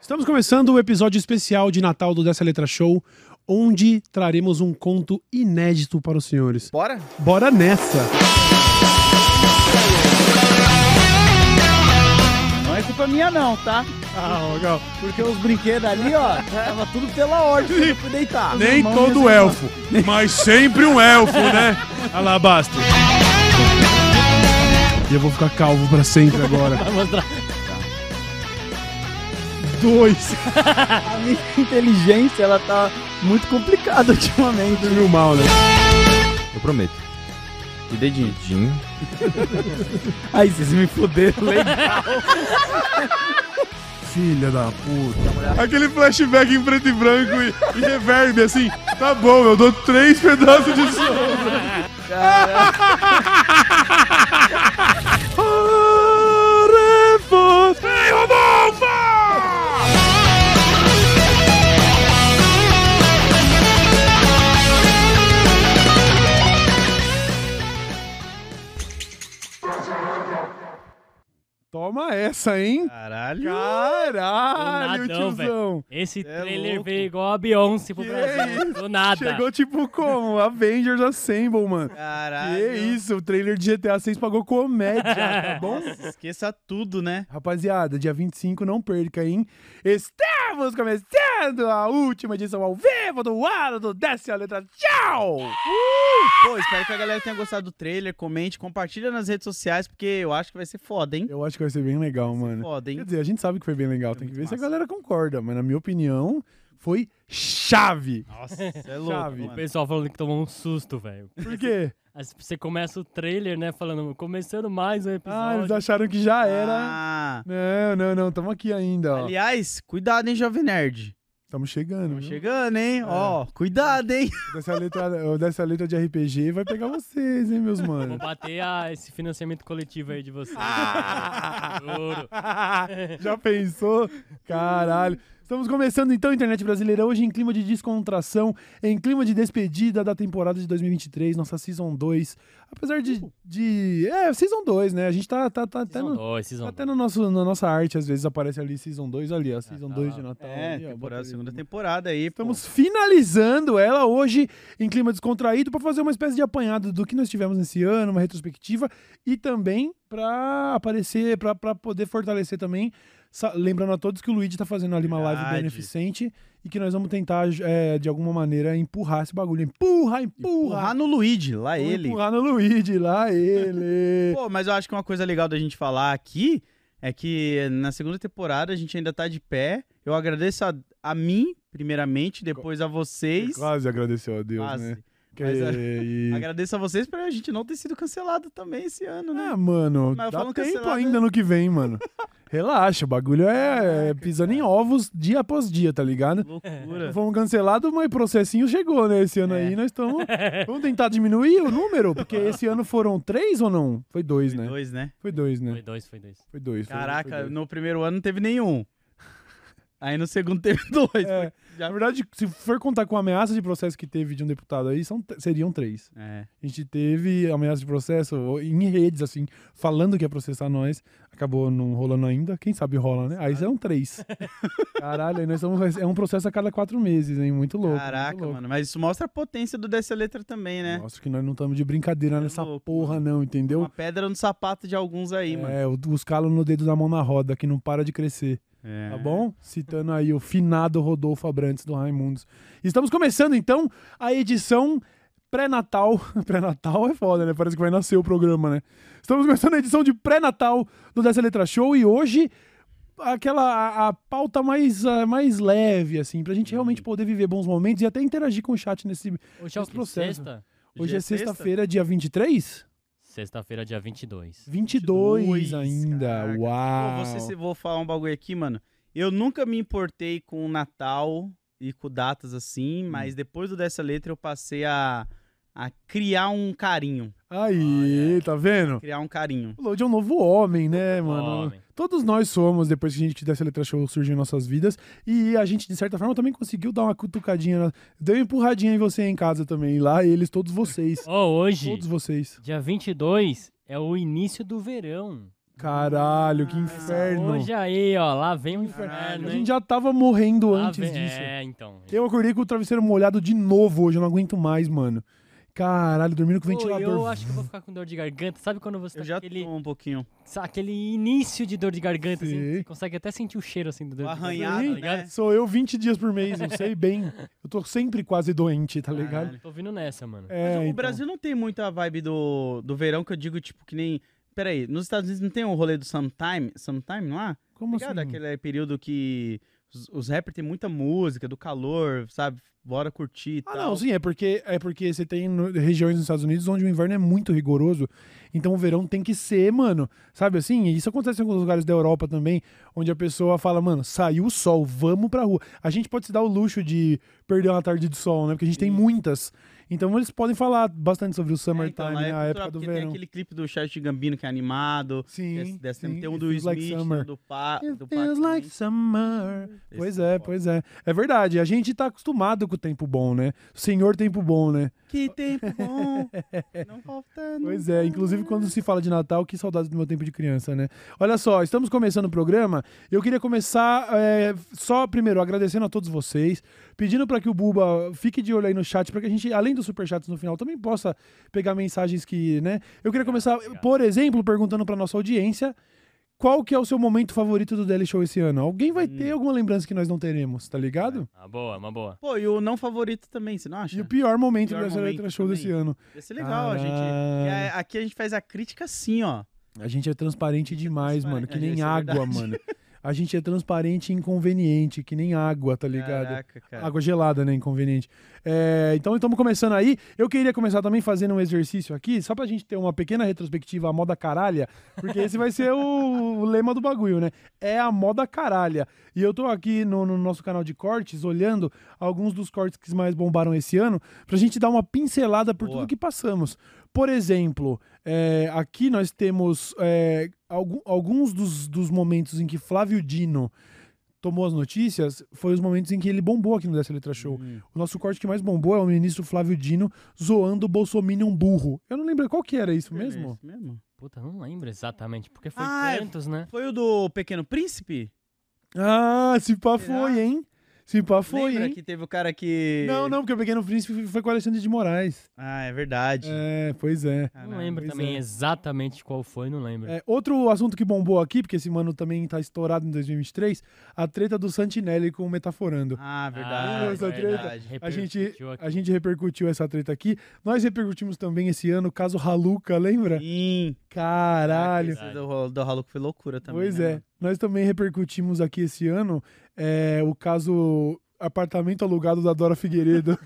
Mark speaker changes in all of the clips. Speaker 1: Estamos começando o episódio especial de Natal do Dessa Letra Show, onde traremos um conto inédito para os senhores.
Speaker 2: Bora?
Speaker 1: Bora nessa!
Speaker 3: Não é culpa minha não, tá?
Speaker 1: Ah, legal.
Speaker 3: Porque os brinquedos ali, ó, tava tudo pela ordem, eu não fui deitar.
Speaker 1: Nem
Speaker 3: Os irmãos
Speaker 1: todo
Speaker 3: me
Speaker 1: elfo, mas sempre um elfo, né? Alabastro. E eu vou ficar calvo pra sempre agora. Dois.
Speaker 3: A minha inteligência, ela tá muito complicada ultimamente.
Speaker 1: Mil mal, né?
Speaker 2: Eu prometo. E dedinho. Dedinho.
Speaker 3: Ai, vocês me fuderam, legal.
Speaker 1: Filha da puta. Aquele flashback em preto e branco e, e reverb, assim. Tá bom, eu dou três pedaços de som. Arefos. Ei, Rodolfo! Toma essa, hein?
Speaker 2: Caralho.
Speaker 1: Caralho,
Speaker 4: Do nadão,
Speaker 1: tiozão.
Speaker 4: Esse
Speaker 2: É
Speaker 4: trailer
Speaker 2: louco.
Speaker 4: veio igual a Beyoncé pro
Speaker 1: Que
Speaker 4: Brasil.
Speaker 1: isso?
Speaker 4: Do nada.
Speaker 1: Chegou tipo como? Avengers Assemble, mano.
Speaker 2: Caralho.
Speaker 1: Que é isso, o trailer de GTA 6 pagou comédia, tá bom?
Speaker 2: Esqueça tudo, né?
Speaker 1: Rapaziada, dia 25, não perca, hein? Estamos começando a última edição ao vivo do ano do Desce a Letra. Tchau!
Speaker 2: Pô, espero que a galera tenha gostado do trailer. Comente, compartilha nas redes sociais, porque eu acho que vai ser foda, hein?
Speaker 1: Eu acho que vai ser bem legal, mano.
Speaker 2: Foda,
Speaker 1: Quer
Speaker 2: hein?
Speaker 1: dizer, a gente sabe que foi bem legal, tem que
Speaker 2: muito
Speaker 1: ver se a
Speaker 2: massa.
Speaker 1: galera concorda, mas na minha opinião, foi chave.
Speaker 2: Nossa, é
Speaker 1: Chave.
Speaker 2: louco,
Speaker 4: O
Speaker 2: mano.
Speaker 4: pessoal falando que tomou um susto, velho.
Speaker 1: Por quê?
Speaker 4: Aí Você começa o trailer, né? Falando, começando mais um
Speaker 1: Ah, eles
Speaker 4: episódio.
Speaker 1: acharam que já era.
Speaker 2: Ah,
Speaker 1: Não, não, não, tamo aqui ainda, ó.
Speaker 2: aliás, cuidado, hein, Jovem Nerd.
Speaker 1: Tamo chegando.
Speaker 2: Tamo
Speaker 1: viu?
Speaker 2: chegando,
Speaker 1: É.
Speaker 2: hein? Ó, cuidado, hein?
Speaker 1: Dessa letra, dessa letra de RPG vai pegar vocês, hein, meus
Speaker 4: Vou
Speaker 1: manos?
Speaker 4: bater a esse financiamento coletivo aí de vocês.
Speaker 1: Ah.
Speaker 4: Juro.
Speaker 1: Tá Já pensou? Caralho. Estamos começando então, Internet Brasileira, hoje em clima de descontração, em clima de despedida da temporada de 2023, nossa Season 2. Apesar de. de é, Season 2, né? A gente tá, tá, tá até,
Speaker 4: Season
Speaker 1: no,
Speaker 4: 2,
Speaker 1: tá
Speaker 4: Season
Speaker 1: até
Speaker 4: 2.
Speaker 1: no nosso, na nossa arte, às vezes aparece ali Season 2, ali, ó, Season 2 de Natal.
Speaker 2: É,
Speaker 1: ali, ó, bota
Speaker 2: temporada,
Speaker 1: ali.
Speaker 2: segunda temporada aí. pô.
Speaker 1: Estamos finalizando ela hoje em clima descontraído para fazer uma espécie de apanhado do que nós tivemos nesse ano, uma retrospectiva e também para aparecer, para poder fortalecer também. Sa- Lembrando a todos que o Luigi tá fazendo ali uma live
Speaker 2: Verdade.
Speaker 1: beneficente e que nós vamos tentar, é, de alguma maneira, empurrar esse bagulho. Empurra, empurra!
Speaker 2: Empurrar no Luigi, lá
Speaker 1: Vamos
Speaker 2: ele.
Speaker 1: Empurrar no Luigi, lá ele!
Speaker 2: Pô, mas eu acho que uma coisa legal da gente falar aqui é que na segunda temporada a gente ainda tá de pé. Eu agradeço a, a mim, primeiramente, depois a vocês.
Speaker 1: Quase agradeceu a É, Deus,
Speaker 2: Quase.
Speaker 1: né? Que
Speaker 2: Mas é a-
Speaker 1: isso.
Speaker 2: Agradeço a vocês pra gente não ter sido cancelado também esse ano, né?
Speaker 1: Ah, mano,
Speaker 2: Mas eu
Speaker 1: dá
Speaker 2: falo
Speaker 1: tempo
Speaker 2: cancelado, né?
Speaker 1: ainda no que vem, mano. Relaxa, o bagulho é, é pisando em ovos dia após dia, tá ligado?
Speaker 2: Loucura.
Speaker 1: Fomos cancelados, mas processinho chegou, né? Esse ano
Speaker 2: É.
Speaker 1: aí nós estamos. Vamos tentar diminuir o número, porque esse ano foram três ou não? Foi dois, né?
Speaker 2: Dois, né?
Speaker 1: Foi dois, né?
Speaker 4: Foi dois, foi dois.
Speaker 1: Foi dois. foi- foi
Speaker 2: Caraca,
Speaker 1: dois.
Speaker 2: no primeiro ano não teve nenhum. Aí no segundo teve dois.
Speaker 1: É,
Speaker 2: Já-
Speaker 1: Na verdade, se for contar com a ameaça de processo que teve de um deputado aí, são, seriam três.
Speaker 2: É.
Speaker 1: A gente teve ameaça de processo em redes, assim, falando que ia processar nós. Acabou não rolando ainda. Quem sabe rola, né? Aí são três. Caralho, aí nós estamos. É um processo a cada quatro meses, hein? Muito louco. muito
Speaker 2: Caraca,
Speaker 1: louco.
Speaker 2: mano. Mas isso mostra a potência do dessa letra também, né?
Speaker 1: Nossa, que nós não estamos de brincadeira
Speaker 2: É
Speaker 1: nessa
Speaker 2: louco,
Speaker 1: porra, não, entendeu?
Speaker 2: Uma pedra no sapato de alguns aí, mano.
Speaker 1: É, o- os calos no dedo da mão na roda, que não para de crescer.
Speaker 2: É.
Speaker 1: Tá bom? Citando aí o finado Rodolfo Abrantes do Raimundos. Estamos começando então a edição pré-natal. Pré-natal é foda, né? Parece que vai nascer o programa, né? Estamos começando a edição de pré-natal do Dessa Letra Show e hoje aquela a, a pauta mais, ah, mais leve, assim, pra gente
Speaker 2: Hum.
Speaker 1: realmente poder viver bons momentos e até interagir com o chat nesse.
Speaker 4: Hoje é o
Speaker 1: Esse
Speaker 4: que?
Speaker 1: processo.
Speaker 4: Sexta?
Speaker 1: Hoje
Speaker 2: Já
Speaker 1: é
Speaker 2: é sexta?
Speaker 1: sexta-feira, dia 23?
Speaker 4: Sexta-feira, dia 22.
Speaker 1: 22,
Speaker 2: 22,
Speaker 1: ainda.
Speaker 2: caraca.
Speaker 1: Uau!
Speaker 2: Pô, você se vou falar um bagulho aqui, mano. Eu nunca me importei com o Natal e com datas
Speaker 1: Hum.
Speaker 2: assim, mas depois do dessa letra eu passei a, a criar um carinho.
Speaker 1: Aí, tá vendo?
Speaker 2: Criar um carinho.
Speaker 1: O Lodi é um novo homem, né, mano?
Speaker 4: Homem.
Speaker 1: Todos nós somos, depois que a gente dessa letra show surgiu em nossas vidas. E a gente, de certa forma, também conseguiu dar uma cutucadinha. na- Deu uma empurradinha em você em casa também. Lá eles, todos vocês.
Speaker 4: Ó, hoje,
Speaker 1: Todos vocês.
Speaker 4: dia 22, é o início do verão.
Speaker 1: Caralho, que inferno.
Speaker 4: Hoje é aí, ó, lá vem o
Speaker 2: Caralho.
Speaker 4: inferno,
Speaker 1: É, A
Speaker 4: hein?
Speaker 1: gente já tava morrendo
Speaker 4: Lá
Speaker 1: antes
Speaker 4: vem-
Speaker 1: disso.
Speaker 4: É, então.
Speaker 1: Eu acordei com o travesseiro molhado de novo hoje, eu não aguento mais, mano. Caralho, dormindo com o
Speaker 4: Pô, Eu
Speaker 1: ventilador.
Speaker 4: acho que eu vou ficar com dor de garganta. Sabe quando você
Speaker 2: Eu
Speaker 4: tá
Speaker 2: já
Speaker 4: com aquele,
Speaker 2: tô um pouquinho.
Speaker 4: sa- aquele início de dor de garganta, assim,
Speaker 1: Sim.
Speaker 4: você consegue até sentir o cheiro, assim, do dor de garganta,
Speaker 2: Arranhado,
Speaker 4: tá
Speaker 2: né?
Speaker 4: ligado?
Speaker 1: Sou eu 20 dias por mês, eu sei bem. Eu tô sempre quase doente, tá ligado?
Speaker 2: Caralho.
Speaker 4: Tô vindo nessa, mano.
Speaker 1: É,
Speaker 2: Mas o
Speaker 1: então.
Speaker 2: Brasil não tem muita vibe do, do verão que eu digo, tipo, que nem. Peraí, nos Estados Unidos não tem o rolê do sometime? Sometime não há? Tá
Speaker 1: Como
Speaker 2: Ligado?
Speaker 1: assim?
Speaker 2: Aquele período que os, os rappers têm muita música, do calor, sabe? Bora curtir e
Speaker 1: Ah,
Speaker 2: tal.
Speaker 1: não, sim, é porque, é porque você tem no- regiões nos Estados Unidos onde o inverno é muito rigoroso, então o verão tem que ser, mano, sabe assim? E Isso acontece em alguns lugares da Europa também, onde a pessoa fala, mano, saiu o sol, vamos pra rua. A gente pode se dar o luxo de perder uma tarde de sol, né? Porque a gente tem muitas. Então eles podem falar bastante sobre o
Speaker 2: É,
Speaker 1: summertime, né?
Speaker 2: então, lá
Speaker 1: a
Speaker 2: é cultural,
Speaker 1: época do
Speaker 2: porque
Speaker 1: verão.
Speaker 2: Tem aquele clipe do Charles Gambino que é animado.
Speaker 1: Sim,
Speaker 2: Esse- desse-
Speaker 1: sim,
Speaker 2: tem um
Speaker 1: it
Speaker 2: do
Speaker 1: feels
Speaker 2: Smith,
Speaker 1: like
Speaker 2: tem um
Speaker 1: summer.
Speaker 2: do Pa.
Speaker 1: It
Speaker 2: Do Pac
Speaker 1: feels
Speaker 2: também.
Speaker 1: like summer.
Speaker 2: Esse
Speaker 1: Pois
Speaker 2: é
Speaker 1: é,
Speaker 2: foda.
Speaker 1: pois é. É verdade, a gente tá acostumado com o tempo bom, né? Senhor tempo bom, né?
Speaker 2: Que tempo bom! não faltando.
Speaker 1: Pois é, inclusive quando se fala de Natal, que saudade do meu tempo de criança, né? Olha só, estamos começando o programa. Eu queria começar é, só primeiro agradecendo a todos vocês, pedindo para que o Buba fique de olho aí no chat, para que a gente, além dos superchats no final, também possa pegar mensagens que, né? Eu queria começar, por exemplo, perguntando para nossa audiência. Qual que é o seu momento favorito do Daily Show esse ano? Alguém vai
Speaker 2: Hum.
Speaker 1: ter alguma lembrança que nós não teremos, tá ligado?
Speaker 4: Uma Ah, boa, uma boa.
Speaker 2: Pô, e o não favorito também, você não acha?
Speaker 1: E o pior momento
Speaker 2: É. Pior
Speaker 1: do Brasileiro
Speaker 2: momento
Speaker 1: Daily Show desse
Speaker 2: também.
Speaker 1: ano.
Speaker 2: Ia ser legal, a gente.
Speaker 1: Ah.
Speaker 2: que é- Aqui a gente faz a crítica assim, ó.
Speaker 1: A gente é transparente demais, mano, que
Speaker 2: transparente.
Speaker 1: nem
Speaker 2: Isso é
Speaker 1: água,
Speaker 2: verdade.
Speaker 1: mano. A gente é transparente e inconveniente, que nem água, tá ligado?
Speaker 2: Caraca, cara.
Speaker 1: Água gelada, né? Inconveniente. É, então estamos começando aí. Eu queria começar também fazendo um exercício aqui, só pra gente ter uma pequena retrospectiva à moda caralha, porque esse vai ser o, o lema do bagulho, né? É a moda caralha. E eu tô aqui no, no nosso canal de cortes, olhando alguns dos cortes que mais bombaram esse ano, pra gente dar uma pincelada por
Speaker 2: Boa.
Speaker 1: tudo que passamos. Por exemplo, é, aqui nós temos é, algu- alguns dos, dos momentos em que Flávio Dino tomou as notícias, foi os momentos em que ele bombou aqui no Dessa Letra Show.
Speaker 2: Hum.
Speaker 1: O nosso corte que mais bombou é o ministro Flávio Dino zoando o Bolsominion burro. Eu não lembro qual que era isso mesmo.
Speaker 2: Isso mesmo?
Speaker 4: Puta, não lembro exatamente, porque foi
Speaker 2: Ah, é-
Speaker 4: tantos, né?
Speaker 2: Foi o do Pequeno Príncipe?
Speaker 1: Ah, se pá
Speaker 2: Será?
Speaker 1: foi, hein? Se pá foi,
Speaker 2: Lembra
Speaker 1: hein?
Speaker 2: que teve o cara que.
Speaker 1: Não, não, porque o Pequeno Príncipe foi com o Alexandre de Moraes.
Speaker 2: Ah, é verdade.
Speaker 1: É, pois é.
Speaker 2: Caralho.
Speaker 4: não lembro
Speaker 1: pois
Speaker 4: também
Speaker 1: é.
Speaker 4: exatamente qual foi, não lembro.
Speaker 1: É, outro assunto que bombou aqui, porque esse mano também tá estourado em 2023, a treta do Santinelli com o Metaforando.
Speaker 2: Ah,
Speaker 4: Ah,
Speaker 2: verdade.
Speaker 1: essa
Speaker 2: verdade.
Speaker 4: treta.
Speaker 1: A gente,
Speaker 4: Repercutiu aqui.
Speaker 1: a gente repercutiu essa treta aqui. Nós repercutimos também esse ano o caso Haluca, lembra?
Speaker 2: Sim. Ah,
Speaker 1: Caralho.
Speaker 2: Esse do, Hol- do Haluco foi loucura também.
Speaker 1: Pois
Speaker 2: né,
Speaker 1: é.
Speaker 2: mano?
Speaker 1: Nós também repercutimos aqui esse ano é, o caso apartamento alugado da Dora Figueiredo.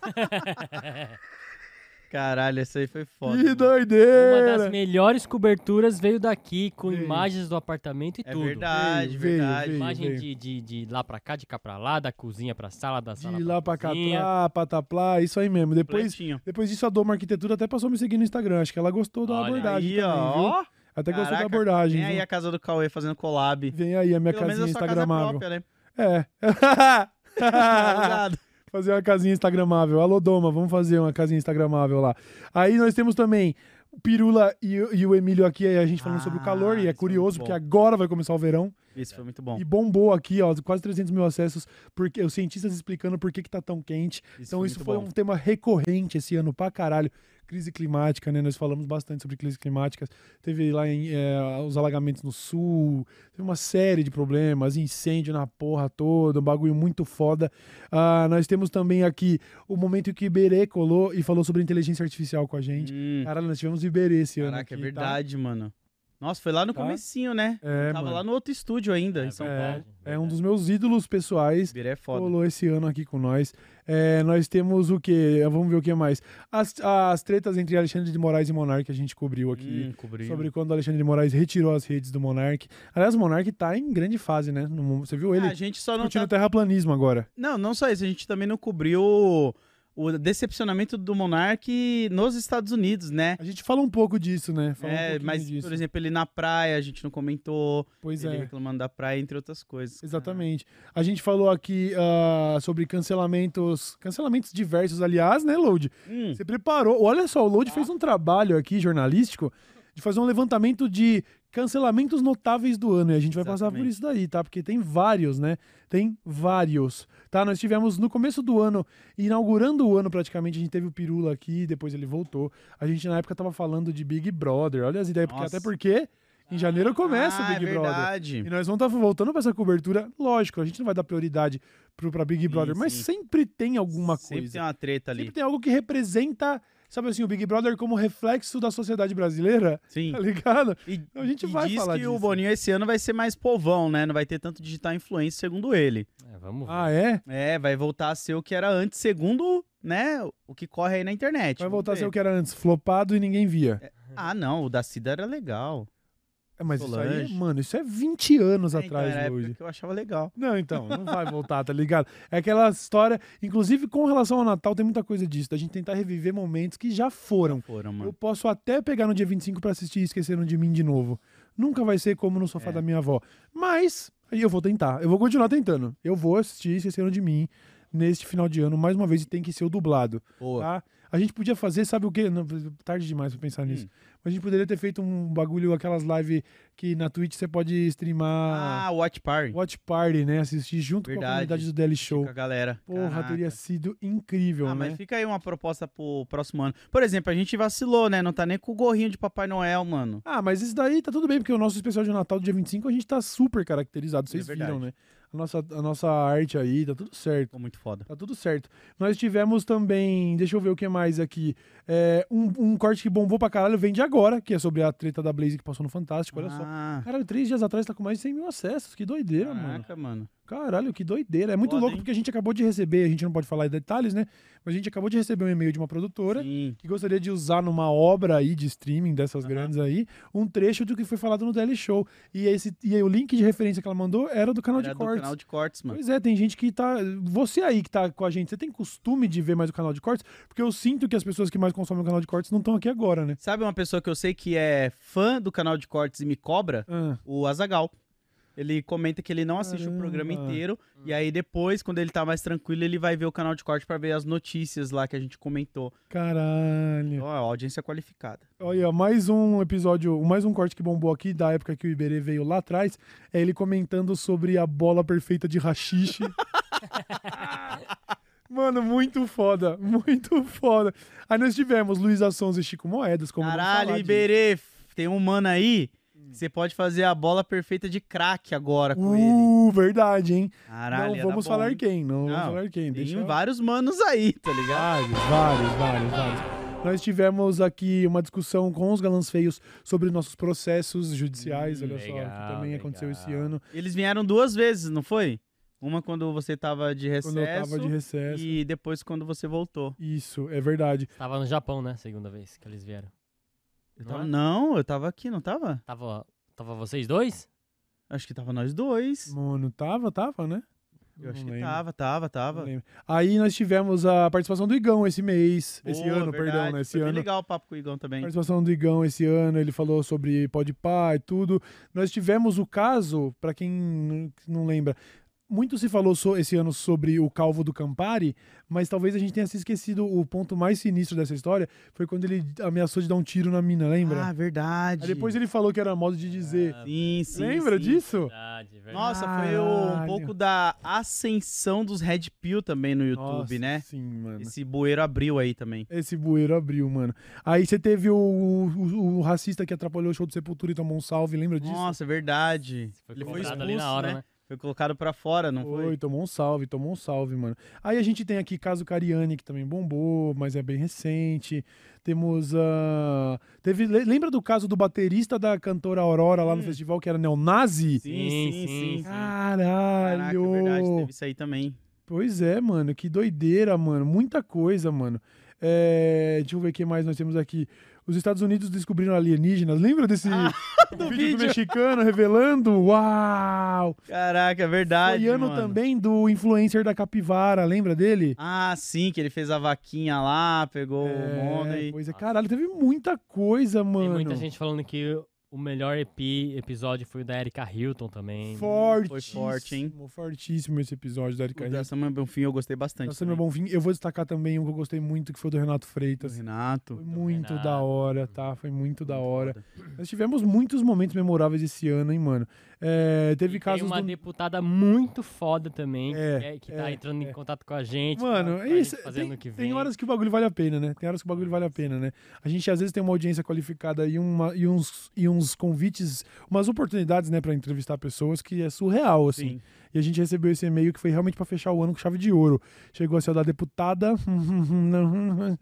Speaker 2: Caralho, esse aí foi foda.
Speaker 1: que
Speaker 2: mano.
Speaker 4: Uma das
Speaker 1: doideira!
Speaker 4: melhores coberturas veio daqui, com
Speaker 1: Veio.
Speaker 4: imagens do apartamento e
Speaker 2: É
Speaker 4: tudo.
Speaker 2: verdade,
Speaker 1: Veio, veio,
Speaker 2: verdade.
Speaker 1: veio.
Speaker 4: Imagem de, de, de lá pra cá, de cá pra lá, da cozinha pra sala, da sala
Speaker 1: De lá pra
Speaker 4: cozinha.
Speaker 1: catrá, pataplá, tá, isso aí mesmo. Depois,
Speaker 2: Completinho.
Speaker 1: depois disso, a Doma Arquitetura até passou a me seguir no Instagram. Acho que ela gostou da
Speaker 4: Olha
Speaker 1: abordagem
Speaker 2: Aí,
Speaker 1: também, viu?
Speaker 2: ó. ó.
Speaker 1: Até gostou da
Speaker 2: Caraca,
Speaker 1: abordagem,
Speaker 2: Vem
Speaker 1: viu?
Speaker 2: aí a casa do Cauê fazendo collab.
Speaker 1: Vem aí a minha
Speaker 2: Pelo menos
Speaker 1: casinha
Speaker 2: a sua casa é
Speaker 1: instagramável.
Speaker 2: própria, né? tá
Speaker 1: É.
Speaker 2: Alugado.
Speaker 1: Fazer uma casinha instagramável. Alô, Doma, vamos fazer uma casinha instagramável lá. Aí nós temos também o Pirula e, o- e o Emílio aqui, a gente falando sobre o
Speaker 2: Ah,
Speaker 1: calor, e é
Speaker 2: isso é
Speaker 1: curioso,
Speaker 2: muito
Speaker 1: porque
Speaker 2: bom.
Speaker 1: agora vai começar o verão.
Speaker 2: Isso foi muito bom.
Speaker 1: E bombou aqui, ó, quase 300 mil acessos, porque os cientistas explicando por que, que tá tão quente. então isso
Speaker 2: muito
Speaker 1: foi
Speaker 2: bom.
Speaker 1: um tema recorrente esse ano pra caralho. Crise climática, né? Nós falamos bastante sobre crises climáticas. Teve lá em, eh, os alagamentos no sul, teve uma série de problemas, incêndio na porra toda, um bagulho muito foda. Ah, nós temos também aqui o momento em que Iberê colou e falou sobre inteligência artificial com a gente.
Speaker 2: Hum,
Speaker 1: Caralho, nós tivemos Iberê esse ano.
Speaker 2: Caraca, é
Speaker 1: aqui, tá?
Speaker 2: verdade, mano. Nossa, foi lá no
Speaker 1: Tá?
Speaker 2: comecinho, né?
Speaker 1: É,
Speaker 2: Tava
Speaker 1: mano.
Speaker 2: lá no né? outro estúdio ainda.
Speaker 4: É
Speaker 2: em São
Speaker 4: verdade,
Speaker 2: Paulo.
Speaker 1: É, é um dos meus ídolos pessoais.
Speaker 2: Biré é foda.
Speaker 1: Rolou esse ano aqui com nós. É, nós temos o que? Vamos ver o que mais. As, as tretas entre Alexandre de Moraes e Monark a gente cobriu aqui.
Speaker 2: Hum, cobriu.
Speaker 1: Sobre quando Alexandre de Moraes retirou as redes do Monark. Aliás, o Monark tá em grande fase, né? No mundo- você viu ele
Speaker 2: Ah, a gente só não
Speaker 1: discutindo
Speaker 2: tá...
Speaker 1: terraplanismo agora.
Speaker 2: Não, não só isso. A gente também não cobriu o- o decepcionamento do Monark nos Estados Unidos, né?
Speaker 1: A gente fala um pouco disso, né? Fala um
Speaker 2: é,
Speaker 1: pouquinho
Speaker 2: mas,
Speaker 1: disso.
Speaker 2: por exemplo, ele na praia, a gente não comentou.
Speaker 1: pois
Speaker 2: ele né?
Speaker 1: é.
Speaker 2: reclamando da praia, entre outras coisas.
Speaker 1: Exatamente. A gente falou aqui ah, sobre cancelamentos, cancelamentos diversos, aliás, né, Load?
Speaker 2: Hum,
Speaker 1: Você preparou. Olha só, o Load fez um trabalho aqui jornalístico de fazer um levantamento de Cancelamentos notáveis do ano. E a gente vai passar por
Speaker 2: Exatamente.
Speaker 1: isso daí, tá? Porque tem vários, né? Tem vários. Tá? Nós tivemos no começo do ano, inaugurando o ano praticamente, a gente teve o Pirula aqui, depois ele voltou. A gente na época tava falando de Big Brother. Olha as ideias, porque,
Speaker 2: Nossa.
Speaker 1: até porque em janeiro começa
Speaker 2: ah,
Speaker 1: o Big
Speaker 2: é
Speaker 1: Brother.
Speaker 2: verdade.
Speaker 1: E nós vamos estar voltando para essa cobertura, lógico, a gente não vai dar prioridade pro, pra Big
Speaker 2: Sim,
Speaker 1: Brother, mas
Speaker 2: sim.
Speaker 1: sempre tem alguma
Speaker 2: Sempre
Speaker 1: coisa.
Speaker 2: tem uma treta tá ali.
Speaker 1: Sempre tem algo que representa, sabe assim, o Big Brother como reflexo da sociedade brasileira,
Speaker 2: Sim.
Speaker 1: tá ligado?
Speaker 2: E,
Speaker 1: A gente
Speaker 2: e
Speaker 1: vai
Speaker 2: diz
Speaker 1: falar
Speaker 2: que o
Speaker 1: disso.
Speaker 2: Boninho esse ano vai ser mais povão, né? Não vai ter tanto digital influência, segundo ele.
Speaker 4: É, vamos ver.
Speaker 1: Ah, é?
Speaker 2: É, vai voltar a ser o que era antes, segundo, né, o que corre aí na internet.
Speaker 1: Vai
Speaker 2: Vamos
Speaker 1: voltar a ser
Speaker 2: ver.
Speaker 1: o que era antes, flopado e ninguém via.
Speaker 2: Ah, não, o da Cida era legal.
Speaker 1: É, mas isso aí,
Speaker 2: Solange.
Speaker 1: mano, isso é 20 anos
Speaker 2: É, então,
Speaker 1: atrás,
Speaker 2: era a
Speaker 1: Luigi.
Speaker 2: época que eu achava legal.
Speaker 1: Não, então, não vai voltar, tá ligado? É aquela história, inclusive com relação ao Natal, tem muita coisa disso, da gente tentar reviver momentos que já foram.
Speaker 2: Foram,
Speaker 1: Eu
Speaker 2: mano.
Speaker 1: posso até pegar no dia 25 pra assistir e esqueceram de mim de novo. Nunca vai ser como no sofá
Speaker 2: É.
Speaker 1: da minha avó. Mas aí eu vou tentar. Eu vou continuar tentando. Eu vou assistir Esqueceram de Mim neste final de ano, mais uma vez, e tem que ser o dublado,
Speaker 2: Boa. Hum.
Speaker 1: tá? A gente podia fazer, sabe o quê? Não, tarde demais pra pensar nisso. Mas a gente poderia ter feito um bagulho, aquelas lives que na Twitch você pode streamar
Speaker 2: Ah, Watch Party.
Speaker 1: Watch Party, né? Assistir junto com a
Speaker 2: Verdade.
Speaker 1: comunidade do Daily Show.
Speaker 2: Com a galera.
Speaker 1: Porra,
Speaker 2: Caraca.
Speaker 1: teria sido incrível,
Speaker 2: Ah,
Speaker 1: né?
Speaker 2: mas fica aí uma proposta pro próximo ano. Por exemplo, a gente vacilou, né? Não tá nem com o gorrinho de Papai Noel, mano.
Speaker 1: Ah, mas isso daí tá tudo bem, porque o nosso especial de Natal do dia 25 a gente tá super caracterizado, vocês
Speaker 2: É verdade.
Speaker 1: viram, né? A nossa, a nossa arte aí, tá tudo certo.
Speaker 2: Ficou muito foda.
Speaker 1: Tá tudo certo. Nós tivemos também, deixa eu ver o que mais aqui. É, um, um corte que bombou pra caralho, vende agora, que é sobre a treta da Blaze que passou no Fantástico, olha só.
Speaker 2: Ah,
Speaker 1: Caralho, três dias atrás tá com mais de 100 mil acessos, que doideira, mano.
Speaker 2: Caraca, mano.
Speaker 1: Caralho, que doideira. É muito
Speaker 2: Foda,
Speaker 1: louco
Speaker 2: hein?
Speaker 1: porque a gente acabou de receber, a gente não pode falar em detalhes, né? Mas a gente acabou de receber um e-mail de uma produtora
Speaker 2: Sim.
Speaker 1: que gostaria de usar numa obra aí de streaming dessas grandes aí, um trecho do que foi falado no Daily Show. E, esse, e aí o link de referência que ela mandou era do canal
Speaker 2: Era
Speaker 1: de
Speaker 2: do
Speaker 1: cortes.
Speaker 2: canal de cortes, mano.
Speaker 1: Pois é, tem gente que tá. Você aí que tá com a gente, você tem costume de ver mais o canal de cortes? Porque eu sinto que as pessoas que mais consomem o canal de cortes não estão aqui agora, né?
Speaker 2: Sabe uma pessoa que eu sei que é fã do canal de cortes e me cobra?
Speaker 1: Ah,
Speaker 2: O Azagal. Ele comenta que ele não assiste o
Speaker 1: Caramba.
Speaker 2: programa inteiro. E aí depois, quando ele tá mais tranquilo, ele vai ver o canal de corte pra ver as notícias lá que a gente comentou.
Speaker 1: caralho.
Speaker 2: Ó, Então, é audiência qualificada.
Speaker 1: Olha, mais um episódio, mais um corte que bombou aqui, da época que o Iberê veio lá atrás, é ele comentando sobre a bola perfeita de rachixe. Mano, muito foda, muito foda. Aí nós tivemos Luiz Assons e Chico Moedas, como não
Speaker 2: Caralho,
Speaker 1: falar disso? Hum.
Speaker 2: Iberê, f- tem um mano aí que você pode fazer a bola perfeita de craque agora com ele.
Speaker 1: Uh, verdade, hein?
Speaker 2: Caralho,
Speaker 1: não
Speaker 2: ia
Speaker 1: vamos
Speaker 2: dar bom,
Speaker 1: falar
Speaker 2: hein?
Speaker 1: quem, não, vamos
Speaker 2: Não,
Speaker 1: falar quem.
Speaker 2: Tem
Speaker 1: Deixa eu-
Speaker 2: vários manos aí, tá ligado?
Speaker 1: Vários, vários, vários, vários. Nós tivemos aqui uma discussão com os galãs feios sobre nossos processos judiciais, olha só,
Speaker 4: legal,
Speaker 1: que também aconteceu
Speaker 4: legal.
Speaker 1: esse ano,
Speaker 2: Eles vieram duas vezes, não foi? Uma quando você tava de recesso.
Speaker 1: quando eu tava de recesso.
Speaker 2: E depois quando você voltou.
Speaker 1: Isso, é verdade.
Speaker 4: Tava no Japão, né? Segunda vez que eles vieram.
Speaker 2: Eu
Speaker 4: Não
Speaker 2: tava-
Speaker 4: é?
Speaker 2: Não, eu tava aqui, não tava?
Speaker 4: Tava, tava vocês dois?
Speaker 2: Acho que tava nós dois.
Speaker 1: Mano, tava, tava, né?
Speaker 2: Eu acho
Speaker 1: não
Speaker 4: Hum.
Speaker 2: que
Speaker 1: lembro.
Speaker 2: tava, tava,
Speaker 1: Não
Speaker 2: tava.
Speaker 1: lembro. Aí nós tivemos a participação do Igão esse mês, esse
Speaker 2: Boa,
Speaker 1: ano, perdão,
Speaker 2: verdade.
Speaker 1: né? Esse
Speaker 2: Foi bem
Speaker 1: ano.
Speaker 2: legal o papo com o Igão também.
Speaker 1: Participação do Igão esse ano, ele falou sobre Podpah e tudo. Nós tivemos o caso, pra quem n- não lembra, muito se falou so- esse ano sobre o calvo do Campari, mas talvez a gente tenha se esquecido o ponto mais sinistro dessa história, foi quando ele ameaçou de dar um tiro na mina, lembra?
Speaker 2: Ah,
Speaker 1: Aí
Speaker 2: verdade.
Speaker 1: depois ele falou que era modo de dizer.
Speaker 2: Sim, sim.
Speaker 1: lembra
Speaker 2: sim.
Speaker 1: disso?
Speaker 4: Verdade, verdade.
Speaker 2: Nossa, foi o- um
Speaker 1: Caralho.
Speaker 2: pouco da ascensão dos Red Pill também no YouTube,
Speaker 1: Nossa,
Speaker 2: né?
Speaker 1: Sim, mano.
Speaker 2: Esse bueiro abriu aí também.
Speaker 1: Esse bueiro abriu, mano. Aí você teve o, o- o racista que atrapalhou o show do Sepultura e tomou um salve, lembra disso?
Speaker 2: Nossa, é verdade.
Speaker 4: Foi
Speaker 2: ele foi
Speaker 4: cobrado
Speaker 2: expulso,
Speaker 4: ali na hora, né?
Speaker 2: Foi colocado pra fora, não
Speaker 1: foi,
Speaker 2: foi?
Speaker 1: tomou um salve, tomou um salve, mano. Aí a gente tem aqui caso Cariani, que também bombou, mas é bem recente. Temos a. Teve, le- lembra do caso do baterista da cantora Aurora lá no festival, que era neonazi?
Speaker 2: Hum. Sim, sim, sim.
Speaker 4: Sim, sim.
Speaker 2: Caraca,
Speaker 1: Caralho!
Speaker 2: é verdade, teve isso aí também.
Speaker 1: Pois é, mano, que doideira, mano. Muita coisa, mano. É, deixa eu ver o que mais nós temos aqui. Os Estados Unidos descobriram alienígenas. Lembra desse
Speaker 2: do
Speaker 1: vídeo, do
Speaker 2: Ah, vídeo.
Speaker 1: mexicano revelando? Uau!
Speaker 2: Caraca, é verdade,
Speaker 1: Foi ano
Speaker 2: mano.
Speaker 1: também do influencer da capivara, lembra dele?
Speaker 2: Ah, sim, que ele fez a vaquinha lá, pegou o
Speaker 1: É,
Speaker 2: mundo e...
Speaker 1: Pois é, caralho, teve muita coisa, mano.
Speaker 4: Tem muita gente falando que O melhor EP, episódio foi o da Erika Hilton também.
Speaker 1: Forte.
Speaker 2: forte, hein?
Speaker 1: Fortíssimo esse episódio da Erika
Speaker 2: O da
Speaker 1: Hilton.
Speaker 2: Samuel Bonfim eu gostei bastante.
Speaker 1: Nossa, meu bom fim. Eu vou destacar também um que eu gostei muito, que foi do Renato
Speaker 2: também.
Speaker 1: Freitas.
Speaker 2: Do
Speaker 1: Foi
Speaker 2: Renato.
Speaker 1: muito
Speaker 4: Renato.
Speaker 1: da hora, tá? Foi muito da
Speaker 2: Muito
Speaker 1: hora.
Speaker 2: foda.
Speaker 1: Nós tivemos muitos momentos memoráveis esse ano, hein, mano? É,
Speaker 4: E
Speaker 1: teve
Speaker 4: tem
Speaker 1: casos
Speaker 4: uma
Speaker 1: do...
Speaker 4: deputada muito foda também,
Speaker 1: É,
Speaker 4: que, é- que tá
Speaker 1: é,
Speaker 4: entrando em
Speaker 1: é.
Speaker 4: contato com a gente.
Speaker 1: Mano,
Speaker 4: né,
Speaker 1: é
Speaker 4: pra, pra
Speaker 1: isso.
Speaker 4: gente fazer
Speaker 1: Tem,
Speaker 4: ano que vem.
Speaker 1: tem horas que o bagulho vale a pena, né? Tem horas que o bagulho vale a pena, né? A gente às vezes tem uma audiência qualificada e, uma, e, uns, e uns convites, umas oportunidades, né, pra entrevistar pessoas que é surreal, assim.
Speaker 2: Sim.
Speaker 1: E a gente recebeu esse e-mail que foi realmente pra fechar o ano com chave de ouro. Chegou a ser o da deputada,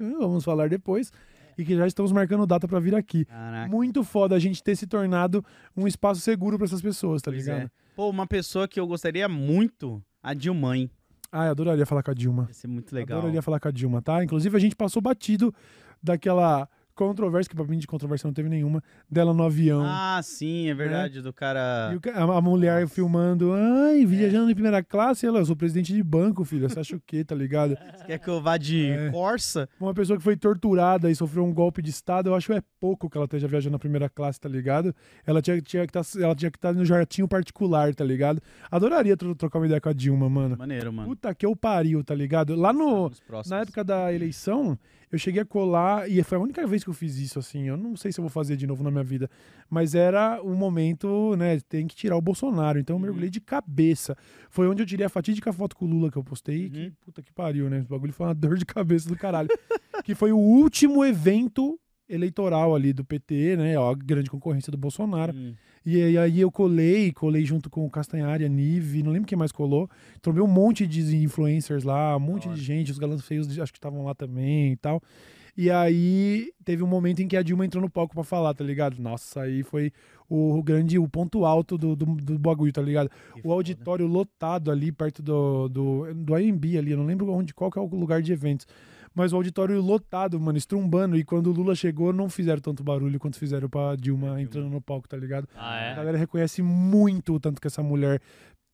Speaker 1: vamos falar depois, e que já estamos marcando data pra vir aqui.
Speaker 2: Caraca.
Speaker 1: Muito foda a gente ter se tornado um espaço seguro pra essas pessoas, tá
Speaker 2: Pois
Speaker 1: ligado?
Speaker 2: é. Pô, uma pessoa que eu gostaria muito, a Dilmãe.
Speaker 1: Ah, eu adoraria falar com a Dilma.
Speaker 2: Ia ser muito legal.
Speaker 1: Adoraria falar com a Dilma, tá? Inclusive, a gente passou batido daquela controvérsia, que pra mim de controvérsia não teve nenhuma, dela no avião.
Speaker 2: Ah, sim, é verdade, do cara.
Speaker 1: Né? E o ca- a, a mulher
Speaker 2: Nossa. É.
Speaker 1: filmando, ai, viajando em primeira classe, ela, eu sou presidente de banco, filha, você acha o quê, tá ligado?
Speaker 2: Você Quer que eu vá de
Speaker 1: É.
Speaker 2: Corsa?
Speaker 1: Uma pessoa que foi torturada e sofreu um golpe de Estado, eu acho é pouco que ela esteja viajando na primeira classe, tá ligado? Ela tinha, tinha que estar no jardim particular, tá ligado? Adoraria tro- trocar uma ideia com a Dilma, mano.
Speaker 2: Maneiro, mano.
Speaker 1: Puta que eu pariu, tá ligado? Lá no,
Speaker 2: Nos próximos.
Speaker 1: Na época da eleição, eu cheguei a colar, e foi a única vez que eu fiz isso, assim. Eu não sei se eu vou fazer de novo na minha vida, mas era o momento, né? Tem que tirar o Bolsonaro. Então eu
Speaker 2: Uhum.
Speaker 1: mergulhei de cabeça. Foi onde eu tirei a fatídica foto com o Lula que eu postei. Que
Speaker 2: Uhum.
Speaker 1: puta que pariu, né? Esse bagulho foi uma dor de cabeça do caralho. que foi o último evento eleitoral ali do PT, né? Ó, a grande concorrência do Bolsonaro.
Speaker 2: Hum.
Speaker 1: E aí- aí eu colei, colei junto com o Castanhari, a Nive, não lembro quem mais colou. Trombei um monte de influencers lá, um monte
Speaker 2: hora.
Speaker 1: de gente, os galãs feios de- acho que estavam lá também e tal. E aí teve um momento em que a Dilma entrou no palco pra falar, tá ligado? Nossa, aí foi o grande, o ponto alto do, do, do bagulho, tá ligado?
Speaker 2: Que
Speaker 1: o
Speaker 2: foda.
Speaker 1: auditório lotado ali perto do, do, do AMB ali, eu não lembro onde, qual que é o lugar de eventos. Mas o auditório lotado, mano, estrumbando. E quando o Lula chegou, não fizeram tanto barulho quanto fizeram pra Dilma entrando no palco, tá ligado?
Speaker 4: Ah,
Speaker 1: A
Speaker 4: é?
Speaker 1: galera reconhece muito o tanto que essa mulher,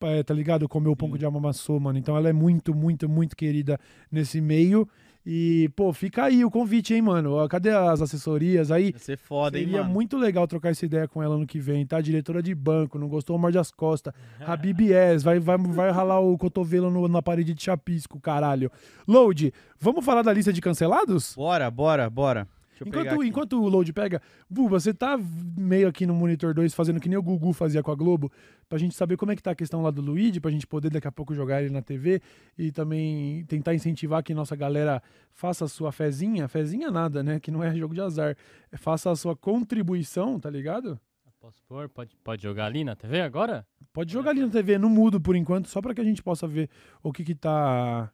Speaker 1: eh, tá ligado? Comeu o pão de amamassou, mano. Então ela é muito, muito, muito querida nesse meio. E, pô, fica aí o convite, hein, mano? Ó, Cadê as assessorias aí?
Speaker 2: Ia ser foda, hein,
Speaker 1: Seria
Speaker 2: mano.
Speaker 1: muito legal trocar essa ideia com ela ano que vem, tá? Diretora de banco, não gostou, morde as costas. Habib S, vai, vai, vai ralar o cotovelo no- na parede de chapisco, caralho. Load, vamos falar da lista de cancelados?
Speaker 2: Bora, bora, bora. Deixa eu pegar
Speaker 1: Enquanto,
Speaker 2: aqui.
Speaker 1: enquanto o load pega, Bu, você tá meio aqui no monitor 2 fazendo que nem o Gugu fazia com a Globo, pra gente saber como é que tá a questão lá do Luigi, pra gente poder daqui a pouco jogar ele na TV e também tentar incentivar que nossa galera faça a sua fezinha, fezinha nada, né? Que não é jogo de azar. É, Faça a sua contribuição, tá ligado?
Speaker 4: Posso pôr? Pode, pode jogar ali na TV agora?
Speaker 1: Pode jogar ali na TV, no mudo por enquanto, só pra que a gente possa ver o que que tá.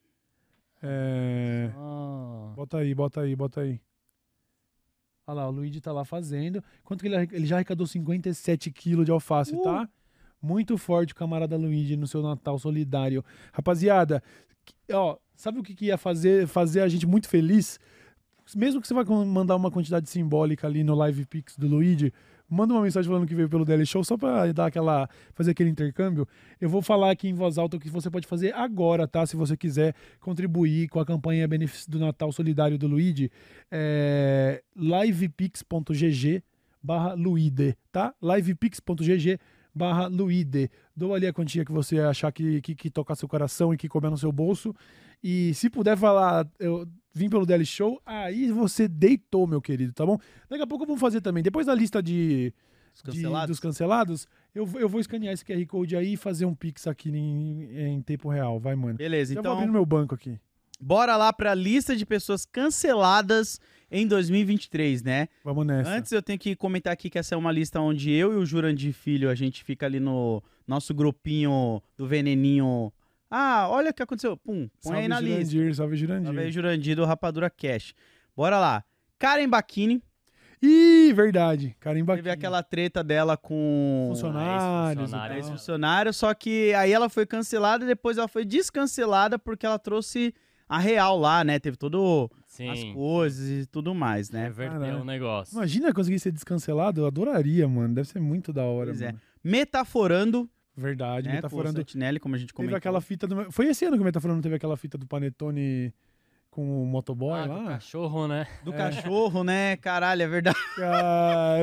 Speaker 1: É...
Speaker 4: Ah.
Speaker 1: Bota aí, bota aí, bota aí. Olha lá, o Luigi tá lá fazendo. Quanto que ele, arre- ele já arrecadou 57 quilos de alface, tá? Muito forte o camarada Luigi no seu Natal solidário. Rapaziada, que- ó, sabe o que, que ia fazer, fazer a gente muito feliz? Mesmo que você vá com- mandar uma quantidade simbólica ali no Live Pix do Luigi, manda uma mensagem falando que veio pelo DL Show só pra dar aquela, fazer aquele intercâmbio. Eu vou falar aqui em voz alta o que você pode fazer agora, tá? Se você quiser contribuir com a campanha benefício do Natal Solidário do Luigi, é livepix.gg barra Luide, tá? livepix.gg barra Luide. Dou ali a quantia que você achar que, que, que tocar seu coração e que comer no seu bolso. E se puder falar, eu vim pelo DL Show, aí você deitou, meu querido, tá bom? Daqui a pouco eu vou fazer também. Depois da lista de,
Speaker 2: Os
Speaker 1: de-
Speaker 2: cancelados?
Speaker 1: dos cancelados, eu, vou- eu vou escanear esse QR Code aí e fazer um pix aqui em, em tempo real. Vai, mano.
Speaker 2: Beleza,
Speaker 1: Já vou abrir
Speaker 2: então
Speaker 1: no meu banco aqui.
Speaker 2: bora lá pra lista de pessoas canceladas em 2023, né?
Speaker 1: Vamos nessa.
Speaker 2: Antes eu tenho que comentar aqui que essa é uma lista onde eu e o Jurandir Filho, a gente fica ali no nosso grupinho do veneninho. Ah, olha o que aconteceu. Pum, põe
Speaker 1: salve
Speaker 2: aí na lista.
Speaker 1: Jurandir, salve Jurandir.
Speaker 2: Salve aí, Jurandir do Rapadura Cash. Bora lá. Karen Bacchini,
Speaker 1: Ih, verdade. Carimba
Speaker 2: teve aquela treta dela com
Speaker 1: Funcionários.
Speaker 4: Ah,
Speaker 2: a
Speaker 4: esse
Speaker 1: e tal.
Speaker 2: ex-funcionário, só que aí ela foi cancelada e depois ela foi descancelada porque ela trouxe a real lá, né? Teve todo as
Speaker 4: Sim.
Speaker 2: coisas e tudo mais, né?
Speaker 4: Reverteu
Speaker 1: Caralho.
Speaker 4: o negócio. Ah,
Speaker 1: Imagina conseguir ser descancelado, eu adoraria, mano. Deve ser muito da hora,
Speaker 2: Pois é.
Speaker 1: mano.
Speaker 2: Metaforando,
Speaker 1: Verdade,
Speaker 2: né? Com o
Speaker 1: metaforando.
Speaker 2: Santinelli, como a gente
Speaker 1: Teve
Speaker 2: comentou.
Speaker 1: aquela fita do. Foi esse ano que o metaforando teve aquela fita do Panetone com o motoboy
Speaker 4: Ah, do
Speaker 1: lá?
Speaker 4: cachorro, né?
Speaker 2: Do É. cachorro, né? Caralho, é verdade.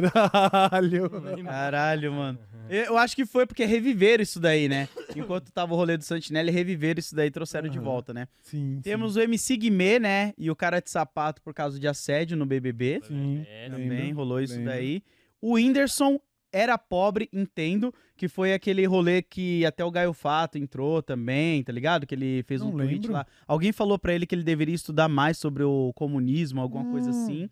Speaker 1: Caralho.
Speaker 4: Não lembro.
Speaker 2: Caralho, mano. Eu acho que foi porque reviveram isso daí, né? Enquanto tava o rolê do Santinelli, reviveram isso daí e trouxeram de
Speaker 1: Aham.
Speaker 2: volta, né?
Speaker 1: Sim. sim.
Speaker 2: Temos o MC Guimê, né? E o cara de sapato por causa de assédio no BBB.
Speaker 1: Sim.
Speaker 4: É,
Speaker 1: Lembro,
Speaker 2: Também rolou isso
Speaker 1: Tá lembro.
Speaker 2: daí. O Whindersson era pobre, entendo, que foi aquele rolê que até o Gaio Fato entrou também, tá ligado? Que ele fez um
Speaker 1: Não
Speaker 2: tweet
Speaker 1: lembro.
Speaker 2: lá. Alguém falou pra ele que ele deveria estudar mais sobre o comunismo, alguma coisa
Speaker 1: Hum.
Speaker 2: assim.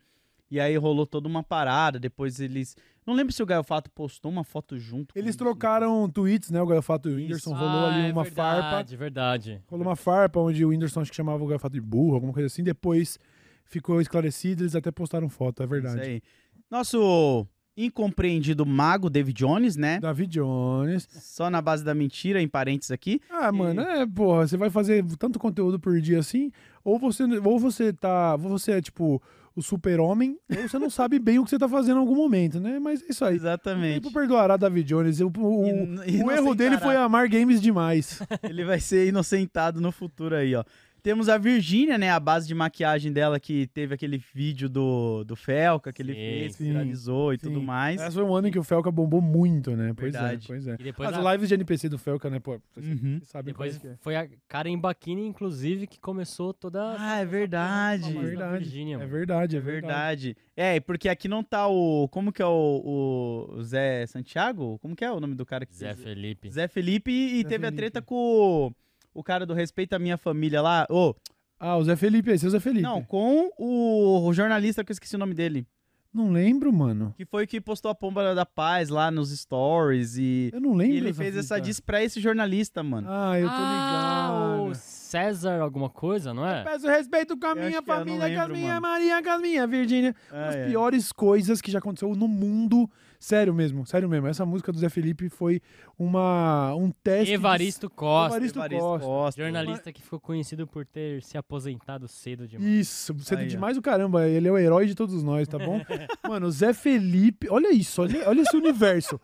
Speaker 2: E aí rolou toda uma parada, depois eles... Não lembro se o Gaio Fato postou uma foto junto. com
Speaker 1: Eles
Speaker 2: isso.
Speaker 1: trocaram tweets, né? O Gafato e o
Speaker 2: Isso. Ah,
Speaker 1: Whindersson. Rolou ali
Speaker 4: é
Speaker 1: uma farpa.
Speaker 4: Verdade, verdade.
Speaker 1: Rolou uma farpa onde o Whindersson acho que chamava o Gafato de burro, alguma coisa assim. Depois ficou esclarecido, eles até postaram foto, é
Speaker 2: Isso
Speaker 1: verdade.
Speaker 2: aí. Nosso incompreendido mago, David Jones, né?
Speaker 1: Davi Jones.
Speaker 2: Só na base da mentira, em parênteses aqui.
Speaker 1: Ah,
Speaker 2: E-
Speaker 1: mano, é, porra, você vai fazer tanto conteúdo por dia assim, ou você, ou você tá, ou você é tipo o super-homem, ou você não sabe bem o que você tá fazendo em algum momento, né? Mas é isso aí. O
Speaker 2: Exatamente.
Speaker 1: tempo perdoará David Jones. O, o-
Speaker 2: E- e
Speaker 1: o erro dele
Speaker 2: inocentará.
Speaker 1: foi amar games demais.
Speaker 2: Ele vai ser inocentado no futuro aí, ó. Temos a Virgínia, né? A base de maquiagem dela que teve aquele vídeo do, do Felca que ele
Speaker 4: Sim,
Speaker 2: fez, que
Speaker 1: sim,
Speaker 2: viralizou e tudo
Speaker 1: sim.
Speaker 2: mais.
Speaker 1: Esse foi um ano em que o Felca bombou muito, né? Pois
Speaker 2: Verdade.
Speaker 1: é, pois é.
Speaker 4: E depois,
Speaker 1: As
Speaker 4: a-
Speaker 1: lives de NPC do Felca, né? Pô, vocês
Speaker 2: Uhum.
Speaker 1: sabem
Speaker 4: depois
Speaker 1: qual é que é.
Speaker 4: foi a Karen Baquini, inclusive, que começou toda.
Speaker 2: Ah, é verdade.
Speaker 1: É
Speaker 4: famosa
Speaker 1: verdade.
Speaker 4: Virgínia,
Speaker 1: É
Speaker 4: mano.
Speaker 1: verdade, é
Speaker 2: É
Speaker 1: verdade.
Speaker 2: verdade. É, e porque aqui não tá o. Como que é o, o Zé Santiago? Como que é o nome do cara que
Speaker 4: Zé
Speaker 2: fez?
Speaker 4: Felipe.
Speaker 2: Zé Felipe e
Speaker 1: Zé
Speaker 2: teve a
Speaker 1: Felipe.
Speaker 2: treta com o, o cara do Respeita a Minha Família lá. Ô,
Speaker 1: Ah, o Zé Felipe, esse é o Zé Felipe.
Speaker 2: não, com o, o jornalista que eu esqueci o nome dele.
Speaker 1: Não lembro, mano.
Speaker 2: Que foi o que postou a pomba da paz lá nos stories e.
Speaker 1: Eu não
Speaker 2: E
Speaker 1: lembro.
Speaker 2: ele fez essa
Speaker 1: fita.
Speaker 2: diss pra esse jornalista, mano.
Speaker 1: Ah, eu tô
Speaker 4: Ah,
Speaker 1: ligado.
Speaker 4: o César alguma coisa, não é?
Speaker 1: Peço respeito com a
Speaker 2: Eu
Speaker 1: minha
Speaker 2: acho que eu não
Speaker 1: família, com a
Speaker 2: lembro,
Speaker 1: minha
Speaker 2: mano.
Speaker 1: Maria, com a minha Virgínia. Uma das
Speaker 2: Ah, é.
Speaker 1: piores coisas que já aconteceu no mundo. Sério mesmo, sério mesmo. Essa música do Zé Felipe foi uma, um teste.
Speaker 4: Evaristo Costa.
Speaker 1: Evaristo
Speaker 2: Evaristo
Speaker 1: Costa.
Speaker 2: Costa.
Speaker 4: Jornalista que ficou conhecido por ter se aposentado cedo
Speaker 1: De...
Speaker 4: demais.
Speaker 1: Isso, você
Speaker 2: Aí,
Speaker 1: é
Speaker 2: ó.
Speaker 1: demais o caramba. Ele é o herói de todos nós, tá bom? Mano, o Zé Felipe. Olha isso, olha, olha esse universo.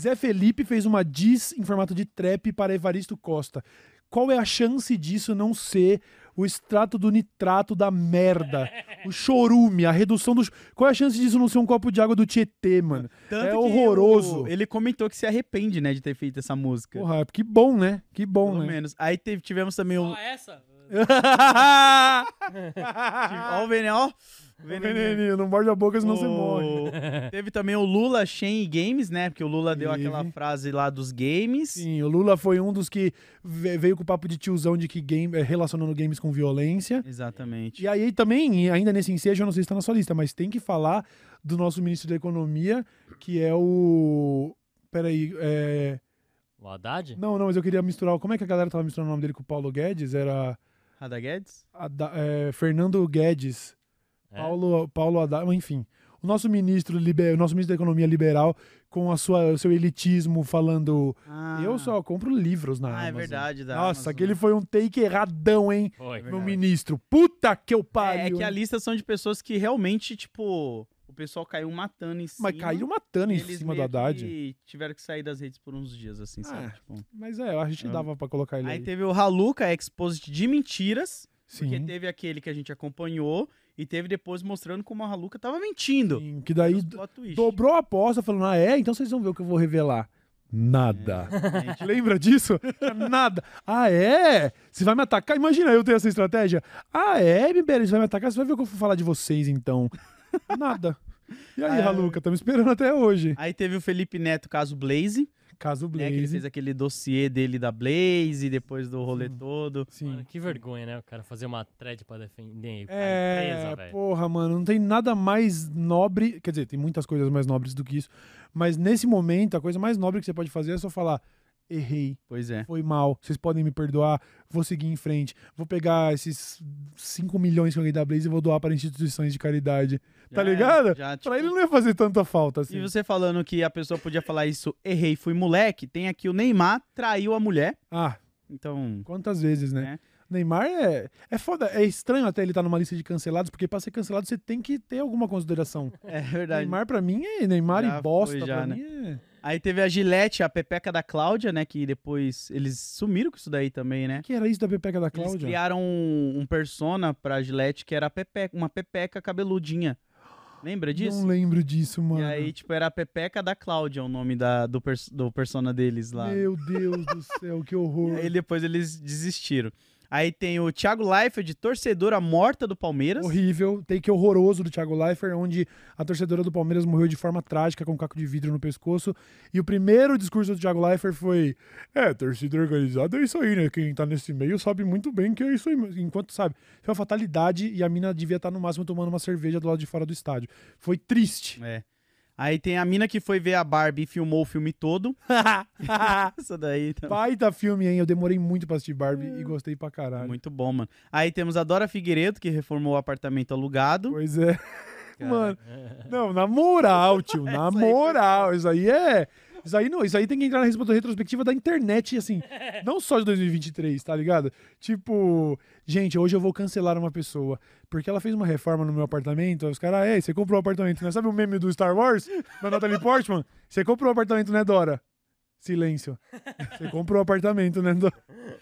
Speaker 1: Zé Felipe fez uma diss em formato de trap para Evaristo Costa. Qual é a chance disso não ser o extrato do nitrato da merda? O chorume, a redução do. ch- Qual é a chance disso não ser um copo de água do Tietê, mano?
Speaker 2: Tanto
Speaker 1: É
Speaker 2: que
Speaker 1: horroroso.
Speaker 2: o- ele comentou que se arrepende, né, de ter feito essa música.
Speaker 1: Porra, que bom, né? Que bom,
Speaker 2: Pelo
Speaker 1: né?
Speaker 2: menos. Aí teve- tivemos também o.
Speaker 4: Só essa?
Speaker 2: Ó, o veneno, ó. O veneninho.
Speaker 1: Veneninho, não morde a boca senão você
Speaker 2: O-
Speaker 1: morre.
Speaker 2: Teve também o Lula Shen e Games, né? Porque o Lula deu
Speaker 1: Teve.
Speaker 2: aquela frase lá dos games.
Speaker 1: Sim, o Lula foi um dos que ve- veio com o papo de tiozão de que game, eh, relacionando games com violência.
Speaker 2: Exatamente.
Speaker 1: E aí também, ainda nesse ensejo, eu não sei se está na sua lista, mas tem que falar do nosso ministro da Economia, que é o. Peraí, é.
Speaker 4: O Haddad?
Speaker 1: Não, não, mas eu queria misturar. Como é que a galera tava misturando o nome dele com o Paulo Guedes? Era.
Speaker 2: Rada Guedes?
Speaker 1: Ada- é, Fernando Guedes,
Speaker 4: É.
Speaker 1: Paulo, Paulo Haddad, enfim. O nosso ministro, liber, o nosso ministro da Economia liberal, com a sua, o seu elitismo, falando.
Speaker 2: Ah.
Speaker 1: Eu só compro livros na
Speaker 2: Ah, é
Speaker 1: Amazon.
Speaker 2: verdade. Da
Speaker 1: Nossa,
Speaker 2: Amazon.
Speaker 1: aquele foi um take erradão, hein?
Speaker 4: Foi.
Speaker 1: Meu ministro. Puta que eu pariu.
Speaker 2: É, é que a
Speaker 1: hein?
Speaker 2: lista são de pessoas que realmente, tipo, o pessoal caiu matando em cima.
Speaker 1: Mas caiu matando em
Speaker 2: eles
Speaker 1: cima do
Speaker 2: meio
Speaker 1: Haddad.
Speaker 2: que tiveram que sair das redes por uns dias, assim, sabe?
Speaker 1: Ah,
Speaker 2: Tipo,
Speaker 1: Mas é, a gente
Speaker 2: Não.
Speaker 1: dava pra colocar ele
Speaker 2: Aí
Speaker 1: aí.
Speaker 2: teve o Haluca Exposit de mentiras, porque
Speaker 1: Sim.
Speaker 2: teve aquele que a gente acompanhou e teve depois mostrando como a Haluca tava mentindo.
Speaker 1: Sim, que daí
Speaker 2: Os plot twist.
Speaker 1: dobrou a aposta, falando, ah, é? Então vocês vão ver o que eu vou revelar. Nada.
Speaker 2: Exatamente.
Speaker 1: Lembra disso? Nada. Ah, é? Você vai me atacar? Imagina eu ter essa estratégia. Ah, é, MBL, você vai me atacar? Você vai ver o que eu vou falar de vocês, então. Nada. E aí,
Speaker 2: Ah.
Speaker 1: Raluca? Tamo esperando até hoje.
Speaker 2: Aí teve o Felipe Neto, caso Blaze,
Speaker 1: Caso
Speaker 2: né? Que ele
Speaker 1: Blaze.
Speaker 2: fez aquele dossiê dele da Blaze, depois do rolê todo.
Speaker 1: Sim.
Speaker 4: Mano, que vergonha, né? O cara fazer uma thread pra defender a
Speaker 1: É,
Speaker 4: empresa, velho.
Speaker 1: porra, mano, não tem nada mais nobre. Quer dizer, tem muitas coisas mais nobres do que isso. Mas nesse momento, a coisa mais nobre que você pode fazer é só falar: errei,
Speaker 2: Pois é.
Speaker 1: foi mal, vocês podem me perdoar, vou seguir em frente, vou pegar esses 5 milhões que eu ganhei da Blaze e vou doar para instituições de caridade.
Speaker 4: Tipo
Speaker 1: Tá
Speaker 2: Já-
Speaker 1: ligado?
Speaker 2: já, tipo,
Speaker 1: Pra ele não ia fazer tanta falta
Speaker 2: E
Speaker 1: assim.
Speaker 2: você falando que a pessoa podia falar isso, errei, fui moleque, tem aqui o Neymar traiu a mulher.
Speaker 1: Ah,
Speaker 2: Então,
Speaker 1: quantas vezes, né? Neymar é, é foda, é estranho até ele estar numa lista de cancelados, porque pra ser cancelado você tem que ter alguma consideração.
Speaker 2: é verdade.
Speaker 1: Neymar pra mim é Neymar
Speaker 2: Já
Speaker 1: e
Speaker 2: foi
Speaker 1: bosta,
Speaker 2: já,
Speaker 1: pra
Speaker 2: né?
Speaker 1: mim é.
Speaker 2: Aí teve a Gillette, a Pepeca da Cláudia, né? Que depois eles sumiram com isso daí também, né?
Speaker 1: que era isso da pepeca da
Speaker 2: Eles
Speaker 1: Cláudia?
Speaker 2: criaram um, um persona pra Gillette que era a pepeca, uma pepeca cabeludinha. Lembra disso?
Speaker 1: Não lembro disso, mano.
Speaker 2: E aí, tipo, era a Pepeca da Cláudia o nome da, do, pers- do persona deles lá.
Speaker 1: Meu Deus do céu, que
Speaker 2: E
Speaker 1: horror.
Speaker 2: aí depois eles desistiram. Aí tem o Thiago Leifert, torcedora morta do Palmeiras.
Speaker 1: Horrível, take horroroso do Thiago Leifert, onde a torcedora do Palmeiras morreu de forma trágica com um caco de vidro no pescoço. E o primeiro discurso do Thiago Leifert foi: É, torcida organizada é isso aí, né? Quem tá nesse meio sabe muito bem que é isso aí. mesmo." Enquanto sabe, foi uma fatalidade e a mina devia estar no máximo tomando uma cerveja do lado de fora do estádio. Foi triste.
Speaker 2: É. Aí tem a mina que foi ver a Barbie e filmou o filme todo. Essa daí tá
Speaker 1: Baita filme, hein? Eu demorei muito pra assistir Barbie e gostei pra caralho.
Speaker 2: muito bom, mano. Aí temos a Dora Figueiredo, que reformou o apartamento alugado.
Speaker 1: Pois é. Mano, não, na moral, tio, na moral, isso aí é. Isso aí, não, isso aí tem que entrar na respo- retrospectiva da internet, assim, não só de 2023, tá ligado? Tipo, gente, hoje eu vou cancelar uma pessoa, porque ela fez uma reforma no meu apartamento, aí os caras, ah, é, você comprou o apartamento, né? Sabe o meme do Star Wars, da Natalie Portman? Você comprou o apartamento, né, Dora? Silêncio. Você comprou o apartamento, né, Dora?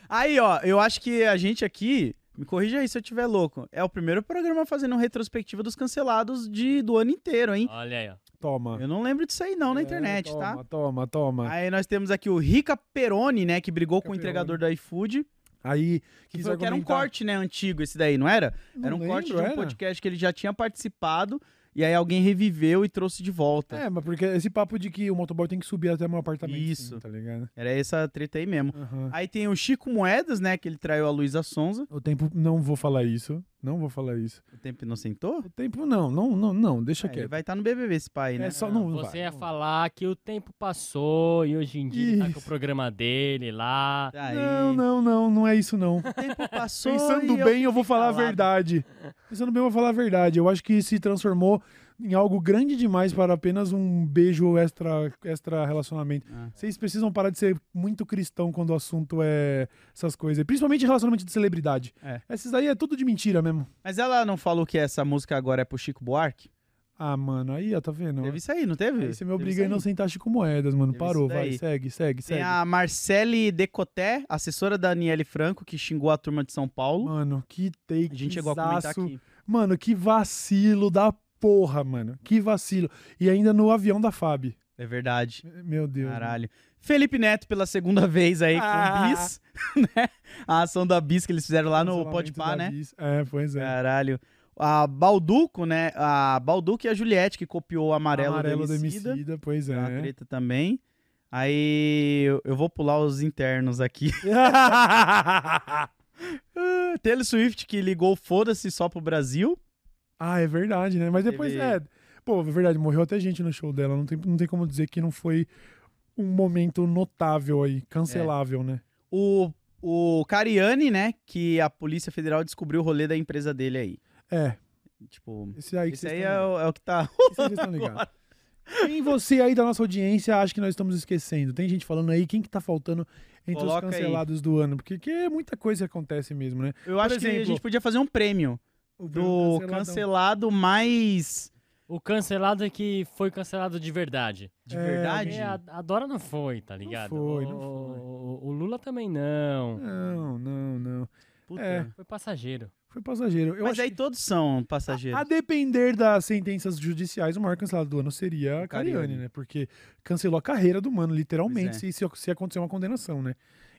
Speaker 2: Aí, ó, eu acho que a gente aqui, me corrija aí se eu estiver louco, é o primeiro programa fazendo retrospectiva dos cancelados de, do ano inteiro, hein?
Speaker 4: Olha aí, ó.
Speaker 1: Toma.
Speaker 2: Eu não lembro disso aí não na internet,
Speaker 1: É,
Speaker 2: tá?
Speaker 1: Toma, toma, toma.
Speaker 2: Aí nós temos aqui o Rica Peroni, né, que brigou
Speaker 1: Rica
Speaker 2: com o entregador do iFood.
Speaker 1: Aí,
Speaker 2: Que,
Speaker 1: quis
Speaker 2: foi- que era um
Speaker 1: argumentar-
Speaker 2: corte, né, antigo esse daí, não era?
Speaker 1: Não
Speaker 2: era um corte de um
Speaker 1: lembro, era?
Speaker 2: podcast que ele já tinha participado e aí alguém reviveu e trouxe de volta.
Speaker 1: É, mas porque esse papo de que o motoboy tem que subir até meu apartamento. sim,
Speaker 2: Isso.
Speaker 1: tá ligado?
Speaker 2: Era essa treta aí mesmo.
Speaker 1: Aham.
Speaker 2: Aí tem o Chico Moedas, né, que ele traiu a Luísa Sonza.
Speaker 1: O tempo, não vou falar isso. Não vou falar isso.
Speaker 2: O tempo inocentou?
Speaker 1: O tempo, não, não, não, não, deixa
Speaker 2: É, ele
Speaker 1: quieto.
Speaker 2: vai estar no BBB esse pai, né?
Speaker 1: É só, não, não
Speaker 4: Você
Speaker 1: vai,
Speaker 4: ia
Speaker 1: não
Speaker 4: falar que o tempo passou e hoje em dia ele tá com o
Speaker 1: Isso.
Speaker 4: programa dele lá.
Speaker 2: Tá Aí,
Speaker 1: Não, não, não, não é isso não.
Speaker 2: o tempo passou
Speaker 1: Pensando
Speaker 2: e eu
Speaker 1: bem, eu vou
Speaker 2: fiquei
Speaker 1: falar a
Speaker 2: calado.
Speaker 1: verdade. Pensando bem, eu vou falar a verdade. Eu acho que se transformou em algo grande demais para apenas um beijo extra, extra relacionamento.
Speaker 2: Ah.
Speaker 1: Vocês precisam parar de ser muito cristão quando o assunto é essas coisas. Principalmente relacionamento de celebridade.
Speaker 2: É.
Speaker 1: Esses daí é tudo de mentira mesmo.
Speaker 2: Mas ela não falou que essa música agora é pro Chico Buarque?
Speaker 1: Ah, mano, aí, ó, tá vendo?
Speaker 2: Teve isso aí, não teve?
Speaker 1: Aí você me
Speaker 2: Teve
Speaker 1: obriga a
Speaker 2: isso aí.
Speaker 1: inocentar Chico Moedas, mano.
Speaker 2: Teve
Speaker 1: Parou,
Speaker 2: isso
Speaker 1: vai.
Speaker 2: daí.
Speaker 1: Segue, segue,
Speaker 2: Tem
Speaker 1: segue.
Speaker 2: a Marcele Decoté, assessora da Aniele Franco, que xingou a turma de São Paulo.
Speaker 1: Mano, que take.
Speaker 2: a gente chegou a comentar
Speaker 1: zaço.
Speaker 2: aqui.
Speaker 1: Mano, que vacilo da porra, mano. Que vacilo. E ainda no avião da FAB.
Speaker 2: É verdade.
Speaker 1: Meu Deus.
Speaker 2: Caralho. Felipe Neto pela segunda vez aí com
Speaker 1: Ah.
Speaker 2: o Bis, né? A ação da Bis que eles fizeram lá
Speaker 1: mano.
Speaker 2: no
Speaker 1: Cancelamento
Speaker 2: Podpah,
Speaker 1: da
Speaker 2: né?
Speaker 1: Bis. É, pois é.
Speaker 2: Caralho. A Balduco, né? A Balduco e a Juliette, que copiou o amarelo,
Speaker 1: Amarelo
Speaker 2: do
Speaker 1: da
Speaker 2: Emicida.
Speaker 1: Emicida, pois
Speaker 2: É uma
Speaker 1: é.
Speaker 2: treta também. Aí eu- eu vou pular os internos aqui. Ah, Taylor Swift que ligou foda-se só pro Brasil.
Speaker 1: ah, é verdade, né? Mas depois
Speaker 2: Teve-
Speaker 1: é. Pô, é verdade, morreu até gente no show dela. Não tem, não tem como dizer que não foi um momento notável aí, cancelável, né?
Speaker 2: O, o Cariani, né? Que a Polícia Federal descobriu o rolê da empresa dele aí.
Speaker 1: É,
Speaker 2: Tipo,
Speaker 1: esse aí que
Speaker 2: esse
Speaker 1: vocês
Speaker 2: aí
Speaker 1: estão
Speaker 2: é o, é o que tá.
Speaker 1: Isso vocês estão ligados. Quem você aí da nossa audiência acha que nós estamos esquecendo? Tem gente falando aí quem que tá faltando entre
Speaker 2: Coloca
Speaker 1: os
Speaker 2: aí.
Speaker 1: cancelados do ano, porque que é muita coisa que acontece mesmo, né?
Speaker 2: Eu acho que a
Speaker 1: exemplo,
Speaker 2: gente podia fazer um prêmio
Speaker 1: O
Speaker 2: do
Speaker 1: canceladão.
Speaker 2: cancelado mais
Speaker 4: O cancelado é que foi cancelado de verdade.
Speaker 2: de
Speaker 1: É,
Speaker 2: verdade.
Speaker 4: Porque a, a Dora não foi, tá ligado?
Speaker 1: foi,
Speaker 4: o,
Speaker 1: não foi.
Speaker 4: o- o Lula também não.
Speaker 1: Não, não, não.
Speaker 2: Puta.
Speaker 1: é.
Speaker 4: Foi passageiro.
Speaker 1: Foi passageiro. Eu
Speaker 2: Mas
Speaker 1: acho
Speaker 2: aí é.
Speaker 1: que,
Speaker 2: todos são
Speaker 1: a
Speaker 2: passageiros.
Speaker 1: depender das sentenças judiciais, o maior cancelado do ano seria a
Speaker 2: O Cariani.
Speaker 1: Cariani, né? Porque cancelou a carreira do mano, literalmente,
Speaker 2: Pois é.
Speaker 1: se, se, se acontecer uma condenação, né?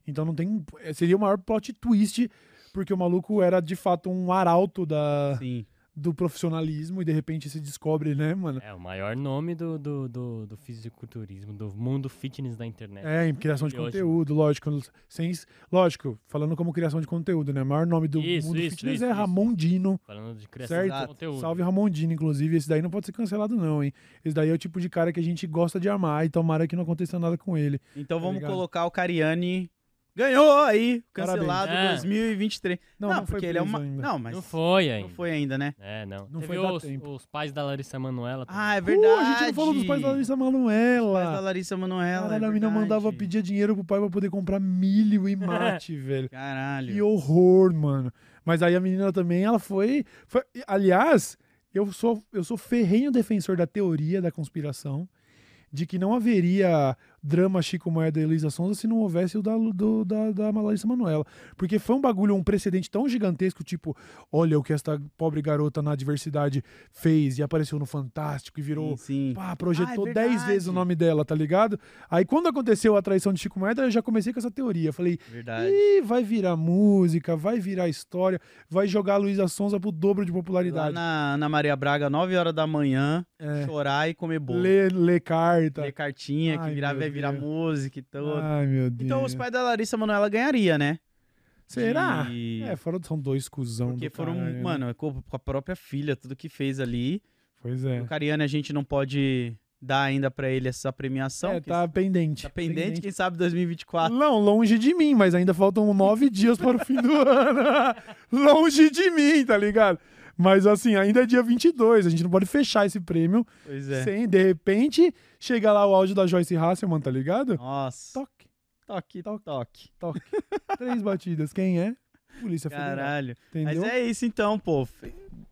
Speaker 1: Então não tem. eh, Seria o maior plot twist, porque o maluco era de fato um arauto da,
Speaker 2: Sim.
Speaker 1: do profissionalismo e de repente se descobre, né, mano?
Speaker 4: É o maior nome do, do, do, do fisiculturismo, do mundo fitness da internet.
Speaker 1: É, em criação de
Speaker 4: E hoje-
Speaker 1: conteúdo, lógico. Sem, lógico, falando como criação de conteúdo, né? O maior nome do
Speaker 4: Isso,
Speaker 1: mundo
Speaker 4: isso,
Speaker 1: fitness
Speaker 4: isso,
Speaker 1: é
Speaker 4: isso.
Speaker 1: Ramondino.
Speaker 4: Falando de criação de
Speaker 2: Certo.
Speaker 4: conteúdo.
Speaker 1: Salve Ramondino, inclusive. Esse daí não pode ser cancelado, não, hein? Esse daí é o tipo de cara que a gente gosta de amar e tomara que não aconteça nada com ele.
Speaker 2: Então
Speaker 1: Tá
Speaker 2: vamos
Speaker 1: ligado?
Speaker 2: colocar o Cariani. Ganhou aí, cancelado
Speaker 4: Parabéns. É.
Speaker 2: 2023.
Speaker 1: Não, não, foi
Speaker 2: porque ele é
Speaker 1: preso
Speaker 2: uma.
Speaker 1: ainda.
Speaker 2: Não, mas
Speaker 4: Não foi ainda.
Speaker 2: não foi ainda, né?
Speaker 4: É, não.
Speaker 1: Não
Speaker 4: Teve
Speaker 1: foi dar
Speaker 4: os,
Speaker 1: tempo.
Speaker 4: os pais da Larissa Manoela também.
Speaker 2: Ah, é
Speaker 1: Uh,
Speaker 2: verdade.
Speaker 1: a gente não falou dos pais da Larissa
Speaker 2: Pais da
Speaker 1: Manuela.
Speaker 2: Larissa Manoela.
Speaker 1: Caralho,
Speaker 2: é
Speaker 1: a mina
Speaker 2: verdade.
Speaker 1: mandava pedir dinheiro pro pai pra poder comprar milho e mate, velho. Que
Speaker 2: Caralho.
Speaker 1: horror, mano. Mas aí a menina também, ela foi. foi- aliás, eu sou, eu sou ferrenho defensor da teoria da conspiração de que não haveria drama Chico Moeda e Luísa Sonza se não houvesse o da, Lu- do, da, da Larissa Manoela. Porque foi um bagulho, um precedente tão gigantesco, tipo, olha o que esta pobre garota na adversidade fez e apareceu no Fantástico e virou.
Speaker 2: Sim.
Speaker 1: Pá, projetou
Speaker 2: Ah, é
Speaker 1: 10 vezes o
Speaker 2: verdade.
Speaker 1: nome dela, tá ligado? Aí quando aconteceu a traição de Chico Moeda, eu já comecei com essa teoria. Falei,
Speaker 2: Verdade.
Speaker 1: Ih, vai virar música, vai virar história, vai jogar a Luísa Sonza pro dobro de
Speaker 2: Lá
Speaker 1: popularidade.
Speaker 2: na, na Maria Braga, 9 horas da manhã,
Speaker 1: É.
Speaker 2: chorar e comer bolo. Ler,
Speaker 1: Lê, lê carta.
Speaker 2: cartinha,
Speaker 1: Ai,
Speaker 2: que virar,
Speaker 1: meu
Speaker 2: vai virar
Speaker 1: Deus.
Speaker 2: música e tudo.
Speaker 1: Ai, meu Deus.
Speaker 2: então os pais da Larissa Manoela ganharia, né?
Speaker 1: Será?
Speaker 2: De-
Speaker 1: É, foram, são dois cuzão
Speaker 2: Porque
Speaker 1: do
Speaker 2: foram,
Speaker 1: caralho, né?
Speaker 2: mano, com com a própria filha, tudo que fez ali.
Speaker 1: Pois é.
Speaker 2: O Cariani a gente não pode dar ainda pra ele essa premiação.
Speaker 1: é,
Speaker 2: que
Speaker 1: tá pendente.
Speaker 2: tá pendente, quem sabe 2024.
Speaker 1: Não, longe de mim, mas ainda faltam nove dias para o fim do ano. longe de mim, tá ligado? Mas assim, ainda é dia 22, a gente não pode fechar esse prêmio
Speaker 2: Pois é.
Speaker 1: sem, de repente, chegar lá o áudio da Joyce Hasselman, tá ligado?
Speaker 2: Nossa.
Speaker 1: Toque.
Speaker 2: Toque, toque, toque.
Speaker 1: toque. Tá Três batidas. Quem é? Polícia Federal.
Speaker 2: Caralho. Mas
Speaker 1: Entendeu? É. Né?
Speaker 2: é isso então, pô.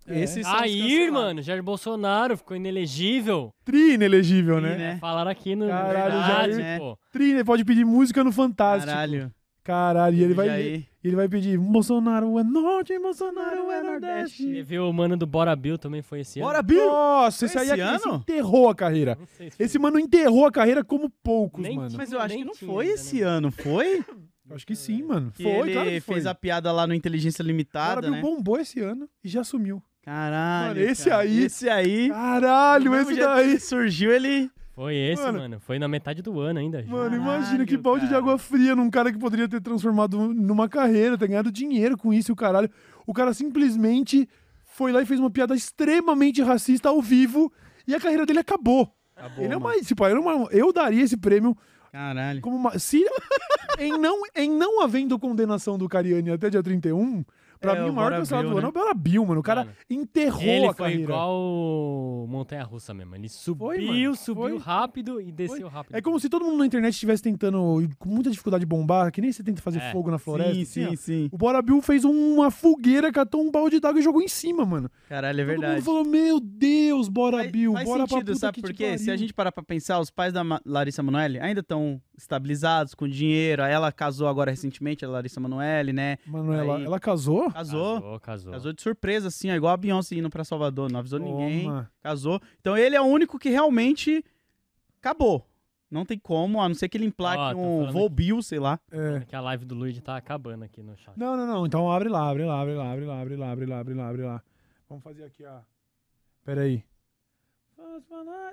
Speaker 2: Esses são os
Speaker 4: Aí,
Speaker 2: cancelados.
Speaker 4: mano, Jair Bolsonaro ficou inelegível.
Speaker 1: Tri inelegível,
Speaker 2: Sim,
Speaker 1: né?
Speaker 2: né?
Speaker 4: Falaram aqui no
Speaker 1: Caralho,
Speaker 4: verdade,
Speaker 2: Jair.
Speaker 4: pô.
Speaker 1: Tri, ele pode pedir música no Fantástico. Caralho.
Speaker 2: Caralho. é.
Speaker 1: e ele
Speaker 2: E
Speaker 1: vai,
Speaker 2: aí?
Speaker 1: ele vai pedir Bolsonaro é norte, Bolsonaro é
Speaker 4: Você
Speaker 1: nordeste.
Speaker 4: viu o mano do Bora Bill também foi esse
Speaker 2: Bora,
Speaker 4: ano.
Speaker 2: Bill!
Speaker 1: Nossa, esse
Speaker 2: Foi
Speaker 1: aí
Speaker 2: esse
Speaker 1: é aquele que
Speaker 2: ano?
Speaker 1: enterrou a carreira.
Speaker 4: Não sei se foi.
Speaker 1: Esse mano enterrou a carreira como poucos,
Speaker 4: Nem
Speaker 1: mano.
Speaker 4: tinha.
Speaker 2: Mas eu acho
Speaker 4: Nem
Speaker 2: que não
Speaker 4: tinha
Speaker 2: foi
Speaker 4: ainda,
Speaker 2: esse
Speaker 4: né?
Speaker 2: ano, foi?
Speaker 1: Acho que sim, mano.
Speaker 2: Que
Speaker 1: foi,
Speaker 2: ele
Speaker 1: claro que foi.
Speaker 2: fez a piada lá no Inteligência Limitada,
Speaker 1: Maravilha
Speaker 2: né?
Speaker 1: bombou esse ano e já sumiu.
Speaker 2: Caralho.
Speaker 1: Mano, esse
Speaker 2: cara.
Speaker 1: aí-
Speaker 2: Esse aí.
Speaker 1: Caralho,
Speaker 2: do mesmo
Speaker 1: esse
Speaker 2: jeito que
Speaker 1: daí.
Speaker 2: ele surgiu, ele.
Speaker 4: Foi esse,
Speaker 1: Mano.
Speaker 4: mano. Foi na metade do ano ainda. já.
Speaker 1: Mano,
Speaker 2: Caralho,
Speaker 1: imagina que balde de
Speaker 2: cara.
Speaker 1: água fria num cara que poderia ter transformado numa carreira, ter ganhado dinheiro com isso, e o caralho. O cara simplesmente foi lá e fez uma piada extremamente racista ao vivo e a carreira dele acabou.
Speaker 2: Acabou,
Speaker 1: ele é
Speaker 2: mano.
Speaker 1: uma, tipo, ele é uma- eu daria esse prêmio
Speaker 2: Caralho.
Speaker 1: como uma se em não em não havendo condenação do Cariani até dia 31, pra
Speaker 2: É,
Speaker 1: mim
Speaker 2: o
Speaker 1: o maior
Speaker 2: Bora
Speaker 1: cancelado
Speaker 2: Bill,
Speaker 1: do ano é o Bora Bill, mano. O cara
Speaker 4: Mano,
Speaker 1: enterrou
Speaker 4: Ele
Speaker 1: a
Speaker 4: foi
Speaker 1: carreira.
Speaker 4: igual o Montanha Russa mesmo. Ele subiu,
Speaker 1: mano,
Speaker 4: subiu
Speaker 1: foi.
Speaker 4: rápido e desceu rápido.
Speaker 1: É como se todo mundo na internet estivesse tentando com muita dificuldade bombar, que nem você tenta fazer
Speaker 4: É.
Speaker 1: fogo na floresta.
Speaker 2: Sim,
Speaker 1: assim, ó.
Speaker 2: sim, sim.
Speaker 1: O Bora Bill fez uma fogueira, catou um balde d'água e jogou em cima, mano.
Speaker 2: Caralho, é
Speaker 1: Todo
Speaker 2: verdade.
Speaker 1: mundo falou, meu Deus, Bora
Speaker 2: Faz-
Speaker 1: Bill,
Speaker 2: faz
Speaker 1: bora pra
Speaker 2: sentido,
Speaker 1: puta
Speaker 2: sabe
Speaker 1: que
Speaker 2: por
Speaker 1: te
Speaker 2: quê? Se a
Speaker 1: pariu.
Speaker 2: gente parar pra pensar, os pais da Ma- Larissa Manoeli ainda estão estabilizados, com dinheiro. Ela casou agora recentemente, a Larissa Manoeli, né?
Speaker 1: Mano, ela,
Speaker 2: Aí-
Speaker 1: ela casou?
Speaker 2: Casou. Casou,
Speaker 4: Casou, casou.
Speaker 2: de surpresa, assim, ó, igual a Beyoncé indo pra Salvador. Não avisou ninguém.
Speaker 1: Toma.
Speaker 2: Casou. Então ele é o único que realmente acabou. Não tem como, a não ser que ele
Speaker 4: Ó,
Speaker 2: emplaque
Speaker 4: tô
Speaker 2: um
Speaker 4: falando
Speaker 2: Volbil, sei lá.
Speaker 1: É.
Speaker 4: Que a live do Luigi tá acabando aqui no chat.
Speaker 1: Não, não, não. Então abre lá, abre lá, abre lá, abre lá, abre lá, abre lá, abre lá, abre lá. Vamos fazer aqui, ó. Pera aí.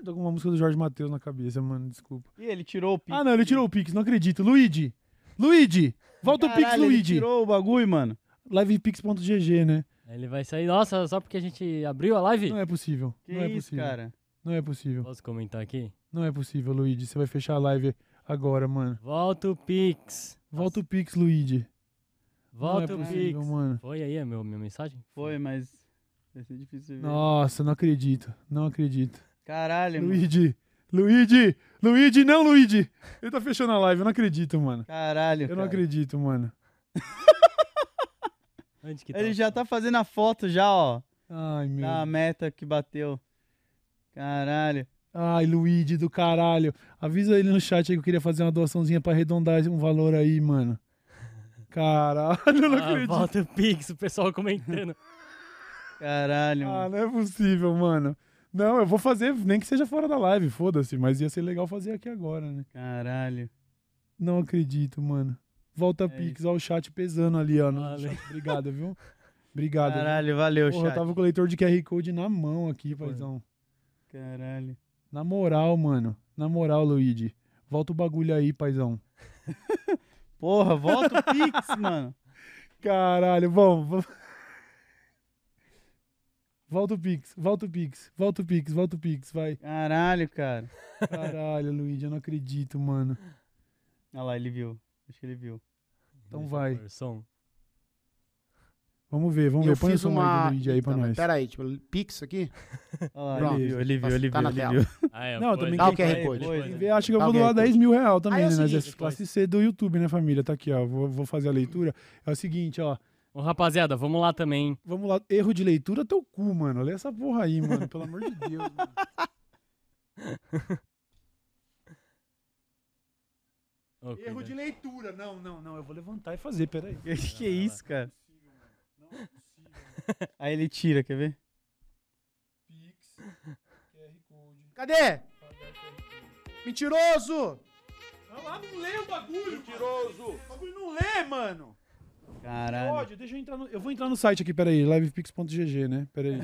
Speaker 1: Tô com uma música do Jorge Matheus na cabeça, mano, desculpa.
Speaker 2: E ele tirou o Pix. né?
Speaker 1: Ah, não, ele tirou o Pix, não acredito. Luigi! Luigi! Volta o Pix,
Speaker 2: Caralho, ele
Speaker 1: Luigi!
Speaker 2: tirou o bagulho, mano.
Speaker 1: Livepix.gg, né?
Speaker 4: Aí Ele vai sair. Nossa, só porque a gente abriu a live?
Speaker 1: Não é possível.
Speaker 2: Que
Speaker 1: não é
Speaker 2: isso,
Speaker 1: possível.
Speaker 2: cara.
Speaker 1: Não é possível.
Speaker 4: Posso comentar aqui?
Speaker 1: Não é possível, Luigi. Você vai fechar a live agora, mano.
Speaker 4: Volta o Pix.
Speaker 1: Volta o Pix, Luigi.
Speaker 4: Volta
Speaker 1: não
Speaker 4: o
Speaker 1: é
Speaker 4: Pix.
Speaker 1: possível, mano.
Speaker 4: Foi aí a meu, minha mensagem?
Speaker 2: Foi, mas vai ser difícil ver.
Speaker 1: Nossa, não acredito. Não acredito.
Speaker 2: Caralho, mano.
Speaker 1: Luigi. Luigi. Luigi, não, Luigi. Ele tá fechando a live. Eu não acredito, mano.
Speaker 2: Caralho,
Speaker 1: Eu não
Speaker 2: cara.
Speaker 1: acredito, mano.
Speaker 4: Onde que tá?
Speaker 2: Ele já tá fazendo a foto já, ó.
Speaker 1: Ai, meu.
Speaker 2: Da meta que bateu. Caralho.
Speaker 1: Ai, Luigi do caralho. Avisa ele no chat aí que eu queria fazer uma doaçãozinha pra arredondar um valor aí, mano. Caralho, eu não
Speaker 4: Ah,
Speaker 1: acredito.
Speaker 4: Volta o Pix, o pessoal comentando.
Speaker 2: Caralho,
Speaker 1: Ah,
Speaker 2: mano.
Speaker 1: não é possível, mano. Não, eu vou fazer, nem que seja fora da live, foda-se, mas ia ser legal fazer aqui agora, né?
Speaker 2: Caralho.
Speaker 1: Não acredito, mano. Volta
Speaker 2: É
Speaker 1: Pix, ó, o chat pesando ali, ó. no
Speaker 4: Valeu.
Speaker 1: chat. Obrigado, viu? Obrigado. viu?
Speaker 2: Caralho, valeu,
Speaker 1: Porra, eu
Speaker 2: chat.
Speaker 1: tava com o leitor de QR Code na mão aqui,
Speaker 4: Porra.
Speaker 1: paizão.
Speaker 2: Caralho.
Speaker 1: Na moral, mano. Na moral, Luigi. Volta o bagulho aí, paizão.
Speaker 2: Porra, volta o Pix, mano.
Speaker 1: Caralho, bom. v- Volta o Pix, volta o Pix, volta o Pix, volta o Pix, vai.
Speaker 2: Caralho, cara.
Speaker 1: Caralho, Luigi, eu não acredito, mano.
Speaker 2: Olha lá, ele viu. Acho que ele viu.
Speaker 1: Então vai.
Speaker 4: Por som.
Speaker 1: Vamos ver, vamos
Speaker 5: eu
Speaker 1: ver. Põe o
Speaker 5: fiz
Speaker 1: som aí
Speaker 5: uma.
Speaker 1: do Luigi aí pra
Speaker 5: Então,
Speaker 1: nós.
Speaker 5: Pera aí, tipo, Pix aqui?
Speaker 2: Olha lá,
Speaker 5: Pronto.
Speaker 2: ele viu, ele viu,
Speaker 5: Tá-
Speaker 2: ele viu.
Speaker 5: tá na
Speaker 2: ele
Speaker 5: tela.
Speaker 2: viu.
Speaker 4: Ah,
Speaker 1: Não,
Speaker 4: é, depois-
Speaker 1: também
Speaker 5: Dá o QR
Speaker 4: depois-
Speaker 5: Code.
Speaker 4: depois,
Speaker 2: Quem
Speaker 4: né?
Speaker 1: Vê, Acho que eu vou
Speaker 5: Alguém
Speaker 1: doar
Speaker 5: tem.
Speaker 1: 10 mil real também,
Speaker 5: Aí é o
Speaker 1: né? Nós é
Speaker 5: seguinte,
Speaker 1: classe C do YouTube, né, família? Tá aqui, ó. Vou, vou fazer a leitura. É o seguinte, ó.
Speaker 4: Ô, rapaziada, vamos lá também.
Speaker 1: Vamos lá. Erro de leitura, teu cu, mano. Lê essa porra aí, mano. Pelo amor de Deus, mano.
Speaker 4: Ok,
Speaker 1: Erro
Speaker 4: né?
Speaker 1: de leitura. Não, não, não. Eu vou levantar e fazer, peraí.
Speaker 2: Que, que é isso, cara? Aí ele tira, quer ver?
Speaker 1: Pix, QR Code.
Speaker 5: Cadê? Mentiroso!
Speaker 1: Ah lá, não lê o bagulho, mano.
Speaker 5: Mentiroso!
Speaker 1: O bagulho não lê, mano.
Speaker 2: Caralho.
Speaker 1: Pode, deixa eu entrar no... Eu vou entrar no site aqui, peraí. livepix.gg, né? Peraí.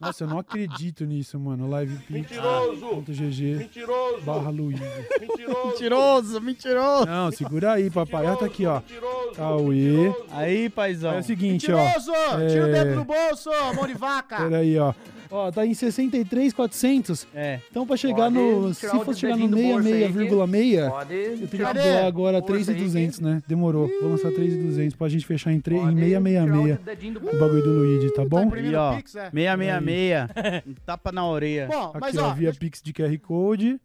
Speaker 1: Nossa, eu não acredito nisso, mano. Ah.
Speaker 5: Mentiroso!
Speaker 1: livepix.gg
Speaker 5: Mentiroso!
Speaker 1: barra Luiz.
Speaker 5: Mentiroso!
Speaker 2: Mentiroso, mentiroso.
Speaker 1: Não, segura aí, papai. Ah, tá aqui, ó.
Speaker 5: Mentiroso!
Speaker 1: Cauê.
Speaker 2: Aí, paizão.
Speaker 1: É o seguinte, ó.
Speaker 5: Mentiroso! Tira o
Speaker 1: É.
Speaker 5: dedo do bolso, mão de vaca!
Speaker 1: Peraí, ó. Ó, tá em 63,400.
Speaker 2: É.
Speaker 1: Então, pra chegar
Speaker 6: Pode
Speaker 1: no. Se
Speaker 6: tirar o
Speaker 1: fosse chegar no
Speaker 6: dedinho do bolso aí,
Speaker 1: 66,6,
Speaker 6: Pode.
Speaker 1: eu teria que
Speaker 5: Cadê?
Speaker 1: doar agora
Speaker 6: Bolsa aí,
Speaker 1: 3,200, né? Demorou. Vou lançar 3,200 pra gente fechar em, 3,
Speaker 6: pode
Speaker 1: em
Speaker 6: tirar
Speaker 1: 666
Speaker 6: o dedinho do
Speaker 1: o
Speaker 6: bolso.
Speaker 1: bagulho do Luigi, tá bom?
Speaker 2: Aí,
Speaker 5: Imprimindo
Speaker 2: ó.
Speaker 5: Pix, é.
Speaker 2: 666. Um tapa na orelha.
Speaker 5: Bom, mas
Speaker 1: Aqui,
Speaker 5: ó,
Speaker 1: ó, via
Speaker 5: eu-
Speaker 1: Pix de QR Code,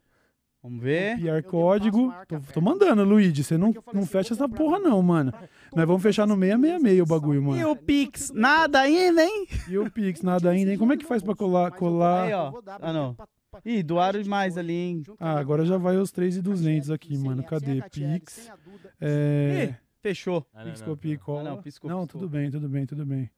Speaker 2: Vamos ver.
Speaker 1: QR
Speaker 5: passo
Speaker 1: Código.
Speaker 5: maior que
Speaker 1: Tô,
Speaker 5: a
Speaker 1: tô
Speaker 5: perna.
Speaker 1: mandando, Luigi. Você não,
Speaker 5: Porque eu falei
Speaker 1: não
Speaker 5: assim,
Speaker 1: fecha
Speaker 5: eu vou
Speaker 1: essa
Speaker 5: comprar
Speaker 1: porra,
Speaker 5: pra
Speaker 1: não, mano. Nós vamos fechar no 666 o bagulho,
Speaker 2: E
Speaker 1: mano.
Speaker 2: o Pix? Nada ainda, hein?
Speaker 1: E o Pix, nada ainda, hein? Como é que faz pra colar?
Speaker 5: Mas eu vou-
Speaker 1: colar...
Speaker 2: Aí, ó.
Speaker 5: eu vou dar
Speaker 2: Ah,
Speaker 5: pra-
Speaker 2: não.
Speaker 5: pra- pra-
Speaker 2: Ih, doaram mais ali, hein?
Speaker 5: junto com
Speaker 1: Ah,
Speaker 5: a-
Speaker 1: agora já vai os 3,200
Speaker 5: Sem
Speaker 1: aqui, mano.
Speaker 5: a-
Speaker 1: Cadê?
Speaker 5: sem a Catiele,
Speaker 1: Pix.
Speaker 5: sem a Duda.
Speaker 1: É.
Speaker 2: Ih, fechou.
Speaker 4: Ah, não,
Speaker 1: Pix
Speaker 4: não,
Speaker 1: copia e
Speaker 4: não.
Speaker 1: cola.
Speaker 2: Ah, não, Pix copia e
Speaker 1: tudo
Speaker 2: cola.
Speaker 1: bem, tudo bem, tudo bem.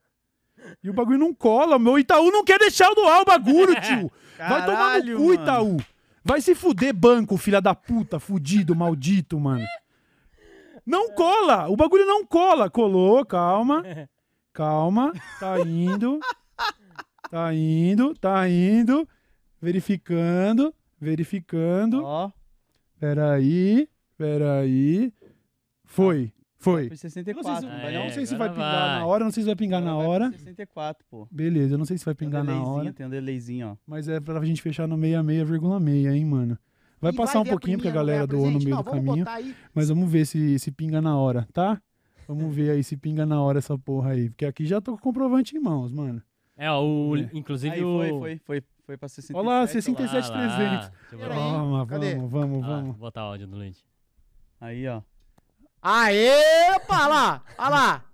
Speaker 1: E o bagulho não cola, meu. O Itaú não quer deixar eu doar o bagulho, tio. Vai tomar no
Speaker 2: Caralho,
Speaker 1: cu,
Speaker 2: mano.
Speaker 1: Itaú. Vai se fuder, banco, filha da puta, fudido, maldito, mano. Não cola! O bagulho não cola. Colou, calma. Calma. Tá indo. Tá indo, tá indo. Verificando, verificando.
Speaker 2: Ó,
Speaker 1: Peraí, peraí. Foi, foi.
Speaker 2: foi
Speaker 1: Eu não sei
Speaker 2: 64.
Speaker 1: se,
Speaker 2: não
Speaker 4: Ah,
Speaker 2: vai
Speaker 4: é,
Speaker 1: não sei se vai
Speaker 4: agora
Speaker 1: pingar
Speaker 4: vai.
Speaker 1: na hora, não sei se vai pingar na
Speaker 2: Agora vai
Speaker 1: hora.
Speaker 2: pro 64, pô.
Speaker 1: Beleza, eu não sei se vai
Speaker 2: Tem um
Speaker 1: pingar na
Speaker 2: delayzinho,
Speaker 1: hora.
Speaker 2: Tem um delayzinho, ó.
Speaker 1: Mas é pra gente fechar no 66,6, hein, mano. Vai
Speaker 5: E
Speaker 1: passar um
Speaker 5: ver a
Speaker 1: pouquinho, porque a
Speaker 5: priminha
Speaker 1: galera
Speaker 5: não ganhar
Speaker 1: doou no
Speaker 5: presente?
Speaker 1: meio
Speaker 5: Não,
Speaker 1: do
Speaker 5: vamos
Speaker 1: caminho.
Speaker 5: botar aí.
Speaker 1: Mas vamos ver se, se pinga na hora, tá? Vamos ver aí se pinga na hora essa porra aí. Porque aqui já tô com o comprovante em mãos, mano.
Speaker 4: É, ó, o,
Speaker 1: É.
Speaker 4: inclusive
Speaker 2: Aí
Speaker 4: o...
Speaker 2: foi, foi, foi, foi pra 67.
Speaker 1: Olha lá,
Speaker 4: Ah, lá.
Speaker 1: 67300.
Speaker 4: Deixa eu
Speaker 5: Pera
Speaker 4: botar-
Speaker 5: aí.
Speaker 1: Vamos,
Speaker 5: cadê?
Speaker 1: vamos, vamos,
Speaker 4: Ah,
Speaker 1: vamos.
Speaker 4: vou botar áudio do Luigi.
Speaker 2: Aí, ó.
Speaker 5: Aê, opa, lá, olha lá.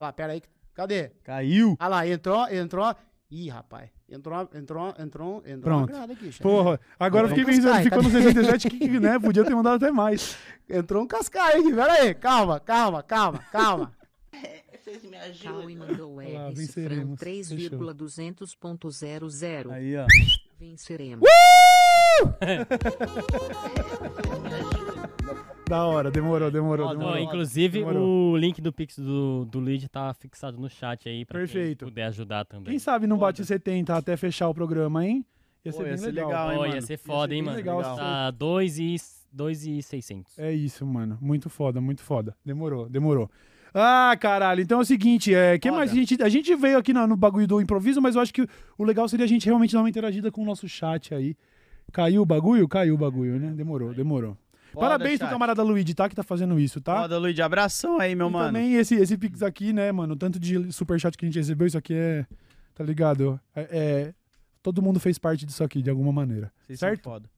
Speaker 5: Ah, pera aí, cadê?
Speaker 2: Caiu.
Speaker 5: Olha Ah lá, entrou, entrou. Ih, rapaz, entrou, entrou, entrou, um, entrou uma
Speaker 1: Pronto.
Speaker 5: grana aqui, chefe.
Speaker 1: Porra, agora eu fiquei
Speaker 5: Então vamos
Speaker 1: pensando,
Speaker 5: buscar,
Speaker 1: ficou no
Speaker 5: cadê?
Speaker 1: 67, que, né? Podia ter mandado até mais.
Speaker 5: Entrou um cascaio aqui, pera aí, calma, calma, calma, calma.
Speaker 7: Vocês me
Speaker 6: Cauê
Speaker 7: ajudam.
Speaker 6: mandou
Speaker 1: Olha lá,
Speaker 6: Hermes Fran
Speaker 1: venceremos.
Speaker 6: 3,200.00.
Speaker 2: Aí, ó.
Speaker 6: Venceremos.
Speaker 1: Da hora, demorou, demorou,
Speaker 2: Ó,
Speaker 1: demorou.
Speaker 4: Ó, Então, inclusive,
Speaker 1: demorou.
Speaker 4: o link do Pix do, do Luigi tá fixado no chat aí pra
Speaker 1: Perfeito.
Speaker 4: quem puder ajudar também.
Speaker 1: Quem sabe não bate
Speaker 2: Foda.
Speaker 1: 70 até fechar o programa, hein? Ia ser
Speaker 2: Pô,
Speaker 1: bem
Speaker 2: ia ser
Speaker 1: legal.
Speaker 2: legal, hein?
Speaker 4: Ó,
Speaker 2: mano?
Speaker 4: ia ser foda, hein,
Speaker 1: bem
Speaker 4: mano.
Speaker 1: legal isso
Speaker 4: tá 2 e, 2 e 600.
Speaker 1: É isso, mano. Muito foda, muito foda. Demorou, demorou. Ah, caralho. Então é o seguinte, é, que
Speaker 2: Foda.
Speaker 1: mais a gente, a gente veio aqui na- no, bagulho do improviso, mas eu acho que o legal seria a gente realmente dar uma interagida com o nosso chat aí. Caiu o bagulho? Caiu o bagulho, né? Demorou, demorou.
Speaker 2: Foda,
Speaker 1: Parabéns pro
Speaker 2: chat.
Speaker 1: camarada Luigi, tá? Que tá fazendo isso, tá?
Speaker 2: Foda, Luigi. Abração aí, meu
Speaker 1: E
Speaker 2: mano.
Speaker 1: também esse, esse Pix aqui, né, mano? O Tanto de superchat que a gente recebeu, isso aqui é. Tá ligado? É- é- todo mundo fez parte disso aqui, de alguma maneira.
Speaker 2: Vocês são
Speaker 1: certo?
Speaker 2: foda.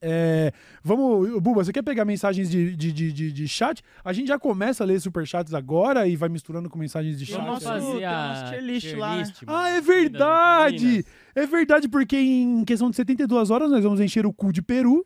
Speaker 1: É, vamos, Buba, você quer pegar mensagens de, de, de, de, de chat? A gente já começa a ler superchats agora e vai misturando com mensagens de
Speaker 2: Eu
Speaker 1: chat.
Speaker 2: não
Speaker 1: né?
Speaker 2: faço- tem umas tier list lá, né?
Speaker 4: mano.
Speaker 1: Ah, é
Speaker 4: Vidas
Speaker 1: verdade!
Speaker 4: noturnas.
Speaker 1: É verdade, porque em questão de 72 horas nós vamos encher o cu de peru.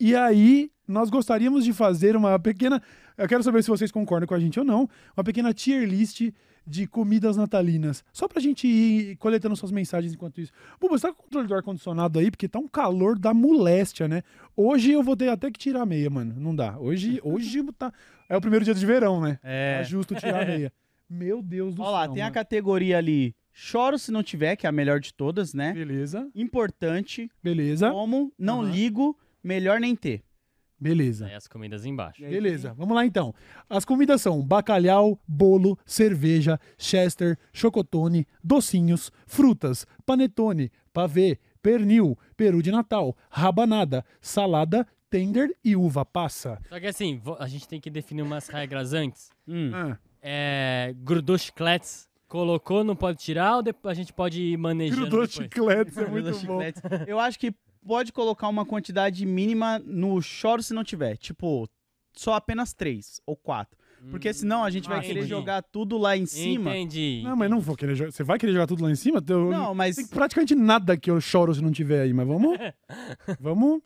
Speaker 1: e aí, nós gostaríamos de fazer uma pequena. Eu quero saber se vocês concordam com a gente ou não. Uma pequena tier list de comidas natalinas. Só pra gente ir coletando suas mensagens enquanto isso. Buba, você tá com o controle do ar-condicionado aí? Porque tá um calor da moléstia, né? Hoje eu vou ter até que tirar a meia, mano. Não dá. Hoje, hoje tá. É o primeiro dia de verão, né?
Speaker 2: É.
Speaker 1: Tá justo tirar a meia. Meu Deus do
Speaker 2: Ó
Speaker 1: céu.
Speaker 2: lá, tem a
Speaker 1: mano.
Speaker 2: categoria ali. Choro se não tiver, que é a melhor de todas, né?
Speaker 1: Beleza,
Speaker 2: Importante.
Speaker 1: beleza,
Speaker 2: Como não
Speaker 1: Aham.
Speaker 2: ligo, melhor nem ter.
Speaker 1: beleza.
Speaker 4: Aí as comidas
Speaker 1: É
Speaker 4: embaixo.
Speaker 1: Beleza, vamos lá então. As comidas são bacalhau, bolo, cerveja, chester, chocotone, docinhos, frutas, panetone, pavê, pernil, peru de natal, rabanada, salada, tender e uva passa.
Speaker 4: Só que assim, vo- a gente tem que definir umas regras antes.
Speaker 2: Hum.
Speaker 1: Ah,
Speaker 4: É, grudou chicletes, colocou, não pode tirar ou depois a gente pode ir manejando
Speaker 1: grudou
Speaker 4: depois?
Speaker 1: chicletes, é
Speaker 2: Grudou
Speaker 1: muito bom.
Speaker 2: chiclete. Eu acho que pode colocar uma quantidade mínima no choro se não tiver. Tipo, só apenas três ou quatro. Porque senão a gente vai
Speaker 4: ah,
Speaker 2: querer
Speaker 4: entendi.
Speaker 2: jogar tudo lá em cima.
Speaker 4: Entendi.
Speaker 1: Não, mas não vou querer jogar. Você vai querer jogar tudo lá em cima? Teu-
Speaker 2: Não, mas
Speaker 1: Tem praticamente nada que eu choro se não tiver aí, mas vamos. vamos.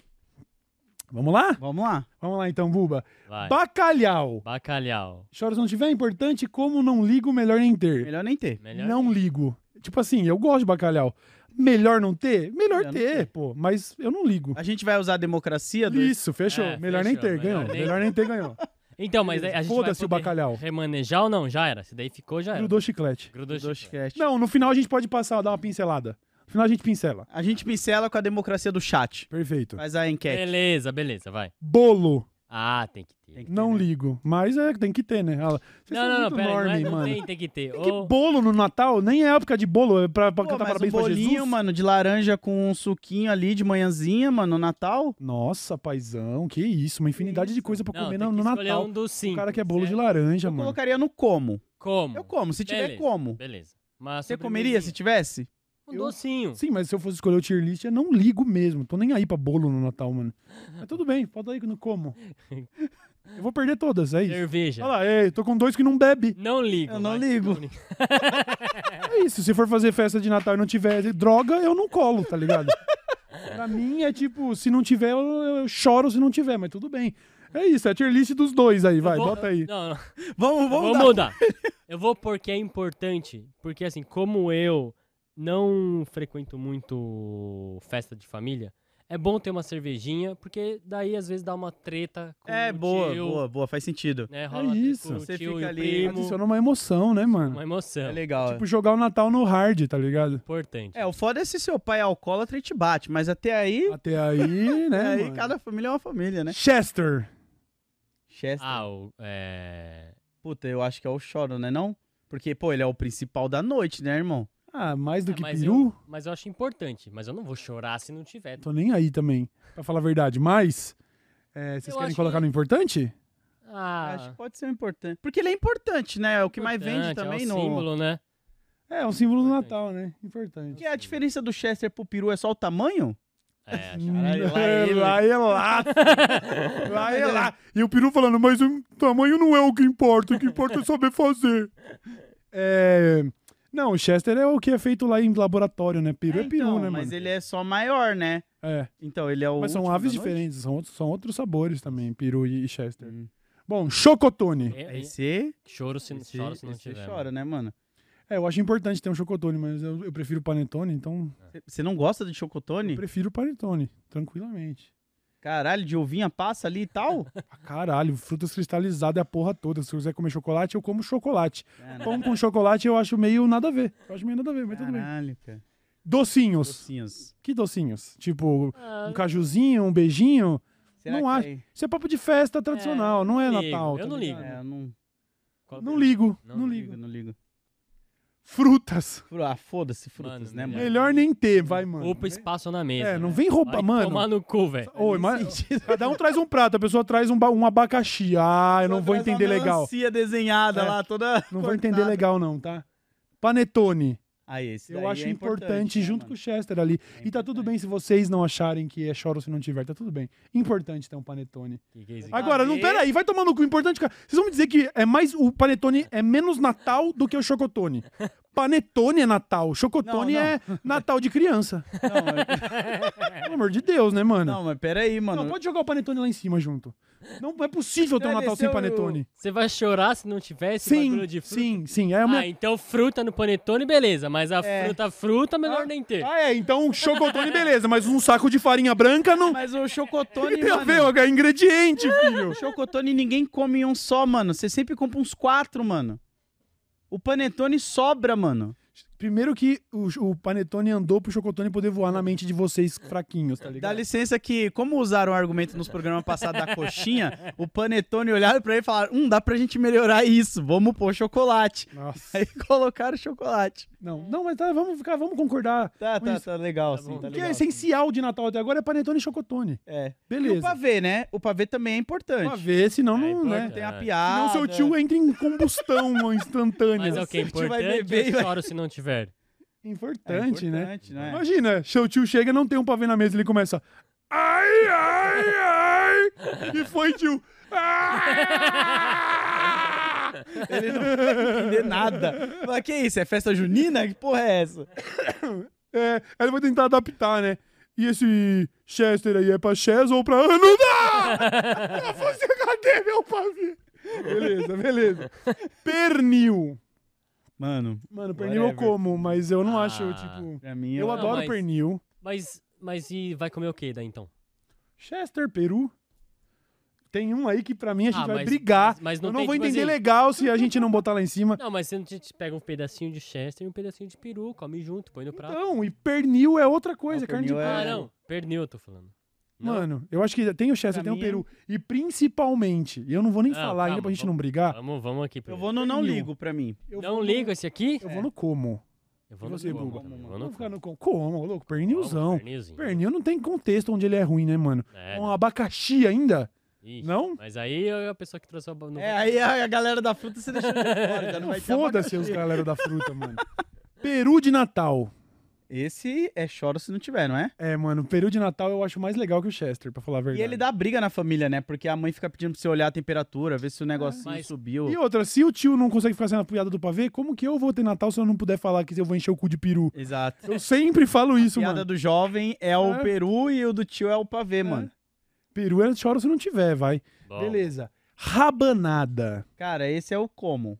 Speaker 1: Vamos lá?
Speaker 2: Vamos lá.
Speaker 1: Vamos lá então, Buba.
Speaker 4: Vai.
Speaker 1: Bacalhau.
Speaker 4: Bacalhau.
Speaker 1: Choros não tiver é importante, como não ligo, melhor nem ter.
Speaker 2: Melhor nem ter.
Speaker 4: Melhor.
Speaker 1: não ligo. Tipo assim, eu gosto de bacalhau. Melhor não ter? Melhor,
Speaker 2: Melhor não
Speaker 1: ter,
Speaker 2: ter.
Speaker 1: pô. Mas eu não ligo.
Speaker 2: A gente vai usar a democracia do.
Speaker 1: Isso, fechou.
Speaker 4: É,
Speaker 1: melhor nem
Speaker 4: fechou,
Speaker 1: ter,
Speaker 4: melhor
Speaker 1: ganhou.
Speaker 4: nem-
Speaker 1: Melhor nem ter, ganhou.
Speaker 4: Então, mas aí a gente vai
Speaker 1: é, Foda-se o
Speaker 4: poder
Speaker 1: bacalhau.
Speaker 4: remanejar ou não? Já era. Se daí ficou, já era.
Speaker 1: Grudou chiclete.
Speaker 4: Grudou
Speaker 2: do
Speaker 4: chiclete.
Speaker 2: Doshcast.
Speaker 1: Não, no final a gente pode passar, dar uma pincelada. No final a gente pincela.
Speaker 2: A gente pincela com a democracia do chat.
Speaker 1: Perfeito.
Speaker 2: Faz a enquete.
Speaker 4: Beleza, beleza, vai.
Speaker 1: Bolo.
Speaker 4: Ah, tem que ter.
Speaker 2: Tem que
Speaker 1: Não
Speaker 2: ter, né?
Speaker 1: ligo. Mas é, tem que ter, né? Ela- Vocês
Speaker 4: não,
Speaker 1: são
Speaker 4: não, não,
Speaker 1: muito
Speaker 4: pera
Speaker 1: norme,
Speaker 4: aí, não, é- não
Speaker 1: mano.
Speaker 4: tem, tem que ter.
Speaker 1: Que
Speaker 4: Ou-
Speaker 1: bolo no Natal? Nem é época de bolo, é pra, pra
Speaker 2: Pô,
Speaker 1: cantar
Speaker 2: mas um
Speaker 1: parabéns pra
Speaker 2: bolinho,
Speaker 1: Jesus.
Speaker 2: mano, de laranja com um suquinho ali de manhãzinha, mano, no Natal.
Speaker 1: Nossa, paizão, que isso, uma infinidade de coisa pra
Speaker 4: não,
Speaker 1: comer
Speaker 4: tem
Speaker 1: no,
Speaker 4: que
Speaker 1: no
Speaker 4: escolher
Speaker 1: Natal.
Speaker 4: um dos cinco.
Speaker 1: o cara quer bolo de
Speaker 4: Certo?
Speaker 1: laranja,
Speaker 2: Eu
Speaker 1: mano.
Speaker 2: colocaria no como.
Speaker 4: Como?
Speaker 2: Eu como, se tiver
Speaker 4: Beleza.
Speaker 2: como.
Speaker 4: Beleza. Mas
Speaker 2: Você comeria se
Speaker 4: tiver?
Speaker 2: tivesse?
Speaker 4: Um docinho.
Speaker 1: Sim, mas se tipo? eu fosse escolher o tier list, eu não ligo mesmo. Tô nem aí pra bolo no Natal, mano. Mas tudo bem, falta aí que eu não como. Eu vou perder todas, é isso.
Speaker 4: Cerveja.
Speaker 1: Olha lá, ei, tô com dois que não bebe.
Speaker 4: Não ligo.
Speaker 2: Eu não
Speaker 4: vai.
Speaker 2: ligo.
Speaker 1: É isso, se for fazer festa de Natal e não tiver droga, eu não colo, tá ligado? pra mim é tipo, se não tiver, eu, eu choro se não tiver, mas tudo bem. É isso, é a tier list dos dois aí, vai,
Speaker 4: Eu vou-
Speaker 1: bota aí.
Speaker 4: Não, não.
Speaker 2: Vamos, vamos,
Speaker 4: Vou
Speaker 2: dar.
Speaker 4: mudar. Eu vou porque é importante. Porque, assim, como eu não frequento muito festa de família, é bom ter uma cervejinha, porque daí às vezes dá uma treta com
Speaker 2: É,
Speaker 4: o
Speaker 2: boa,
Speaker 4: tio,
Speaker 2: boa, boa, faz sentido.
Speaker 4: Né, rola uma
Speaker 1: É isso.
Speaker 4: treta com o
Speaker 2: Você
Speaker 4: tio
Speaker 2: fica
Speaker 4: e o
Speaker 2: ali,
Speaker 4: primo.
Speaker 1: Adiciona uma emoção, né, mano?
Speaker 4: Uma emoção.
Speaker 2: É
Speaker 4: É
Speaker 2: legal.
Speaker 1: Tipo, jogar o Natal no hard, tá ligado?
Speaker 4: importante.
Speaker 2: É, o foda é se seu pai é alcoólatra e te bate, mas até aí,
Speaker 1: Até aí,
Speaker 2: até
Speaker 1: né?
Speaker 2: aí
Speaker 1: mano?
Speaker 2: cada família é uma família, né?
Speaker 1: Chester.
Speaker 2: Chester.
Speaker 4: Ah, o, é...
Speaker 2: Puta, eu acho que é o choro, né não? Porque, pô, ele é o principal da noite, né, irmão?
Speaker 1: Ah, mais do
Speaker 4: é,
Speaker 1: que
Speaker 4: mas
Speaker 1: peru?
Speaker 4: Eu, mas eu acho importante. Mas eu não vou chorar se não tiver.
Speaker 1: Tô nem aí também, pra falar a verdade. Mas, é, vocês
Speaker 4: Eu
Speaker 1: querem
Speaker 4: acho
Speaker 1: colocar
Speaker 4: que-
Speaker 1: no importante?
Speaker 4: Ah,
Speaker 2: Acho que pode ser importante. Porque ele é importante, né? É o que mais vende
Speaker 4: importante,
Speaker 2: também
Speaker 4: é um
Speaker 2: no.
Speaker 4: símbolo, né?
Speaker 1: É, é um símbolo
Speaker 4: Importante.
Speaker 1: do Natal, né? Importante.
Speaker 2: Porque a diferença do Chester pro peru é só o tamanho?
Speaker 4: É,
Speaker 1: Hum,
Speaker 4: caralho, lá
Speaker 1: é,
Speaker 4: ele.
Speaker 1: lá é lá. Lá é lá. E o peru falando, mas o tamanho não é o que importa, o que importa é saber fazer. É. Não, o Chester é o que é feito lá em laboratório, né? Peru é,
Speaker 2: então,
Speaker 1: peru, né,
Speaker 2: Mas
Speaker 1: mano?
Speaker 2: ele é só maior, né?
Speaker 1: É.
Speaker 2: Então, ele é o.
Speaker 1: Mas são
Speaker 2: último
Speaker 1: aves
Speaker 2: da noite.
Speaker 1: diferentes, são outros, são outros sabores também, peru e e Chester.
Speaker 2: Hum.
Speaker 1: Bom, chocotone.
Speaker 4: É, é,
Speaker 2: Esse,
Speaker 4: choro se,
Speaker 2: esse,
Speaker 4: choro se não
Speaker 2: esse
Speaker 4: tiver.
Speaker 2: chora, né, mano?
Speaker 1: É, eu acho importante ter um chocotone, mas eu, eu prefiro o panetone, então
Speaker 4: É.
Speaker 2: C- Você não gosta de
Speaker 1: eu
Speaker 2: chocotone?
Speaker 1: prefiro o panetone, tranquilamente.
Speaker 2: Caralho, de uvinha passa ali e tal?
Speaker 1: Ah, Caralho, frutas cristalizadas é a porra toda. Se eu quiser comer chocolate, eu como é chocolate.
Speaker 2: Ah, não.
Speaker 1: Pão com chocolate eu acho meio nada a ver. Eu acho meio nada a ver, mas tudo bem.
Speaker 2: Caralho, cara.
Speaker 1: Docinhos.
Speaker 2: Docinhos.
Speaker 1: Que docinhos? Tipo,
Speaker 4: Ah,
Speaker 1: um cajuzinho, um beijinho.
Speaker 2: Será
Speaker 1: Não
Speaker 2: que
Speaker 1: acho.
Speaker 2: é-
Speaker 1: Isso é papo de festa tradicional, não é
Speaker 4: ligo,
Speaker 1: Natal.
Speaker 4: eu
Speaker 1: tá
Speaker 4: não
Speaker 1: ligado?
Speaker 4: ligo.
Speaker 2: É, eu não,
Speaker 4: qual-
Speaker 1: Não ligo, não,
Speaker 4: Não
Speaker 1: ligo.
Speaker 2: ligo, não ligo.
Speaker 1: Frutas.
Speaker 2: Fru- Ah, foda-se, frutas,
Speaker 4: Mano,
Speaker 2: né, mano?
Speaker 1: Melhor nem ter, vai, mano.
Speaker 4: Opa, espaço na mesa.
Speaker 1: É, não
Speaker 4: velho.
Speaker 1: vem roubar,
Speaker 4: Vai
Speaker 1: mano.
Speaker 4: Tomar no cu, velho.
Speaker 1: é- Ô, ima- Cada um traz um prato, a pessoa traz um, ba- um abacaxi. Ah, eu não vou
Speaker 2: um
Speaker 1: entender legal.
Speaker 2: Melancia desenhada
Speaker 1: É.
Speaker 2: lá, toda.
Speaker 1: Não vou
Speaker 2: cortada.
Speaker 1: entender legal, não, tá? Panetone.
Speaker 2: Ah, esse
Speaker 1: Eu
Speaker 2: daí
Speaker 1: acho
Speaker 2: é
Speaker 1: importante,
Speaker 2: né,
Speaker 1: junto
Speaker 2: mano?
Speaker 1: com o Chester ali.
Speaker 2: É
Speaker 1: e tá tudo
Speaker 2: importante.
Speaker 1: bem se vocês não acharem que é choro se não tiver, tá tudo bem. Importante ter um panetone.
Speaker 4: Que que é isso aqui?
Speaker 1: Agora, não,
Speaker 2: ver.
Speaker 1: peraí, vai tomando no cu. Importante, cara. Vocês vão me dizer que é mais. O panetone é menos Natal do que o chocotone. Panetone é Natal. Chocotone
Speaker 2: Não, não.
Speaker 1: é Natal de criança.
Speaker 2: Não, mas-
Speaker 1: Pelo amor de Deus, né, mano?
Speaker 2: não, mas peraí, mano.
Speaker 1: Não, pode jogar o panetone lá em cima junto. Não é possível ter um
Speaker 2: Vai
Speaker 1: Natal sem
Speaker 2: descer o-
Speaker 1: panetone.
Speaker 4: Você vai chorar se não tiver esse
Speaker 1: Sim,
Speaker 4: bagulho de fruta?
Speaker 1: sim, sim. É a minha-
Speaker 4: Ah, então fruta no panetone, beleza. Mas a
Speaker 2: É.
Speaker 4: fruta, fruta, melhor
Speaker 1: Ah,
Speaker 4: nem ter.
Speaker 1: Ah, é, então chocotone, beleza, mas um saco de farinha branca não.
Speaker 2: Mas o
Speaker 1: Tem
Speaker 2: chocotone,
Speaker 1: que ter a
Speaker 2: mano.
Speaker 1: ver, ó, é ingrediente, filho.
Speaker 2: O chocotone ninguém come em um só, mano. Você sempre compra uns quatro, mano. O panetone sobra, mano.
Speaker 1: Primeiro que o, o panetone andou pro chocotone poder voar na mente de vocês fraquinhos, tá
Speaker 2: Dá
Speaker 1: ligado?
Speaker 2: licença que, como usaram o argumento nos programas passados da coxinha, o panetone olharam pra ele e falaram: hum, dá pra gente melhorar isso, vamos pôr chocolate.
Speaker 1: Nossa.
Speaker 2: Aí colocaram chocolate.
Speaker 1: Não, não, mas tá, vamos ficar, vamos concordar.
Speaker 2: Tá,
Speaker 1: Com
Speaker 2: tá,
Speaker 1: isso.
Speaker 2: tá legal,
Speaker 4: Tá
Speaker 2: sim.
Speaker 4: bom.
Speaker 2: Tá
Speaker 1: o que
Speaker 2: legal,
Speaker 1: é essencial de Natal até agora é panetone e chocotone.
Speaker 2: É. E o
Speaker 1: Beleza.
Speaker 2: pavê, né? O pavê também é importante.
Speaker 1: Pra ver, senão
Speaker 4: É
Speaker 1: não, né?
Speaker 4: importante.
Speaker 2: Tem a
Speaker 4: É.
Speaker 2: piada.
Speaker 1: Senão seu tio entra em combustão instantânea.
Speaker 4: Mas é o que é
Speaker 2: se tiver
Speaker 4: importante,
Speaker 2: bebê,
Speaker 4: eu
Speaker 2: vai-
Speaker 4: choro se não tiver.
Speaker 2: É
Speaker 1: Importante, né?
Speaker 2: importante, né?
Speaker 1: Imagina, seu tio chega não tem um pavê na mesa, ele começa. Ai, ai, ai! E foi, tio! Ah!
Speaker 2: Ele não vai entender nada. Fala, que isso? É festa junina? Que porra é essa?
Speaker 1: É, aí ele vai tentar adaptar, né? E esse Chester aí é pra Chess ou pra Anuda? Eu fosse cadê meu pavio? Beleza, beleza. Pernil.
Speaker 2: Mano,
Speaker 1: Mano, pernil eu
Speaker 2: Whatever.
Speaker 1: como, mas eu não acho,
Speaker 4: Ah.
Speaker 1: tipo.
Speaker 2: pra mim
Speaker 1: Eu
Speaker 2: eu
Speaker 1: adoro
Speaker 4: mas-
Speaker 1: pernil.
Speaker 4: Mas, mas e vai comer o que daí então?
Speaker 1: Chester, Peru. Tem um aí que pra mim a gente
Speaker 4: Ah,
Speaker 1: vai
Speaker 4: mas-
Speaker 1: brigar.
Speaker 4: mas- mas não
Speaker 1: eu não
Speaker 4: tem,
Speaker 1: vou
Speaker 4: tipo
Speaker 1: entender
Speaker 4: assim-
Speaker 1: legal se a gente não botar lá em cima.
Speaker 4: Não, mas você não te te pega um pedacinho de Chester e um pedacinho de peru, come junto, põe no prato.
Speaker 1: Então, e pernil é outra coisa,
Speaker 2: Não,
Speaker 1: carne de
Speaker 2: pernil
Speaker 1: porco.
Speaker 4: Ah,
Speaker 2: é-
Speaker 4: não, pernil eu tô falando. Não.
Speaker 1: Mano, eu acho que tem o Chester,
Speaker 2: Pra
Speaker 1: tem o
Speaker 2: mim é-
Speaker 1: Peru. E principalmente, e eu não vou nem
Speaker 4: Não,
Speaker 1: falar ainda
Speaker 4: calma,
Speaker 1: pra gente
Speaker 4: Ah, tá vamos-
Speaker 1: não brigar,
Speaker 4: Vamos, vamos aqui.
Speaker 2: Eu
Speaker 4: primeiro.
Speaker 2: vou no não
Speaker 1: Pernil.
Speaker 2: ligo pra mim.
Speaker 1: eu
Speaker 4: Não
Speaker 1: vou Ah. no-
Speaker 4: liga esse aqui?
Speaker 1: Eu vou no como.
Speaker 4: Eu
Speaker 1: E
Speaker 4: vou é. no
Speaker 1: você,
Speaker 4: como
Speaker 1: Buga?
Speaker 4: também, eu
Speaker 2: Como,
Speaker 4: vou
Speaker 1: Vou
Speaker 4: no
Speaker 1: ficar
Speaker 4: como.
Speaker 1: no como. Como, louco? Pernilzão.
Speaker 4: Vamos, Pernilzinho.
Speaker 1: Pernil não tem contexto onde ele é ruim, né, mano?
Speaker 4: É,
Speaker 1: É um abacaxi ainda?
Speaker 4: ixi,
Speaker 1: Não?
Speaker 4: Mas aí é a pessoa que trouxe a... Não,
Speaker 2: É, aí a, a galera da fruta você deixou de fora, já não
Speaker 1: Não,
Speaker 2: vai ter
Speaker 1: foda-se os
Speaker 2: abacaxi.
Speaker 1: galera da fruta, mano. Peru de Natal.
Speaker 2: Esse é choro se não tiver, não é?
Speaker 1: É, mano, peru de Natal eu acho mais legal que o Chester, pra falar a
Speaker 2: E
Speaker 1: verdade.
Speaker 2: ele dá briga na família, né? Porque a mãe fica pedindo pra você olhar a temperatura, ver se o negocinho
Speaker 4: Mas-
Speaker 2: subiu.
Speaker 1: E outra, se o tio não consegue ficar sendo apoiado do pavê, como que eu vou ter Natal se eu não puder falar que eu vou encher o cu de peru?
Speaker 2: Exato.
Speaker 1: Eu sempre falo
Speaker 2: A
Speaker 1: isso,
Speaker 2: piada
Speaker 1: mano.
Speaker 2: do jovem é o
Speaker 1: É.
Speaker 2: peru e o do tio é o pavê, mano.
Speaker 1: Peru é choro se não tiver, vai.
Speaker 4: bom.
Speaker 1: Beleza. Rabanada.
Speaker 2: Cara, esse é o como.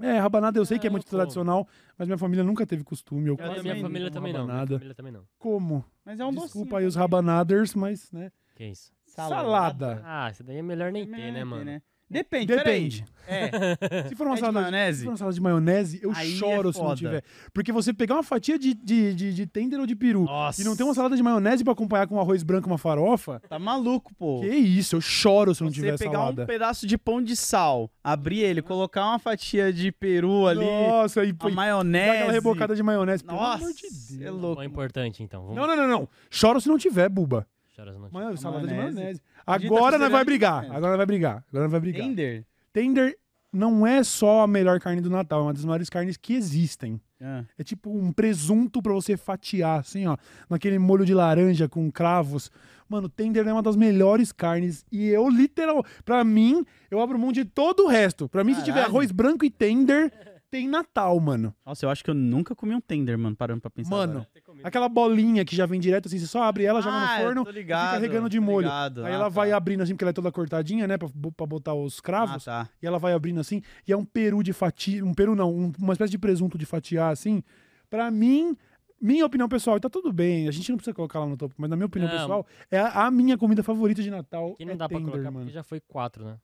Speaker 1: É, rabanada eu sei
Speaker 4: Ah,
Speaker 1: que é
Speaker 4: eu
Speaker 1: muito
Speaker 4: como.
Speaker 1: tradicional, mas minha família nunca teve costume. Eu
Speaker 2: Cara,
Speaker 1: quase
Speaker 4: minha
Speaker 2: também
Speaker 4: família
Speaker 1: como
Speaker 4: também não. Minha
Speaker 1: rabanada.
Speaker 4: família também não.
Speaker 1: Como?
Speaker 2: Mas é um
Speaker 1: Desculpa
Speaker 2: docinho.
Speaker 1: aí os rabanaders, mas, né?
Speaker 4: Que isso?
Speaker 1: Salada.
Speaker 4: Ah, isso daí é melhor nem ter, né, mano?
Speaker 2: Depende,
Speaker 1: Depende.
Speaker 2: peraí. É,
Speaker 1: Se for uma
Speaker 2: é de
Speaker 1: salada de- se
Speaker 2: maionese?
Speaker 1: for uma salada de maionese, eu
Speaker 2: Aí é
Speaker 1: choro se não
Speaker 2: foda.
Speaker 1: tiver. Porque você pegar uma fatia de, de, de, de tender ou de peru
Speaker 2: Nossa.
Speaker 1: e não ter uma salada de maionese pra acompanhar com um arroz branco e uma farofa,
Speaker 2: Tá maluco, pô.
Speaker 1: que isso, eu choro se não
Speaker 2: você
Speaker 1: tiver
Speaker 2: pegar
Speaker 1: salada.
Speaker 2: um pedaço de pão de sal, abrir ele, colocar uma fatia de peru ali,
Speaker 1: Nossa, e,
Speaker 2: a
Speaker 1: e
Speaker 2: maionese.
Speaker 1: dá aquela rebocada de maionese. Pelo
Speaker 2: Nossa,
Speaker 1: amor de Deus.
Speaker 2: é
Speaker 4: Não
Speaker 2: louco.
Speaker 4: é importante, então. Vamos
Speaker 1: Não, não, não, não. Choro se não tiver, buba.
Speaker 4: Choras não
Speaker 1: Mano, salada de
Speaker 2: maionese.
Speaker 1: maionese.
Speaker 2: A gente tá
Speaker 1: Agora nós vai
Speaker 2: considerando
Speaker 1: brigar.
Speaker 2: maionese.
Speaker 1: Agora nós vai brigar. Agora nós vai brigar.
Speaker 2: Tender.
Speaker 1: Tender não é só a melhor carne do Natal, é uma das maiores carnes que existem.
Speaker 2: Ah.
Speaker 1: É tipo um presunto pra você fatiar, assim, ó, naquele molho de laranja com cravos. Mano, tender é uma das melhores carnes e eu literal, pra mim, eu abro mão de todo o resto. Pra mim, se tiver
Speaker 2: Caralho.
Speaker 1: arroz branco e tender, tem Natal, mano.
Speaker 2: Nossa, eu acho que eu nunca comi um tender, mano, parando pra pensar.
Speaker 1: Mano,
Speaker 2: agora.
Speaker 1: aquela bolinha que já vem direto assim, você só abre ela, joga
Speaker 2: né? Ah,
Speaker 1: no forno,
Speaker 2: tô ligado,
Speaker 1: fica regando de
Speaker 2: tô
Speaker 1: molho.
Speaker 2: ligado.
Speaker 1: Aí
Speaker 2: Ah,
Speaker 1: ela
Speaker 2: tá.
Speaker 1: vai abrindo assim, porque ela é toda cortadinha, né, pra, pra botar os
Speaker 2: Ah,
Speaker 1: cravos.
Speaker 2: tá.
Speaker 1: E ela vai abrindo assim, e é um peru de fatia. Um peru não, um- uma espécie de presunto de fatiar assim. Pra mim, minha opinião pessoal, e tá tudo bem, a gente não precisa colocar lá no topo, mas na minha opinião
Speaker 4: Não.
Speaker 1: pessoal, é a, a minha comida favorita de Natal.
Speaker 4: Aqui não
Speaker 1: é
Speaker 4: dá
Speaker 1: tender,
Speaker 4: pra colocar
Speaker 1: mano.
Speaker 4: porque já foi quatro, né?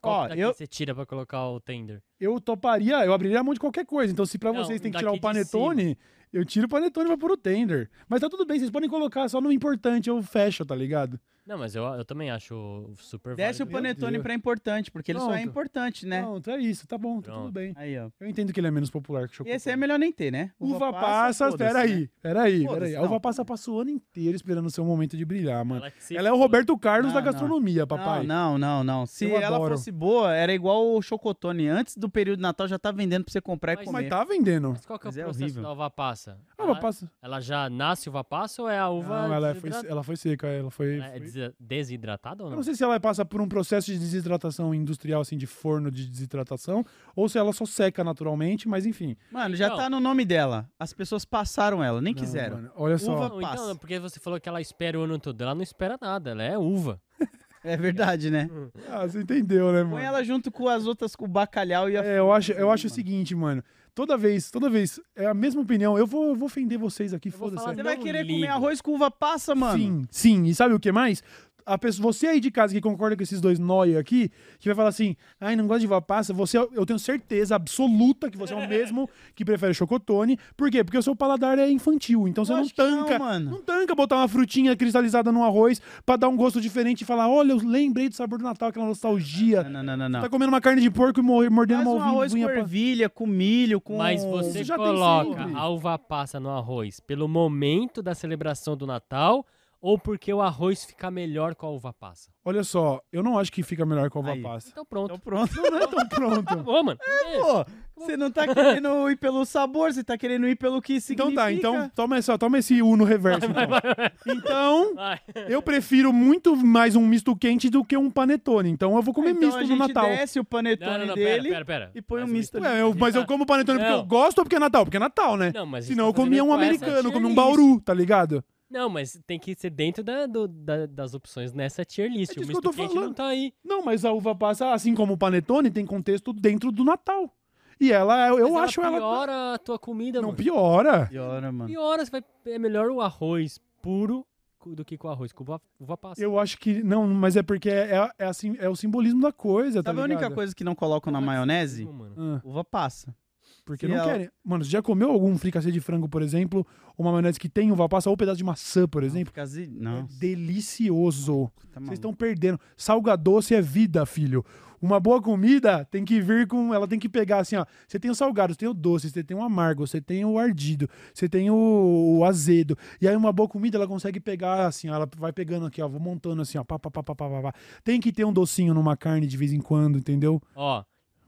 Speaker 4: Qual
Speaker 2: Ó,
Speaker 4: que daqui
Speaker 2: eu,
Speaker 4: que você tira pra colocar o tender?
Speaker 1: Eu toparia, eu abriria a mão de qualquer coisa. Então, se pra
Speaker 4: Não,
Speaker 1: vocês tem que tirar
Speaker 4: daqui
Speaker 1: o
Speaker 4: de
Speaker 1: panetone, eu tiro o panetone e vou pôr o tender. Mas tá tudo bem, vocês podem colocar só no importante, eu fecho, tá ligado?
Speaker 4: Não, mas eu, eu também acho super
Speaker 2: desce o
Speaker 4: válido.
Speaker 2: panetone
Speaker 1: Deus.
Speaker 2: pra importante, porque ele só é
Speaker 1: Pronto.
Speaker 2: importante, né?
Speaker 1: Não, então é isso, tá bom, tá tudo
Speaker 4: Pronto.
Speaker 1: bem.
Speaker 2: Aí, ó.
Speaker 1: Eu entendo que ele é menos popular que o
Speaker 2: E
Speaker 1: chocolate.
Speaker 2: esse aí é melhor nem ter, né?
Speaker 1: Uva, passa,
Speaker 2: foda-se,
Speaker 1: peraí,
Speaker 2: né?
Speaker 1: peraí,
Speaker 2: Foda-se,
Speaker 1: peraí. A
Speaker 2: não.
Speaker 1: uva passa passou o ano inteiro esperando o seu momento de brilhar, mano.
Speaker 4: Ela, que se
Speaker 1: Ela é o
Speaker 4: foda.
Speaker 1: Roberto Carlos
Speaker 2: Não,
Speaker 1: da
Speaker 2: não.
Speaker 1: gastronomia, papai.
Speaker 2: Não, não, não, não. Se
Speaker 1: Eu
Speaker 2: ela
Speaker 1: adoro.
Speaker 2: fosse boa, era igual o chocotone. Antes do período de Natal já tá vendendo pra você comprar e
Speaker 4: Mas-
Speaker 1: Mas
Speaker 2: comer.
Speaker 1: tá vendendo.
Speaker 4: Mas qual que é o
Speaker 2: Mas é
Speaker 4: processo
Speaker 2: horrível.
Speaker 4: da uva passa?
Speaker 1: A uva
Speaker 4: Ela-
Speaker 1: passa.
Speaker 4: Ela já nasce uva passa ou é a uva
Speaker 1: Não, ela foi,
Speaker 4: desidra-
Speaker 1: ela foi seca, ela foi.
Speaker 4: ela é
Speaker 1: foi-
Speaker 4: desi- desidratada ou
Speaker 1: Eu
Speaker 4: não?
Speaker 1: não sei se ela passa por um processo de desidratação industrial, assim, de forno de desidratação, ou se ela só seca naturalmente, mas enfim.
Speaker 2: Mano, já
Speaker 4: Não.
Speaker 2: tá no nome dela. As pessoas passaram ela, nem
Speaker 1: Não,
Speaker 2: quiseram.
Speaker 1: mano, olha só.
Speaker 2: Uva-
Speaker 4: Não,
Speaker 2: passa.
Speaker 4: então, porque você falou que ela espera o ano todo. Ela não espera nada, ela é uva.
Speaker 2: É verdade, né?
Speaker 1: Ah, você entendeu, né, mano?
Speaker 2: Põe ela junto com as outras, com o bacalhau e a.
Speaker 1: É, eu acho, eu acho o
Speaker 2: Mano.
Speaker 1: seguinte, mano. Toda vez, toda vez, é a mesma opinião. Eu vou, eu vou ofender vocês aqui,
Speaker 4: Eu vou
Speaker 1: foda-se.
Speaker 4: falar
Speaker 2: Você vai
Speaker 4: Não
Speaker 2: querer
Speaker 4: ligo.
Speaker 2: comer arroz com uva passa, mano?
Speaker 1: é Sim, sim. E sabe o que mais? A pessoa, você aí de casa que concorda com esses dois nóia aqui, que vai falar assim, ai, não gosto de uva passa, você, é eu tenho certeza absoluta que você é o mesmo que prefere chocotone. Por quê? Porque o seu paladar é infantil, então você não
Speaker 2: Lógico que não,
Speaker 1: tanca.
Speaker 2: mano.
Speaker 1: Não tanca botar uma frutinha cristalizada no arroz pra dar um gosto diferente e falar, olha, eu lembrei do sabor do Natal, aquela nostalgia.
Speaker 2: Não, não, não, não. não.
Speaker 1: Tá comendo uma carne de porco e mor- mordendo
Speaker 2: Faz
Speaker 1: tá uma
Speaker 2: um arroz com
Speaker 1: ovinha pra...
Speaker 2: ervilha, com milho, com.
Speaker 4: Mas você
Speaker 1: isso já tem
Speaker 4: coloca
Speaker 1: sempre.
Speaker 4: a uva passa no arroz pelo momento da celebração do Natal ou porque o arroz fica melhor com a uva passa?
Speaker 1: Olha só, eu não acho que fica melhor com a uva
Speaker 2: Aí.
Speaker 1: passa.
Speaker 4: Então pronto.
Speaker 2: Então pronto.
Speaker 1: Então
Speaker 4: Tá
Speaker 1: pronto.
Speaker 4: bom, mano. É,
Speaker 2: Pô, você não tá querendo ir pelo sabor, você tá querendo ir pelo que significa.
Speaker 1: Então tá, então toma, essa, toma esse U no reverso. então. então...
Speaker 4: vai.
Speaker 1: Eu prefiro muito mais um misto quente do que um panetone. Então eu vou
Speaker 4: Ah,
Speaker 1: comer
Speaker 2: então a
Speaker 1: misto no
Speaker 2: gente
Speaker 1: Natal.
Speaker 2: desce o panetone
Speaker 4: Não, não,
Speaker 1: então,
Speaker 4: não, pera,
Speaker 2: dele
Speaker 4: pera, pera.
Speaker 2: e põe
Speaker 4: Mas
Speaker 2: um
Speaker 4: o
Speaker 2: misto ali.
Speaker 1: Ué, eu- mas eu
Speaker 4: Não.
Speaker 1: como panetone porque eu
Speaker 4: Não.
Speaker 1: gosto ou porque é Natal? Porque é Natal, né?
Speaker 4: Não, mas a gente
Speaker 1: Senão
Speaker 4: tá
Speaker 1: eu comia
Speaker 4: fazendo
Speaker 1: um
Speaker 4: com essa
Speaker 1: americano, eu comia um
Speaker 2: tier list.
Speaker 1: bauru, tá ligado?
Speaker 4: Não, mas tem que ser dentro da- do- da- das opções nessa tier list.
Speaker 1: É disso
Speaker 4: o
Speaker 1: que eu
Speaker 4: misto
Speaker 1: tô
Speaker 4: quente não
Speaker 1: falando.
Speaker 4: tá aí.
Speaker 1: Não, mas a uva passa, assim como o panetone, tem contexto dentro do Natal. E ela, eu
Speaker 4: Mas
Speaker 1: acho
Speaker 4: ela
Speaker 1: ela. tá-
Speaker 4: piora a tua comida,
Speaker 1: Não
Speaker 4: mano.
Speaker 1: piora.
Speaker 2: Piora, mano.
Speaker 4: Piora, você vai... É melhor o arroz puro co- do que com arroz com uva, uva passa.
Speaker 1: Eu acho que. Não, mas é porque é, é, é assim, é o simbolismo da coisa, tá
Speaker 2: Sabe a única
Speaker 1: ligado?
Speaker 2: coisa que não colocam na
Speaker 4: Como é que
Speaker 2: maionese?
Speaker 4: Não, mano.
Speaker 1: Ah.
Speaker 2: Uva passa.
Speaker 1: Porque
Speaker 2: Se
Speaker 1: não
Speaker 2: ela-
Speaker 1: querem. Mano, você já comeu algum fricassê de frango, por exemplo? Uma maionese que tem uva passa ou um pedaço de maçã, por exemplo?
Speaker 2: Por causa de-
Speaker 1: É
Speaker 2: Não,
Speaker 1: delicioso.
Speaker 2: tá
Speaker 1: Vocês
Speaker 2: maluco.
Speaker 1: estão perdendo. Salga doce é vida, filho. Uma boa comida tem que vir com. Ela tem que pegar assim, ó. Você tem o salgado, você tem o doce, você tem o amargo, você tem o ardido, você tem o, o azedo. E aí, uma boa comida, ela consegue pegar assim, ó, ela vai pegando aqui, ó, vou montando assim, ó. Pá, pá, pá, pá, pá, pá, pá. Tem que ter um docinho numa carne de vez em quando, entendeu?
Speaker 4: Ó,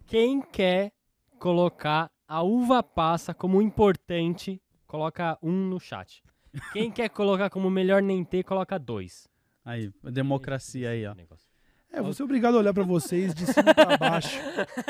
Speaker 4: quem quer colocar a uva passa como importante, coloca um no chat. Quem quer colocar como melhor nem ter, coloca dois.
Speaker 2: Aí, a democracia aí, ó.
Speaker 4: Negócio.
Speaker 1: É, eu vou ser obrigado a olhar pra vocês de cima pra baixo.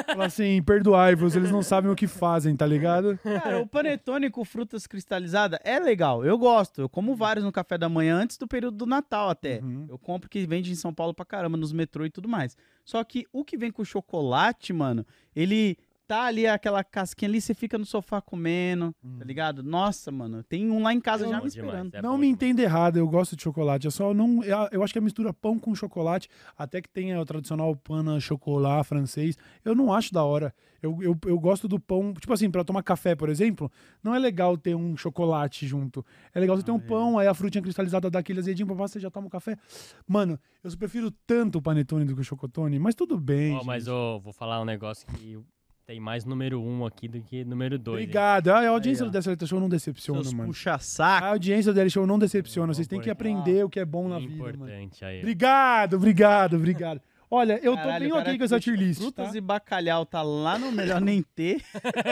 Speaker 1: Falar assim, perdoai-vos, eles não sabem o que fazem, tá ligado?
Speaker 2: Cara, o panetone com frutas cristalizadas é legal. Eu gosto. Eu como vários no café da manhã antes do período do Natal
Speaker 4: É.
Speaker 2: até.
Speaker 1: Uhum.
Speaker 2: Eu compro que vende em São Paulo pra caramba, nos metrô e tudo mais. Só que o que vem com chocolate, mano, ele tá ali, aquela casquinha ali, você fica no sofá comendo,
Speaker 1: Uhum.
Speaker 2: tá ligado? Nossa, mano, tem um lá em casa
Speaker 4: É
Speaker 2: já
Speaker 4: bom
Speaker 2: me
Speaker 4: demais,
Speaker 2: esperando.
Speaker 4: é
Speaker 1: não
Speaker 4: bom
Speaker 1: me
Speaker 4: demais.
Speaker 1: entenda errado, eu gosto de chocolate. Eu só não. Eu eu acho que a mistura pão com chocolate, até que tenha o tradicional pana chocolat francês, eu não acho da hora. Eu, eu, eu gosto do pão. Tipo assim, pra tomar café, por exemplo, não é legal ter um chocolate junto. É legal você
Speaker 4: Ah,
Speaker 1: ter um pão, aí a frutinha cristalizada dá aquele azedinho pra você já toma um café. Mano, eu prefiro tanto o panetone do que o chocotone, mas tudo bem.
Speaker 4: Ó, mas
Speaker 1: gente.
Speaker 4: eu vou falar um negócio que tem mais número um aqui do que número dois. hein?
Speaker 1: Obrigado. Ah, a audiência
Speaker 2: ó.
Speaker 1: do Dessa Letra Show não decepciona,
Speaker 2: Seus
Speaker 1: mano.
Speaker 2: puxa-saco.
Speaker 1: A audiência do Daily Show não decepciona.
Speaker 4: Vamos
Speaker 1: Vocês têm
Speaker 4: por
Speaker 1: que
Speaker 4: aqui.
Speaker 1: aprender o que é bom na vida, mano.
Speaker 4: importante aí. ó.
Speaker 1: Obrigado, obrigado, obrigado. Olha, eu tô
Speaker 2: Caralho,
Speaker 1: bem
Speaker 2: o cara
Speaker 1: ok com essa
Speaker 2: curte
Speaker 1: tier list,
Speaker 2: Frutas
Speaker 1: tá?
Speaker 2: e bacalhau tá lá no melhor nem ter.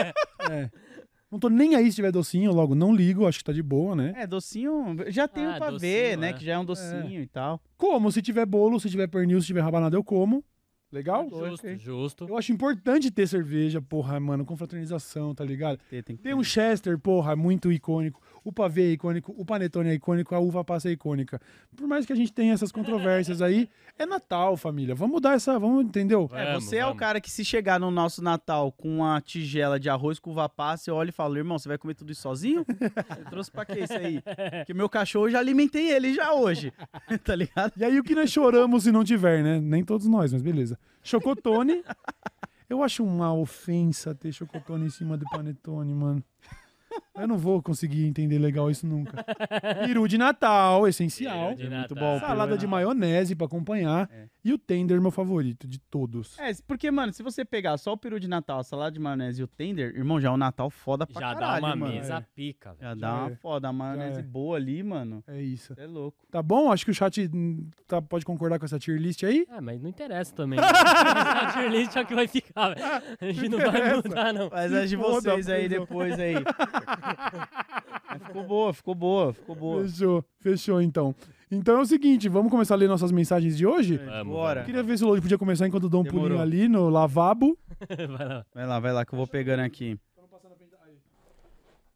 Speaker 1: É. Não tô nem aí se tiver docinho, logo não ligo, acho que tá de boa, né?
Speaker 2: É, docinho, já tem
Speaker 4: Ah,
Speaker 2: o pra
Speaker 4: docinho,
Speaker 2: ver, né?
Speaker 4: é.
Speaker 2: Que já é um docinho e tal.
Speaker 1: Como, se tiver bolo, se tiver pernil, se tiver rabanada, eu como. Legal?
Speaker 4: Justo, justo.
Speaker 1: Eu acho importante ter cerveja, porra, mano, com fraternização, tá ligado?
Speaker 2: Tem, tem que
Speaker 1: Tem
Speaker 2: ter.
Speaker 1: um Chester, porra, muito icônico. O pavê é icônico, o panetone é icônico, a uva passa é icônica. Por mais que a gente tenha essas controvérsias aí, é Natal, família. Vamos dar essa, vamos, entendeu?
Speaker 2: É,
Speaker 4: Vamos,
Speaker 2: você é o
Speaker 4: vamos.
Speaker 2: cara que se chegar no nosso Natal com uma tigela de arroz com uva passa, você olha e fala, irmão, você vai comer tudo isso sozinho? Você trouxe pra quê isso aí? Que meu cachorro, eu já alimentei ele já hoje, tá ligado?
Speaker 1: E aí o que nós choramos se não tiver, né? Nem todos nós, mas beleza. Chocotone. Eu acho uma ofensa ter chocotone em cima do panetone, mano. Eu não vou conseguir entender legal isso nunca. Peru de Natal, essencial.
Speaker 4: Peru de
Speaker 2: Muito
Speaker 4: Natal.
Speaker 2: bom.
Speaker 1: Salada de maionese pra acompanhar.
Speaker 2: É.
Speaker 1: E o tender, meu favorito de todos.
Speaker 2: É, porque, mano, se você pegar só o peru de Natal, a salada de maionese e o tender, irmão, já é um Natal foda pra
Speaker 4: Já dá
Speaker 2: caralho,
Speaker 4: uma
Speaker 2: mano.
Speaker 4: mesa pica, velho.
Speaker 2: Já
Speaker 1: Já
Speaker 2: dá uma
Speaker 1: é.
Speaker 2: foda, uma
Speaker 1: Já
Speaker 2: maionese
Speaker 1: é.
Speaker 2: boa ali, mano.
Speaker 1: É isso.
Speaker 2: Cê É louco.
Speaker 1: Tá bom? Acho que o chat hum, tá- pode concordar com essa tier list aí.
Speaker 4: Ah, mas não interessa também. a tier list é o que vai ficar, velho. A gente não vai
Speaker 1: interessa.
Speaker 4: mudar, não.
Speaker 2: Mas as de
Speaker 1: Foda,
Speaker 2: vocês aí
Speaker 1: fudeu.
Speaker 2: depois aí. Mas ficou boa, ficou boa, ficou boa.
Speaker 1: Fechou, fechou então. Então é o seguinte, vamos começar a ler nossas mensagens de hoje?
Speaker 4: Vamos,
Speaker 2: Bora.
Speaker 1: Eu Queria ver se o Lodi podia começar enquanto eu dou um pulinho
Speaker 2: É. Demorou.
Speaker 1: ali no lavabo.
Speaker 4: Vai lá.
Speaker 2: Vai lá, vai lá, que eu vou pegando aqui.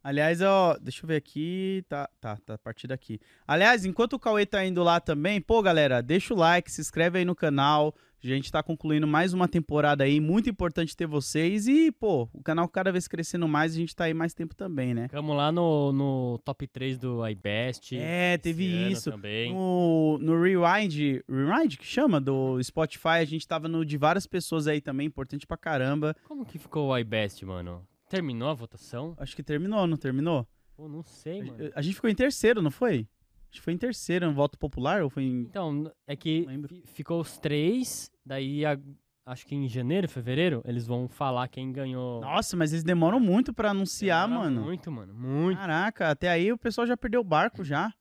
Speaker 2: Aliás, ó, deixa eu ver aqui. Tá, tá, tá a partir daqui. Aliás, enquanto o Cauê tá indo lá também, pô, galera, deixa o like, se inscreve aí no canal. A gente tá concluindo mais uma temporada aí, muito importante ter vocês. E, pô, o canal cada vez crescendo mais, a gente tá aí mais tempo também, né?
Speaker 4: Ficamos lá no, no top 3 do iBest.
Speaker 2: É, teve
Speaker 4: esse ano
Speaker 2: isso. Um
Speaker 4: Também.
Speaker 2: No, no Rewind, Rewind que chama? Do Spotify, a gente tava no de várias pessoas aí também, importante pra caramba.
Speaker 4: Como que ficou o iBest, mano? Terminou a votação?
Speaker 2: Acho que terminou, não terminou?
Speaker 4: Pô, não sei,
Speaker 2: A-
Speaker 4: mano.
Speaker 2: A gente ficou em terceiro, não foi? A gente foi em terceiro no voto popular ou foi em.
Speaker 4: Então, é que
Speaker 2: Lembro.
Speaker 4: fi- ficou os três, daí a- acho que em janeiro, fevereiro, eles vão falar quem ganhou.
Speaker 2: Nossa, mas eles demoram muito pra anunciar,
Speaker 4: Demora
Speaker 2: mano. Ah,
Speaker 4: Muito, mano, muito.
Speaker 2: Caraca, até aí o pessoal já perdeu o barco já.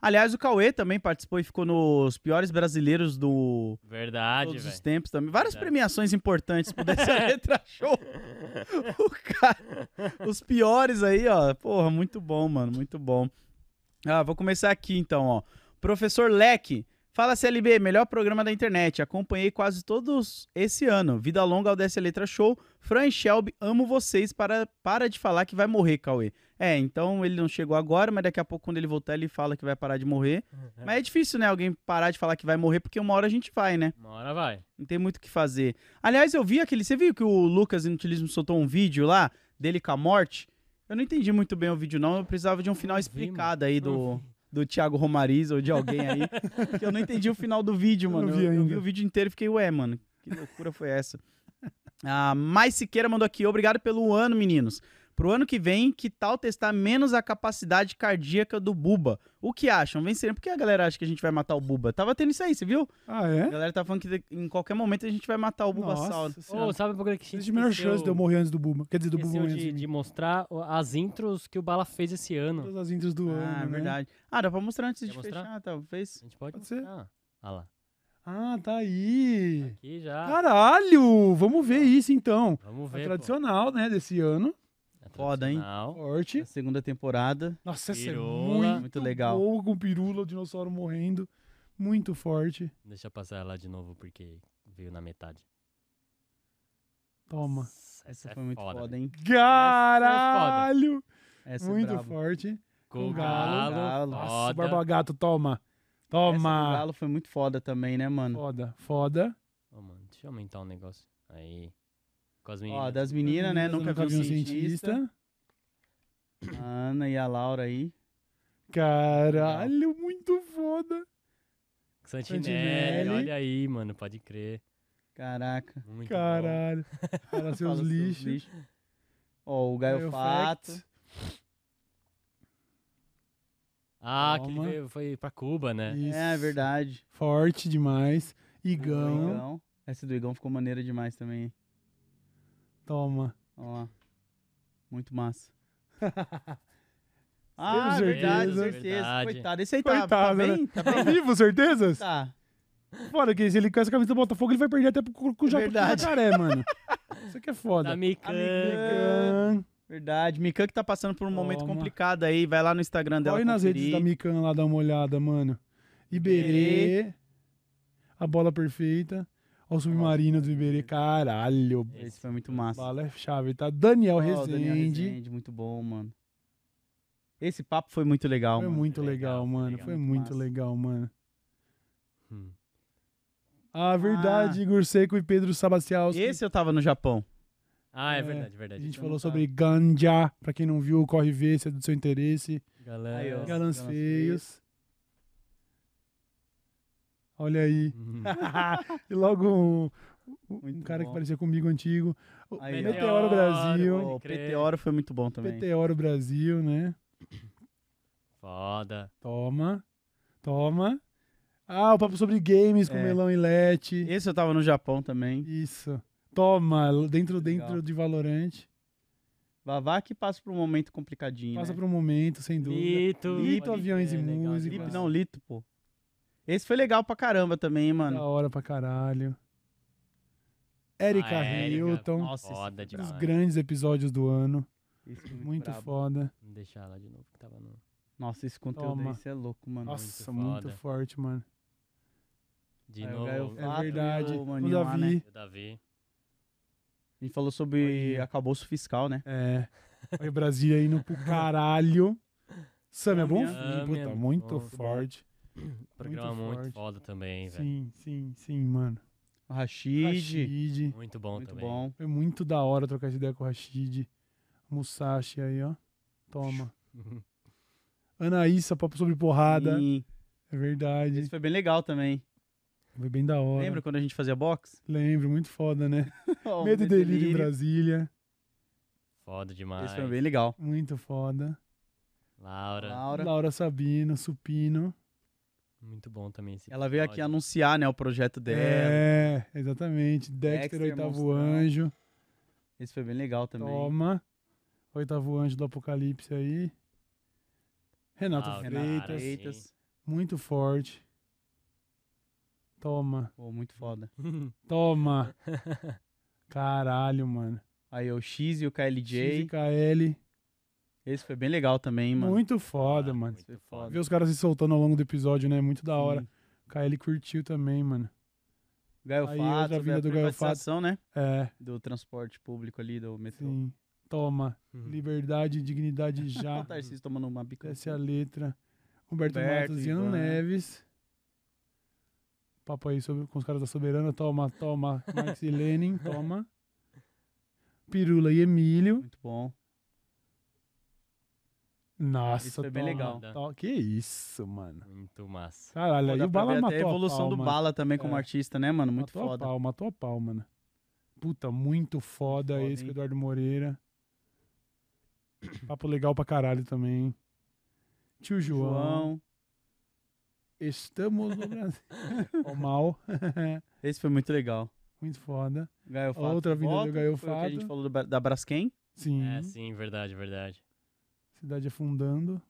Speaker 2: Aliás, o Cauê também participou e ficou nos piores brasileiros do
Speaker 4: Verdade,
Speaker 2: todos os
Speaker 4: velho.
Speaker 2: tempos também. Várias
Speaker 4: Verdade.
Speaker 2: premiações importantes por dessa letra show. O cara, os piores aí, ó. Porra, muito bom, mano, muito bom. Ah, vou começar aqui então, ó. Professor Leque Fala CLB, melhor programa da internet. Acompanhei quase todos esse ano. Vida longa ao Desce a Letra Show. Fran e Shelby, amo vocês. Para, para de falar que vai morrer, Cauê. É, então ele não chegou agora, mas daqui a pouco, quando ele voltar, ele fala que vai parar de morrer.
Speaker 4: Uhum.
Speaker 2: Mas é difícil, né? Alguém parar de falar que vai morrer, porque uma hora a gente vai, né?
Speaker 4: Uma hora vai.
Speaker 2: Não tem muito o que fazer. Aliás, eu vi aquele. Você viu que o Lucas Inutilismo soltou um vídeo lá dele com a morte? Eu não entendi muito bem o vídeo, não. Eu precisava de um final
Speaker 4: vi,
Speaker 2: explicado aí
Speaker 4: Não
Speaker 2: do, do Thiago Romariz ou de alguém aí. que eu não entendi o final do vídeo, mano.
Speaker 1: não vi
Speaker 2: eu, eu vi
Speaker 1: ainda.
Speaker 2: o vídeo inteiro e fiquei, ué, mano, que loucura foi essa? Ah, Mais Siqueira mandou aqui. Obrigado pelo ano, meninos. Pro ano que vem, que tal testar menos a capacidade cardíaca do Buba? O que acham? Vencerem? Por que a galera acha que a gente vai matar o Buba? Tava tendo isso aí, você viu?
Speaker 1: Ah,
Speaker 2: A
Speaker 1: é?
Speaker 2: galera tá falando que de- em qualquer momento a gente vai matar o Bulbasaur.
Speaker 1: Nossa
Speaker 4: Ô,
Speaker 1: senhora.
Speaker 4: sabe por que a gente
Speaker 2: é
Speaker 1: Existe a menor chance é de eu morrer antes do Buma. Quer dizer, do Buma
Speaker 4: esqueceu
Speaker 1: antes
Speaker 4: de,
Speaker 1: de,
Speaker 2: assim.
Speaker 4: de
Speaker 1: mim.
Speaker 4: mostrar o- as intros que o Bala fez esse ano.
Speaker 1: Todas as intros do ano,
Speaker 2: Ah, é
Speaker 1: né?
Speaker 2: verdade. Ah, dá pra mostrar antes
Speaker 4: Quer
Speaker 2: de
Speaker 4: mostrar?
Speaker 2: fechar, talvez.
Speaker 4: A gente pode,
Speaker 1: Pode ser.
Speaker 4: mostrar. Ah lá.
Speaker 1: Ah, tá aí.
Speaker 4: Aqui já.
Speaker 1: Caralho! Vamos ver isso, então.
Speaker 4: Ah. Vamos
Speaker 1: É
Speaker 4: ver. pô.
Speaker 1: tradicional, né, desse ano.
Speaker 4: É
Speaker 2: Foda, hein?
Speaker 4: tradicional.
Speaker 1: Forte.
Speaker 2: A segunda temporada.
Speaker 1: Nossa, essa é
Speaker 4: Pirula.
Speaker 1: muito,
Speaker 2: Muito legal.
Speaker 1: boa, com pirula, o dinossauro morrendo. Muito forte.
Speaker 4: Deixa eu passar lá de novo porque veio na metade. é
Speaker 1: Toma.
Speaker 4: Nossa,
Speaker 2: Essa foi muito foda,
Speaker 4: velho.
Speaker 2: hein?
Speaker 1: Caralho!
Speaker 2: Essa é
Speaker 1: Muito
Speaker 2: brava.
Speaker 1: forte.
Speaker 4: Com
Speaker 1: Com
Speaker 4: o
Speaker 1: galo.
Speaker 4: galo.
Speaker 1: Nossa,
Speaker 4: Foda.
Speaker 1: Barbagato, toma.
Speaker 2: Essa é do
Speaker 1: Toma.
Speaker 2: Galo foi muito foda também, né, mano?
Speaker 1: Foda, foda.
Speaker 4: Ô, mano, deixa eu aumentar um negócio. Aí. Com as
Speaker 2: Ó,
Speaker 4: meninas.
Speaker 2: das meninas, né?
Speaker 1: Eu
Speaker 2: Nunca, vi um cientista. A Ana e a Laura aí.
Speaker 1: Caralho, muito foda.
Speaker 4: Santinelli,
Speaker 1: Santinelli.
Speaker 4: olha aí, mano, pode crer.
Speaker 2: Caraca.
Speaker 4: Muito bom.
Speaker 1: Caralho. Para seus
Speaker 2: Fala
Speaker 1: lixos.
Speaker 2: lixos. Ó, o Gaio Fato.
Speaker 1: Fact.
Speaker 4: Ah, que ele
Speaker 1: Calma.
Speaker 4: veio- foi pra Cuba, né?
Speaker 1: Isso.
Speaker 2: É, verdade.
Speaker 1: Forte demais.
Speaker 2: O
Speaker 1: Igão.
Speaker 2: Igão. Essa do Igão ficou maneira demais também, hein?
Speaker 1: Toma.
Speaker 2: Ó lá. Muito massa.
Speaker 1: Temos
Speaker 2: Ah, verdade,
Speaker 1: certeza.
Speaker 2: certeza.
Speaker 4: Verdade.
Speaker 2: Coitado. Esse aí tá, tá
Speaker 1: Coitado, né?
Speaker 2: bem? Tá bem?
Speaker 1: Tá vivo, certezas?
Speaker 2: Tá.
Speaker 1: Foda que se ele com essa camisa do Botafogo, ele vai perder até pro cu- cu- ja- pro
Speaker 2: Verdade.
Speaker 1: jacaré, mano. Isso aqui é
Speaker 4: Tá
Speaker 1: foda.
Speaker 4: micando.
Speaker 1: Mikan.
Speaker 2: Verdade. Mikan que tá passando por um momento
Speaker 1: Toma.
Speaker 2: complicado aí. Vai lá no Instagram dela.
Speaker 1: Corre nas redes da
Speaker 2: conferir.
Speaker 1: Mikan lá, dá uma olhada, mano. Iberê. A bola perfeita. Olha o submarino do Iberê. Caralho.
Speaker 2: Esse foi muito massa.
Speaker 1: Bala é chave, tá? Daniel
Speaker 2: Ó, o
Speaker 1: Rezende.
Speaker 2: Daniel Rezende, muito bom, mano. Esse papo foi muito legal,
Speaker 1: Foi
Speaker 2: mano.
Speaker 1: muito
Speaker 4: Legal,
Speaker 1: legal,
Speaker 4: foi
Speaker 1: mano.
Speaker 4: legal,
Speaker 1: Foi
Speaker 2: muito
Speaker 1: muito
Speaker 2: massa.
Speaker 1: legal, mano.
Speaker 4: Hum.
Speaker 1: Ah, verdade. Igor Seco e Pedro Sabacial.
Speaker 2: Esse eu tava no Japão.
Speaker 4: Ah, é,
Speaker 1: É,
Speaker 4: verdade,
Speaker 1: A
Speaker 4: verdade. Tá
Speaker 1: gente
Speaker 2: eu
Speaker 1: falou
Speaker 2: não tava.
Speaker 1: sobre ganja. Pra quem não viu, corre ver se é do seu interesse.
Speaker 4: Galera.
Speaker 2: Aí, ó.
Speaker 1: Galãs
Speaker 2: galãs
Speaker 1: feios. Olha aí.
Speaker 4: Hum.
Speaker 1: e logo um, um- um
Speaker 2: Muito
Speaker 1: cara
Speaker 2: bom.
Speaker 1: que parecia comigo antigo. O
Speaker 2: Aí, ó.
Speaker 1: Meteoro Brasil.
Speaker 4: Pode
Speaker 2: Ó, o
Speaker 4: crer.
Speaker 2: Meteoro foi muito bom também.
Speaker 1: Meteoro Brasil, né?
Speaker 4: Foda.
Speaker 1: Toma. Toma. Ah, o papo sobre games com
Speaker 2: É.
Speaker 1: Melão e Lete.
Speaker 2: Esse eu tava no Japão também.
Speaker 1: Isso. Toma, dentro,
Speaker 2: Legal.
Speaker 1: dentro de Valorante.
Speaker 2: Vavá que passa por um momento complicadinho.
Speaker 1: Passa
Speaker 2: né?
Speaker 1: por um momento, sem dúvida.
Speaker 4: Lito.
Speaker 1: Lito,
Speaker 4: pode
Speaker 1: aviões
Speaker 4: crer,
Speaker 1: e
Speaker 4: legal demais.
Speaker 1: música.
Speaker 2: Lip, não, Lito, pô. Esse foi legal pra caramba também, hein, mano.
Speaker 1: Da hora pra caralho. Érica
Speaker 4: Ah, Érica.
Speaker 1: Hilton.
Speaker 4: Nossa,
Speaker 2: Nossa,
Speaker 4: foda
Speaker 2: esse
Speaker 1: Um dos
Speaker 4: demais.
Speaker 1: grandes episódios do ano.
Speaker 2: Esse foi muito,
Speaker 1: Muito
Speaker 2: brabo.
Speaker 1: foda.
Speaker 4: Vamos deixar lá de novo que tava no.
Speaker 2: Nossa, esse conteúdo
Speaker 1: Toma.
Speaker 2: aí, cê é louco, mano.
Speaker 1: Nossa,
Speaker 4: foda.
Speaker 1: muito forte, mano.
Speaker 4: De
Speaker 2: Aí, o
Speaker 4: novo.
Speaker 2: Gaio-
Speaker 1: É
Speaker 2: Fato,
Speaker 1: verdade.
Speaker 2: e o
Speaker 1: O
Speaker 2: Maninho lá, né?
Speaker 1: Davi.
Speaker 4: O Davi.
Speaker 2: A gente falou sobre
Speaker 1: Olha.
Speaker 2: acabouço fiscal, né?
Speaker 1: É. Olha o Brasília é indo pro caralho. Sam é bom?
Speaker 2: Sam,
Speaker 1: filho,
Speaker 4: é
Speaker 1: Puta,
Speaker 4: bom,
Speaker 1: muito
Speaker 4: bom.
Speaker 1: forte.
Speaker 4: Programa muito,
Speaker 1: forte.
Speaker 4: foda também, velho.
Speaker 1: Sim, sim, sim, mano.
Speaker 2: O Rashid.
Speaker 1: Rashid.
Speaker 4: Muito bom
Speaker 2: Muito
Speaker 4: também.
Speaker 2: bom.
Speaker 1: Foi muito da hora trocar essa ideia com o Rashid. Musashi aí, ó. Toma. Anaísa, papo sobre porrada.
Speaker 2: Sim.
Speaker 1: É verdade.
Speaker 2: Esse foi bem legal também.
Speaker 1: Foi bem da hora.
Speaker 2: Lembra quando a gente fazia box? Oh,
Speaker 1: Lembro, muito foda, né?
Speaker 2: Ó, o
Speaker 1: Medo e delírio em Brasília.
Speaker 4: Foda demais.
Speaker 2: Esse foi bem legal.
Speaker 1: Muito foda.
Speaker 4: Laura.
Speaker 1: Ah.
Speaker 2: Laura.
Speaker 1: Laura Sabino, Supino.
Speaker 4: Muito bom também esse
Speaker 2: Ela veio aqui
Speaker 4: episódio.
Speaker 2: anunciar, né, o projeto dela.
Speaker 1: É, exatamente. Dexter,
Speaker 2: Dexter,
Speaker 1: oitavo
Speaker 2: monstrão.
Speaker 1: anjo.
Speaker 2: Esse foi bem legal também.
Speaker 1: Toma. Oitavo anjo do apocalipse aí. Renato
Speaker 4: Ah, o
Speaker 1: Freitas.
Speaker 2: Renato
Speaker 4: Freitas.
Speaker 2: Freitas.
Speaker 1: Muito forte. Toma,
Speaker 2: Pô, muito foda.
Speaker 1: toma. Caralho, mano.
Speaker 2: Aí o X e o KLJ.
Speaker 1: XKL.
Speaker 2: Esse foi bem legal também, mano.
Speaker 1: Muito foda,
Speaker 4: Ah,
Speaker 1: mano.
Speaker 4: Muito
Speaker 2: Foi
Speaker 4: foda.
Speaker 2: foda.
Speaker 1: Ver os caras se soltando ao longo do episódio, né? Muito da hora.
Speaker 2: Sim.
Speaker 1: KL curtiu também, mano.
Speaker 2: Gaio
Speaker 1: Aí,
Speaker 2: Fato,
Speaker 1: outra
Speaker 2: veio
Speaker 1: vinda
Speaker 2: a
Speaker 1: do Gaio Fato.
Speaker 2: privatização, né?
Speaker 1: É,
Speaker 2: Do transporte público ali, do metrô.
Speaker 1: sim. Toma.
Speaker 4: Uhum.
Speaker 1: Liberdade, dignidade
Speaker 2: Olha
Speaker 1: já.
Speaker 2: o um Tarcísio tomando uma bica.
Speaker 1: Essa é a letra. Humberto,
Speaker 2: Humberto,
Speaker 1: Matos, Ian
Speaker 2: Ivan.
Speaker 1: Neves. Papo aí sobre, com os caras da Soberana. Toma, toma. Marx e Lenin, toma. Pirula e Emílio.
Speaker 2: Muito bom.
Speaker 1: Nossa,
Speaker 2: Isso foi bem
Speaker 1: toma,
Speaker 2: legal. né?
Speaker 1: toma. Que isso, mano.
Speaker 4: Muito massa.
Speaker 1: Caralho,
Speaker 2: Pô,
Speaker 1: aí
Speaker 2: dá
Speaker 1: o
Speaker 2: pra
Speaker 1: Bala
Speaker 2: ver
Speaker 1: matou
Speaker 2: até a evolução
Speaker 1: pau,
Speaker 2: do
Speaker 1: mano.
Speaker 2: Bala também como
Speaker 1: É.
Speaker 2: artista, né, mano? Muito
Speaker 1: matou
Speaker 2: foda.
Speaker 1: a pau, matou a pau, mano. Puta, muito foda
Speaker 2: Muito foda,
Speaker 1: esse com
Speaker 2: hein?
Speaker 1: o Eduardo Moreira. Papo legal pra caralho também. hein? Tio João.
Speaker 2: João.
Speaker 1: Estamos no Brasil. Ó, mal.
Speaker 2: Esse foi muito legal.
Speaker 1: muito foda.
Speaker 2: Gaio Fato.
Speaker 1: Outra vinda do
Speaker 2: volta,
Speaker 1: Gaio
Speaker 2: foi o que a gente
Speaker 1: Fato.
Speaker 2: falou do Bra- da Braskem.
Speaker 1: Sim.
Speaker 4: É, sim, verdade, verdade.
Speaker 1: Cidade afundando.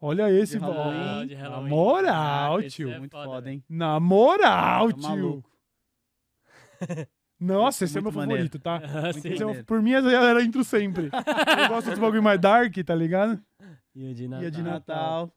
Speaker 1: Olha esse,
Speaker 2: De Halloween.
Speaker 1: ó.
Speaker 4: Ah, de Halloween.
Speaker 1: Na moral,
Speaker 4: Caraca, esse
Speaker 1: tio.
Speaker 4: é
Speaker 2: Muito foda,
Speaker 4: velho.
Speaker 2: hein?
Speaker 1: Na moral,
Speaker 2: Tá
Speaker 1: tio.
Speaker 2: maluco.
Speaker 1: Nossa, esse
Speaker 2: Esse é
Speaker 1: é meu
Speaker 2: muito maneiro. né?
Speaker 1: favorito, tá?
Speaker 4: Ah,
Speaker 2: Muito
Speaker 4: sim.
Speaker 1: Esse é o-
Speaker 2: maneiro.
Speaker 1: por mim, essa era intro sempre. Eu gosto dos bagulho mais dark, tá ligado?
Speaker 4: E a de
Speaker 1: E a de
Speaker 4: Natal.
Speaker 1: Natal.
Speaker 2: Natal.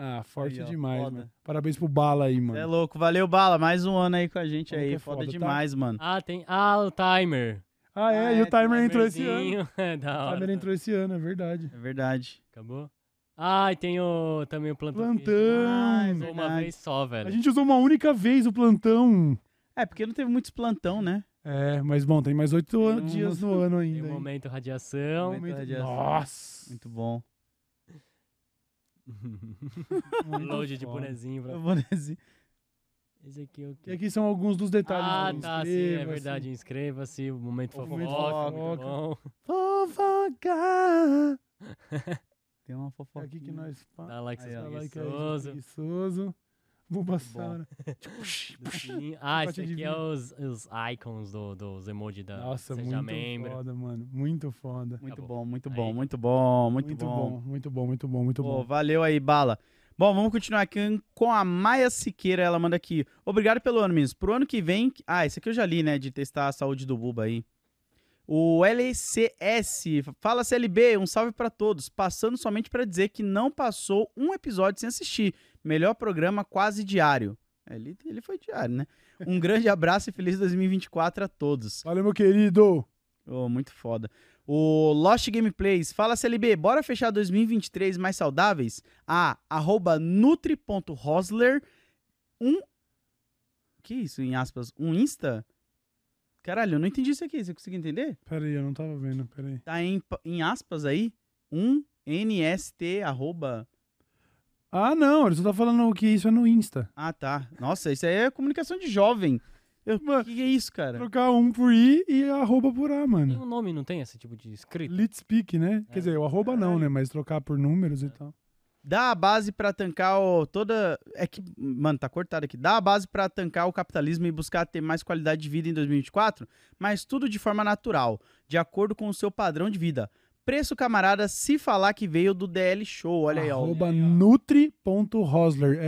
Speaker 1: Ah, forte
Speaker 2: Aí, ó,
Speaker 1: demais,
Speaker 2: foda.
Speaker 1: mano. Parabéns pro Bala aí,
Speaker 2: Cê é
Speaker 1: mano.
Speaker 2: louco. Valeu, Bala. Mais um ano aí com a gente
Speaker 1: Como que
Speaker 2: aí.
Speaker 1: é
Speaker 2: foda,
Speaker 1: foda, tá?
Speaker 2: demais, mano.
Speaker 4: Ah, tem. Ah, o timer.
Speaker 1: Ah, é, e
Speaker 2: Ah,
Speaker 1: o
Speaker 2: é,
Speaker 1: timer entrou esse ano.
Speaker 4: Timerzinho. É da
Speaker 1: O
Speaker 4: hora.
Speaker 1: timer entrou esse ano, é verdade.
Speaker 2: É verdade.
Speaker 4: Acabou? Ah, e tem o, também o plantão. que a gente
Speaker 1: Plantão.
Speaker 2: é
Speaker 4: usou Uma
Speaker 2: verdade.
Speaker 4: vez só, velho.
Speaker 1: A gente usou uma única vez o plantão.
Speaker 2: É, porque não teve muitos plantão, né?
Speaker 1: É, mas bom, tem mais oito an-
Speaker 2: um-
Speaker 1: dias no ano
Speaker 4: Tem
Speaker 1: ainda.
Speaker 4: o
Speaker 1: hein?
Speaker 4: momento radiação.
Speaker 2: Momento radiação.
Speaker 1: Nossa!
Speaker 2: Muito bom.
Speaker 1: Então, Muito
Speaker 4: Load de
Speaker 1: foda.
Speaker 4: bonezinho. Pra...
Speaker 2: Eu vou nesse-
Speaker 4: Esse aqui é o que?
Speaker 1: E aqui são alguns dos detalhes.
Speaker 4: Ah,
Speaker 1: então
Speaker 4: tá, sim, é
Speaker 1: inscreva-se.
Speaker 4: verdade. Inscreva-se, o momento
Speaker 1: O
Speaker 4: fofoca,
Speaker 1: momento
Speaker 4: muito bom.
Speaker 1: Fofoca!
Speaker 2: Tem uma
Speaker 1: É
Speaker 2: fofoca.
Speaker 1: aqui que nós...
Speaker 4: Dá um like se
Speaker 2: Aí, ó.
Speaker 1: Dá like Tá. aí,
Speaker 4: preguiçoso.
Speaker 1: preguiçoso. né? Bulbasaur.
Speaker 4: do sininho. Ah, esse
Speaker 1: Patinho de
Speaker 4: aqui é
Speaker 1: vinho.
Speaker 4: os, os icons do, dos emojis da
Speaker 1: Nossa,
Speaker 4: Seja
Speaker 1: muito
Speaker 4: Membro.
Speaker 1: foda, mano. Muito foda.
Speaker 2: Muito
Speaker 4: Tá bom.
Speaker 2: bom, muito
Speaker 4: Aí.
Speaker 2: bom, muito bom, muito, bom.
Speaker 1: Muito bom, muito bom, muito
Speaker 2: Pô,
Speaker 1: bom.
Speaker 2: valeu aí, bala. Bom, vamos continuar aqui com a Maia Siqueira. Ela manda aqui. Obrigado pelo ano, meninos. Pro ano que vem. Ah, esse aqui eu já li, né? De testar a saúde do Buba aí. O LCS. Fala CLB, um salve pra todos. Passando somente pra dizer que não passou um episódio sem assistir. Melhor programa quase diário. É, Ele, ele foi diário, né? Um grande abraço e feliz 2024 a todos.
Speaker 1: Valeu, meu querido.
Speaker 2: Oh, muito foda. O Lost Gameplays. Fala, CLB, bora fechar 2023 mais saudáveis? Ah, arroba nutri.rosler. Um... Que isso, em aspas? Um Insta? Caralho, eu não entendi isso aqui. Você conseguiu entender?
Speaker 1: Pera aí, eu não tava vendo, pera aí.
Speaker 2: Tá em, pa- em aspas aí? Um NST arroba...
Speaker 1: Ah, não, ele só tá falando que isso é no Insta.
Speaker 2: Ah, tá. Nossa, isso aí é comunicação de jovem. Eu,
Speaker 1: Mano,
Speaker 2: que que é isso, cara?
Speaker 1: Trocar um por I e arroba por A,
Speaker 4: Tem
Speaker 1: mano.
Speaker 4: um nome, não tem esse tipo de escrito?
Speaker 1: Let's speak, né?
Speaker 4: É.
Speaker 1: Quer dizer, o arroba não, né? Mas trocar por números e tal.
Speaker 2: Dá a base pra tancar o, toda. É que, mano, tá cortado aqui. Dá a base pra tancar o capitalismo e buscar ter mais qualidade de vida em 2024, mas tudo de forma natural, de acordo com o seu padrão de vida. Preço camarada se falar que veio do DL Show. Olha aí, ó.
Speaker 1: Arroba nutri.rosler,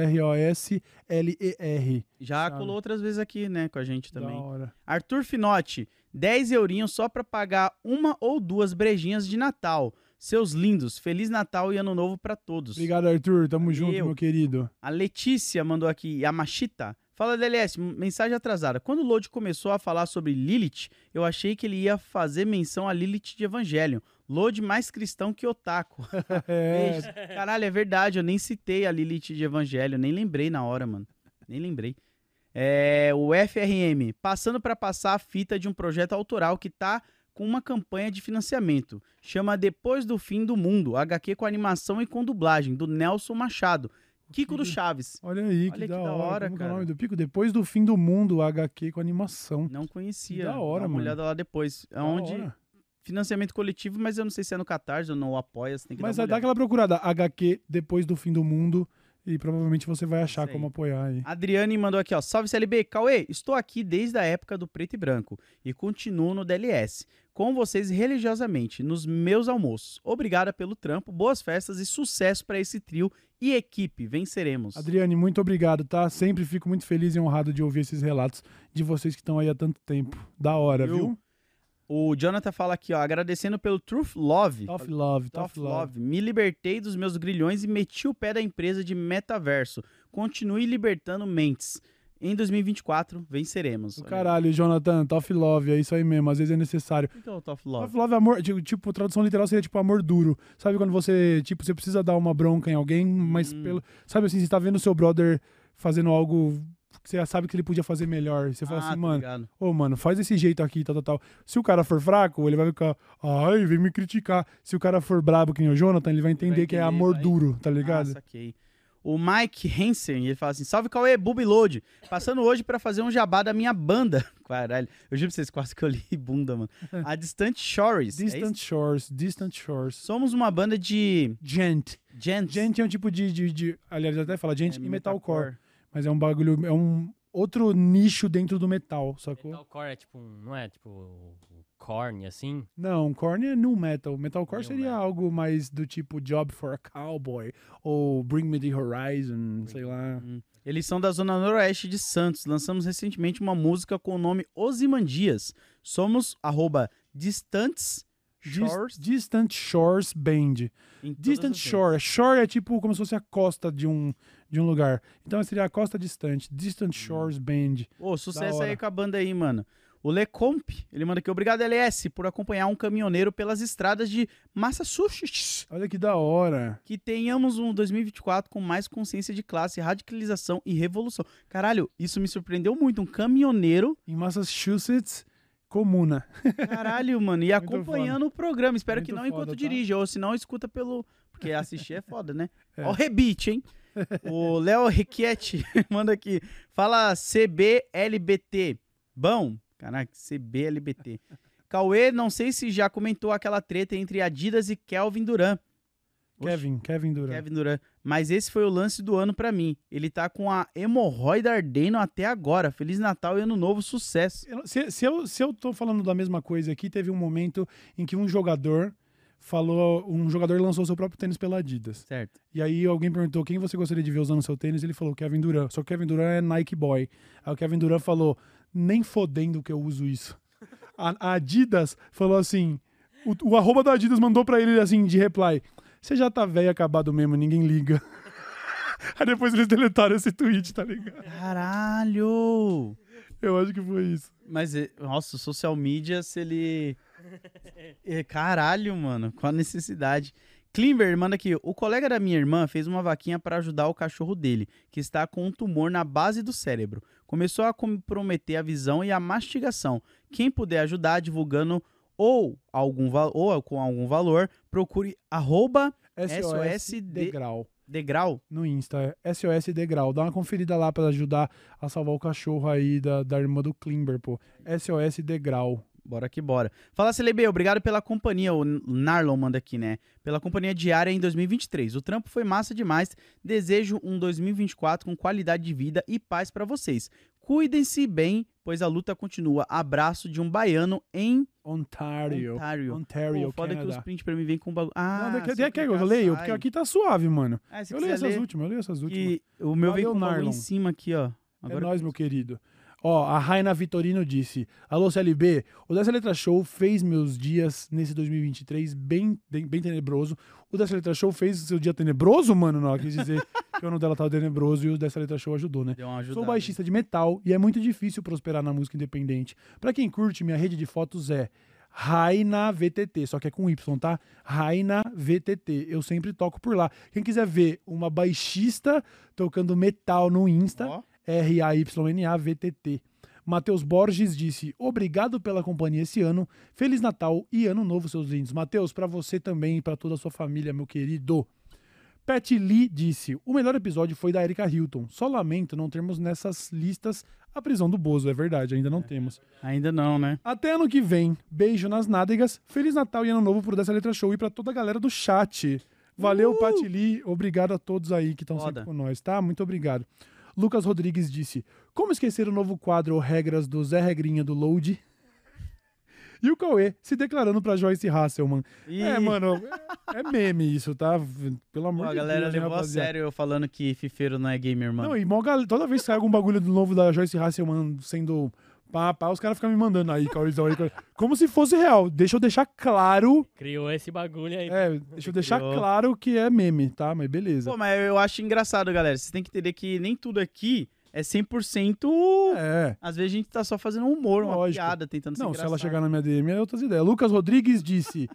Speaker 1: R-O-S-L-E-R.
Speaker 2: Já
Speaker 1: sabe.
Speaker 2: colou outras vezes aqui, né, com a gente
Speaker 1: Da
Speaker 2: também.
Speaker 1: hora.
Speaker 2: Arthur Finotti, 10 eurinhos só pra pagar uma ou duas brejinhas de Natal. Seus lindos, Feliz Natal e Ano Novo pra todos.
Speaker 1: Obrigado, Arthur. Tamo
Speaker 2: Valeu.
Speaker 1: junto, meu querido.
Speaker 2: A Letícia mandou aqui, a Machita. Fala, DLS, m- mensagem atrasada. Quando o Load começou a falar sobre Lilith, eu achei que ele ia fazer menção a Lilith de Evangelho. Load mais cristão que otaku.
Speaker 1: É,
Speaker 2: Caralho, é verdade, eu nem citei a Lilith de Evangelho, nem lembrei na hora, mano. Nem lembrei. É, o FRM, passando pra passar a fita de um projeto autoral que tá com uma campanha de financiamento. Chama Depois do Fim do Mundo, HQ com animação e com dublagem, do Nelson Machado. Kiko do Chaves.
Speaker 1: olha aí, que,
Speaker 2: Olha
Speaker 1: da, hora. Como que é o
Speaker 2: cara.
Speaker 1: nome do pico? Depois do fim do mundo, HQ com animação.
Speaker 2: Não conhecia.
Speaker 1: Da hora,
Speaker 2: Dá uma
Speaker 1: mano.
Speaker 2: olhada lá depois. É
Speaker 1: Da
Speaker 2: onde
Speaker 1: hora.
Speaker 2: financiamento coletivo, mas eu não sei se é no Catarse ou no Apoia, você tem que
Speaker 1: Mas aí
Speaker 2: dar uma
Speaker 1: dá
Speaker 2: olhada.
Speaker 1: aquela procurada, HQ depois do fim do mundo, e provavelmente você vai achar
Speaker 2: Isso aí.
Speaker 1: como apoiar aí.
Speaker 2: Adriane mandou aqui, ó. Salve CLB, Cauê, estou aqui desde a época do preto e branco e continuo no DLS, com vocês religiosamente, nos meus almoços. Obrigada pelo trampo, boas festas e sucesso para esse trio e equipe. Venceremos.
Speaker 1: Adriane, muito obrigado, tá? Sempre fico muito feliz e honrado de ouvir esses relatos de vocês que estão aí há tanto tempo. Da hora,
Speaker 2: Eu-
Speaker 1: viu?
Speaker 2: O Jonathan fala aqui, ó, agradecendo pelo Truth Love.
Speaker 1: Tough love, tough,
Speaker 2: Tough
Speaker 1: love.
Speaker 2: Love. Me libertei dos meus grilhões e meti o pé da empresa de metaverso. continue libertando mentes. Em 2024, venceremos.
Speaker 1: O
Speaker 2: Olha
Speaker 1: caralho, Jonathan, tough love, é isso aí mesmo, às vezes é necessário.
Speaker 2: aí. O que é o Tough Love?
Speaker 1: Tough love, amor, tipo, tipo, tradução literal seria tipo amor duro. Sabe quando você, tipo, você precisa dar uma bronca em alguém, mas
Speaker 2: Hum.
Speaker 1: pelo. Sabe assim, você tá vendo seu brother fazendo algo que você já sabe que ele podia fazer melhor. Você fala
Speaker 2: Ah,
Speaker 1: assim,
Speaker 2: tá
Speaker 1: mano,
Speaker 2: ligado.
Speaker 1: ô, mano, faz desse jeito aqui, tal, tal, tal. Se o cara for fraco, ele vai ficar, ai, vem me criticar. Se o cara for brabo, que nem o Jonathan, ele vai entender, que é
Speaker 2: entender,
Speaker 1: amor
Speaker 2: vai-
Speaker 1: duro, tá
Speaker 2: Ah,
Speaker 1: ligado?
Speaker 2: saquei. O Mike Hansen, ele fala assim: Salve Cauê, Bubiload. Passando hoje pra fazer um jabá da minha banda. Caralho, eu juro pra vocês, quase que eu li bunda, mano. A Distant Shores. é isso?
Speaker 1: Distant Shores, Distant Shores.
Speaker 2: Somos uma banda de
Speaker 1: Gent.
Speaker 2: gents.
Speaker 1: Gent é um tipo de. de, de- aliás, até fala
Speaker 2: É,
Speaker 1: gente e metalcore. Mas é um bagulho. É um outro nicho dentro do metal, sacou?
Speaker 4: Metalcore é tipo, um- não é tipo o corne assim?
Speaker 1: Não, corn é new metal. Metalcore
Speaker 4: New
Speaker 1: seria
Speaker 4: metal.
Speaker 1: algo mais do tipo Job for a Cowboy ou Bring Me the Horizon, sei lá.
Speaker 2: Eles são da zona noroeste de Santos. Lançamos recentemente uma música com o nome Osimandias. Somos arroba distantes
Speaker 1: Dis-
Speaker 2: shores.
Speaker 1: Distant Shores Band.
Speaker 2: em todas
Speaker 1: Distant
Speaker 2: as redes.
Speaker 1: Shore. Shore é tipo como se fosse a costa de um, de um lugar. Então seria a costa distante.
Speaker 2: Hum.
Speaker 1: Distant Shores Band.
Speaker 2: Ô, sucesso
Speaker 1: hora.
Speaker 2: aí com a banda aí, mano. O Lecomp, ele manda aqui, obrigado LS por acompanhar um caminhoneiro pelas estradas de Massachusetts.
Speaker 1: Olha que da hora.
Speaker 2: Que tenhamos um 2024 com mais consciência de classe, radicalização e revolução. Caralho, isso me surpreendeu muito. Um caminhoneiro,
Speaker 1: Em Massachusetts, comuna.
Speaker 2: caralho, mano, e
Speaker 1: Muito
Speaker 2: acompanhando o programa. Espero que
Speaker 1: Muito
Speaker 2: não enquanto
Speaker 1: foda, tá?
Speaker 2: dirige, ou se não, escuta pelo. Porque assistir é foda, né?
Speaker 1: É.
Speaker 2: Ó, o rebite, hein? O Léo Riquetti manda aqui. Fala CBLBT. Bom, caraca, CBLBT. Cauê, não sei se já comentou aquela treta entre Adidas e Kelvin Duran. Oxe.
Speaker 1: Kevin, Kevin Durant.
Speaker 2: Kevin Durant. Mas esse foi o lance do ano pra mim. Ele tá com a hemorroida ardendo até agora. Feliz Natal e Ano Novo, sucesso.
Speaker 1: Eu não- Se, se eu, se eu tô falando da mesma coisa aqui, teve um momento em que um jogador falou. Um jogador lançou seu próprio tênis pela Adidas.
Speaker 2: Certo.
Speaker 1: E aí alguém perguntou quem você gostaria de ver usando seu tênis. Ele falou Kevin Durant. Só que Kevin Durant é Nike Boy. Aí o Kevin Durant falou: nem fodendo que eu uso isso. A, a Adidas falou assim: o, o arroba da Adidas mandou pra ele assim de reply: Você já tá velho e acabado mesmo, ninguém liga. Aí depois eles deletaram esse tweet, tá ligado?
Speaker 2: Caralho!
Speaker 1: Eu acho que foi isso.
Speaker 2: Mas, eh, nossa, o social media, se ele. Eh, Caralho, mano, com a necessidade. Klimber manda aqui. O colega da minha irmã fez uma vaquinha para ajudar o cachorro dele, que está com um tumor na base do cérebro. Começou a comprometer a visão e a mastigação. Quem puder ajudar divulgando ou algum va- ou com algum valor, procure arroba SOS
Speaker 1: degrau.
Speaker 2: degrau.
Speaker 1: no Insta, é SOS Degrau. Dá uma conferida lá pra ajudar a salvar o cachorro aí da, da irmã do Klimber, pô. SOS Degrau.
Speaker 2: Bora que bora. Fala, CLB, obrigado pela companhia. O Narlon manda aqui, né? Pela companhia diária em 2023. O trampo foi massa demais. Desejo um 2024 com qualidade de vida e paz pra vocês. Cuidem-se bem, pois a luta continua. Abraço de um baiano em
Speaker 1: Ontario.
Speaker 2: Ontário.
Speaker 1: Ontario,
Speaker 2: Pô, foda que os
Speaker 1: Canadá.
Speaker 2: prints pra mim vêm com bagulho. Ah,
Speaker 1: Não, daqui,
Speaker 2: se eu
Speaker 1: daqui, eu
Speaker 2: clicar,
Speaker 1: leio,
Speaker 2: sai.
Speaker 1: porque aqui tá suave, mano.
Speaker 2: Ah, se
Speaker 1: Eu leio
Speaker 2: quiser
Speaker 1: essas
Speaker 2: ler,
Speaker 1: últimas, eu leio essas últimas.
Speaker 2: que o meu vem
Speaker 1: Valeu,
Speaker 2: com o bagulho em
Speaker 1: Narlon.
Speaker 2: cima aqui, ó.
Speaker 1: é nóis, meu querido. Ó, a Raina Vitorino disse: Alô, CLB, o Dessa Letra Show fez meus dias nesse 2023 bem, bem, bem tenebroso. O Dessa Letra Show fez o seu dia tenebroso, mano? Não, ela quis dizer que o ano dela tava tenebroso e o Dessa Letra Show ajudou, né?
Speaker 2: Deu uma
Speaker 1: Sou
Speaker 2: ajudada.
Speaker 1: baixista de metal e é muito difícil prosperar na música independente. Pra quem curte, minha rede de fotos é Raina VTT, só que é com Y, tá? Raina VTT. Eu sempre toco por lá. Quem quiser ver uma baixista tocando metal no Insta,
Speaker 2: Ó,
Speaker 1: R-A-Y-N-A-V-T-T. Matheus Borges disse: Obrigado pela companhia esse ano. Feliz Natal e Ano Novo, seus lindos. Matheus, pra você também e pra toda a sua família, meu querido. Pat Lee disse: O melhor episódio foi da Erika Hilton. Só lamento não termos nessas listas a prisão do Bozo. É verdade, ainda não temos.
Speaker 2: ainda não, né?
Speaker 1: Até ano que vem. Beijo nas nádegas. Feliz Natal e Ano Novo por Dessa Letra Show e pra toda a galera do chat. Valeu, Pat Lee. Obrigado a todos aí que estão sempre
Speaker 2: Uh! Foda.
Speaker 1: com nós, tá? Muito obrigado. Lucas Rodrigues disse: Como esquecer o novo quadro ou regras do Zé Regrinha do Load? E o Cauê se declarando pra Joyce Hasselman. É,
Speaker 2: Ih.
Speaker 1: mano, é- é meme isso, tá? Pelo amor
Speaker 2: Pô,
Speaker 1: de
Speaker 2: a
Speaker 1: Deus.
Speaker 2: galera
Speaker 1: né,
Speaker 2: levou a
Speaker 1: rapaziada?
Speaker 2: sério eu falando que fifeiro não é gamer, mano.
Speaker 1: Não, e mó gal- toda vez que sai algum bagulho do novo da Joyce Hasselman sendo Pá, pá, os caras ficam me mandando aí, Cauizão aí. Cauizão. Como se fosse real. Deixa eu deixar claro.
Speaker 4: Criou esse bagulho aí.
Speaker 1: É, deixa eu deixar
Speaker 2: Criou.
Speaker 1: claro que é meme, tá? Mas beleza.
Speaker 2: Pô, mas eu acho engraçado, galera. Vocês têm que entender que nem tudo aqui é 100%.
Speaker 1: É.
Speaker 2: Às vezes a gente tá só fazendo um humor, uma
Speaker 1: Lógico.
Speaker 2: piada, tentando ser
Speaker 1: Não, se ela
Speaker 2: engraçado.
Speaker 1: chegar na minha DM, é outras ideias. Lucas Rodrigues disse.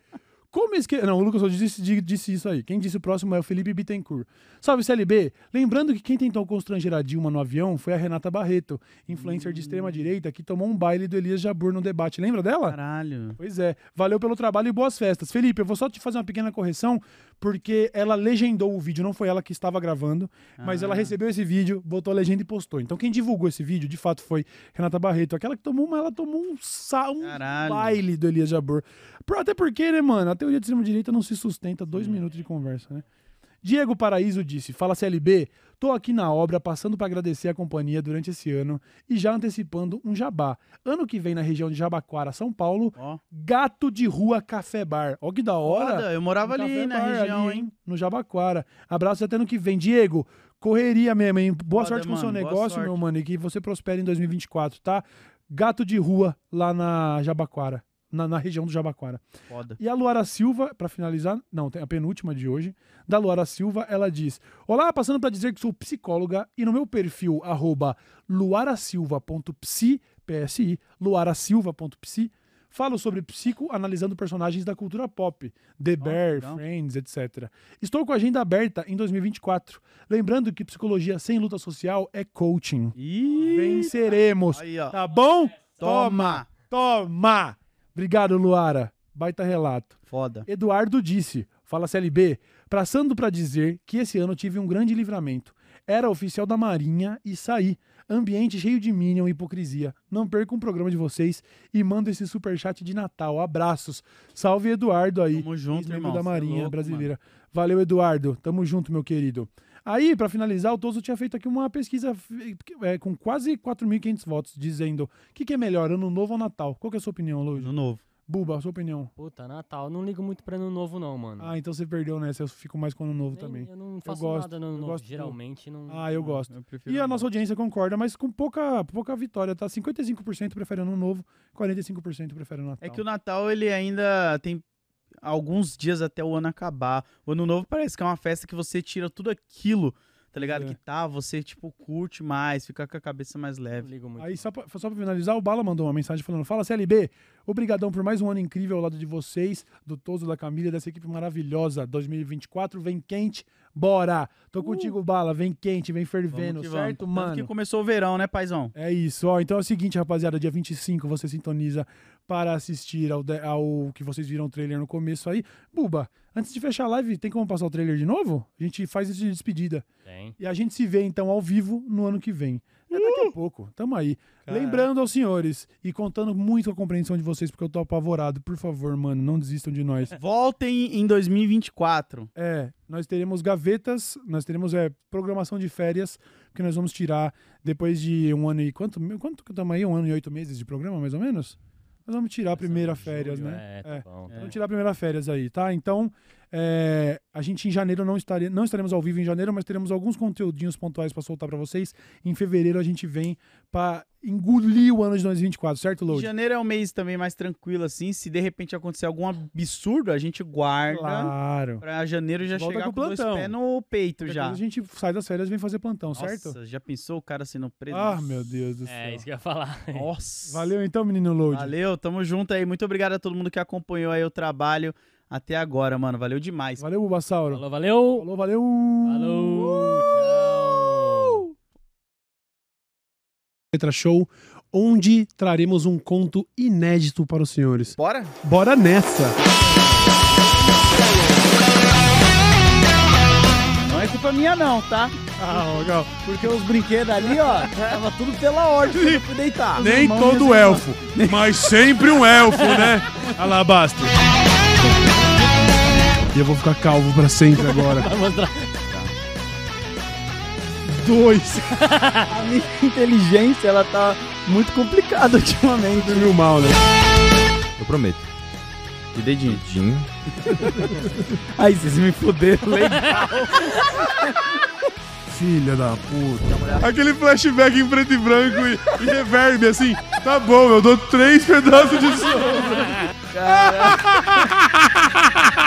Speaker 1: Como esque... Não, o Lucas Rodrigues disse, disse isso aí. Quem disse o próximo é o Felipe Bittencourt. Salve, CLB. Lembrando que quem tentou constranger a Dilma no avião foi a Renata Barreto, influencer de extrema-direita, que tomou um baile do Elias Jabur no debate. Lembra dela?
Speaker 2: Caralho.
Speaker 1: Pois é. Valeu pelo trabalho e boas festas. Felipe, eu vou só te fazer uma pequena correção, porque ela legendou o vídeo, não foi ela que estava gravando, mas
Speaker 2: Ah,
Speaker 1: ela recebeu esse vídeo, botou a legenda e postou. Então quem divulgou esse vídeo, de fato, foi Renata Barreto. Aquela que tomou uma, ela tomou um, sa um
Speaker 2: Caralho.
Speaker 1: baile do Elias Jabor. Pro- Até porque, né, mano, a teoria de extrema-direita não se sustenta dois minutos de conversa, né? Diego Paraíso disse: Fala CLB, tô aqui na obra passando para agradecer a companhia durante esse ano e já antecipando um jabá. Ano que vem na região de Jabaquara, São Paulo,
Speaker 2: Ó.
Speaker 1: Gato de Rua Café Bar. Ó que da hora.
Speaker 2: Foda, eu
Speaker 1: Um
Speaker 2: morava ali
Speaker 1: café
Speaker 2: na
Speaker 1: bar
Speaker 2: região,
Speaker 1: ali,
Speaker 2: hein?
Speaker 1: No Jabaquara. Abraço e até ano que vem. Diego, correria mesmo, hein? Boa
Speaker 2: Foda,
Speaker 1: sorte com o seu
Speaker 2: mano, boa
Speaker 1: negócio,
Speaker 2: sorte.
Speaker 1: meu mano, e que você prospere em 2024, tá? Gato de Rua lá na Jabaquara. Na, na região do Jabaquara.
Speaker 2: Foda.
Speaker 1: E a Luara Silva, pra finalizar, não, tem a penúltima de hoje, da Luara Silva, ela diz: Olá, passando pra dizer que sou psicóloga e no meu perfil, arroba luarasilva.psi, PSI, luarasilva.psi, falo sobre psico analisando personagens da cultura pop, The Bear,
Speaker 2: legal.
Speaker 1: Friends, etc. Estou com a agenda aberta em 2024. Lembrando que psicologia sem luta social é coaching.
Speaker 2: Ih,
Speaker 1: Venceremos.
Speaker 2: Aí, ó.
Speaker 1: Tá bom?
Speaker 2: Toma.
Speaker 1: Toma! Obrigado, Luara. Baita relato.
Speaker 2: Foda.
Speaker 1: Eduardo disse, fala CLB, passando pra dizer que esse ano tive um grande livramento. Era oficial da Marinha e saí. Ambiente cheio de minion e hipocrisia. Não percam um programa de vocês e mando esse superchat de Natal. Abraços. Salve Eduardo aí.
Speaker 2: Tamo junto,
Speaker 1: ex-membro
Speaker 2: irmão.
Speaker 1: da
Speaker 2: Cê é
Speaker 1: Marinha
Speaker 2: louco,
Speaker 1: Brasileira. Valeu, Eduardo. Tamo junto, meu querido. Aí, pra finalizar, o Toso tinha feito aqui uma pesquisa f- é, com quase 4.500 votos, dizendo o que, que é melhor, ano novo ou Natal? Qual que é a sua opinião,
Speaker 2: mano.
Speaker 1: Luiz?
Speaker 2: No novo.
Speaker 1: Buba, a sua opinião.
Speaker 4: Puta, Natal. Não ligo muito pra ano novo, não, mano.
Speaker 1: Ah, então você perdeu nessa. Eu fico mais com o ano novo
Speaker 4: Nem-
Speaker 1: também.
Speaker 4: Eu não faço
Speaker 1: gosto,
Speaker 4: nada no ano
Speaker 1: eu
Speaker 4: novo.
Speaker 1: gosto do-
Speaker 4: Geralmente não.
Speaker 1: Ah, eu
Speaker 4: não-
Speaker 1: gosto.
Speaker 2: Eu prefiro
Speaker 1: E a
Speaker 2: no
Speaker 1: nossa audiência concorda, mas com pouca, pouca vitória, tá? 55% prefere ano novo, 45% prefere ano
Speaker 2: É
Speaker 1: Natal.
Speaker 2: que o Natal, ele ainda tem alguns dias até o ano acabar. O Ano Novo parece que é uma festa que você tira tudo aquilo, tá ligado?
Speaker 1: É.
Speaker 2: Que tá, você, tipo, curte mais, fica com a cabeça mais
Speaker 4: Não
Speaker 2: leve.
Speaker 4: ligo muito.
Speaker 1: é. Aí, só pra, só pra finalizar, o Bala mandou uma mensagem falando: Fala CLB, obrigadão por mais um ano incrível ao lado de vocês, do Toso, da Camila, dessa equipe maravilhosa. 2024 vem quente, bora! Tô contigo, Bala, vem quente, vem fervendo, certo,
Speaker 2: Tanto
Speaker 1: mano?
Speaker 2: Uh. que começou o verão, né, paizão?
Speaker 1: É isso, ó. Então é o seguinte, rapaziada, dia 25 você sintoniza para assistir ao, de- ao que vocês viram o trailer no começo aí. Buba, antes de fechar a live, tem como passar o trailer de novo? A gente faz isso de despedida.
Speaker 4: Tem.
Speaker 1: E a gente se vê então ao vivo no ano que vem. É daqui a pouco, tamo aí. Lembrando aos senhores e contando muito com a compreensão de vocês, porque eu tô apavorado. Por favor, mano, não desistam de nós.
Speaker 2: Voltem em 2024.
Speaker 1: É, nós teremos gavetas, nós teremos é, programação de férias, que nós vamos tirar depois de um ano e. Quanto, quanto que estamos aí? Um ano e oito meses de programa, mais ou menos? Nós vamos tirar é a primeira férias,
Speaker 4: Julho,
Speaker 1: né?
Speaker 4: É, tá bom. tá
Speaker 1: Vamos
Speaker 4: bom.
Speaker 1: tirar a primeira férias aí, tá? Então, é, a gente em janeiro não, estare, não estaremos ao vivo em janeiro, mas teremos alguns conteúdinhos pontuais pra soltar pra vocês. Em fevereiro a gente vem pra engolir o ano de 2024, certo,
Speaker 2: E
Speaker 1: Load?
Speaker 2: Janeiro é um mês também mais tranquilo, assim. Se de repente acontecer algum absurdo, a gente guarda
Speaker 1: Claro.
Speaker 2: pra janeiro já
Speaker 1: Volta
Speaker 2: chegar
Speaker 1: com o
Speaker 2: com, dois
Speaker 1: plantão.
Speaker 2: pés no peito já.
Speaker 1: Depois A gente sai das férias e vem fazer plantão, certo?
Speaker 2: Nossa, já pensou o cara sendo preso?
Speaker 1: Ah, meu Deus do céu.
Speaker 4: É, isso que eu ia falar.
Speaker 2: Nossa.
Speaker 1: Valeu então, menino Load.
Speaker 2: Valeu, tamo junto aí. Muito obrigado a todo mundo que acompanhou aí o trabalho até agora, mano. Valeu demais.
Speaker 1: Valeu, Bubasauro.
Speaker 4: Falou, valeu.
Speaker 1: Falou, valeu. Uh!
Speaker 4: Falou, tchau.
Speaker 1: Letra Show, onde traremos um conto inédito para os senhores.
Speaker 2: Bora?
Speaker 1: Bora nessa!
Speaker 2: Não é culpa minha não, tá?
Speaker 1: Ah, legal.
Speaker 3: Porque os brinquedos ali, ó, tava tudo pela ordem quando eu fui deitar.
Speaker 1: Nem todo elfo, mas sempre um elfo, né? Alabastro. E eu vou ficar calvo pra sempre agora. Dois.
Speaker 3: A minha inteligência, ela tá muito complicada ultimamente.
Speaker 1: Mil mal, né?
Speaker 6: Eu prometo.
Speaker 2: De dedinho.
Speaker 6: Jim.
Speaker 3: né? Ai, vocês me fuderam.
Speaker 1: Filha da puta. Aquele flashback em preto e branco e, e reverb, assim. Tá bom, eu dou três pedaços de som.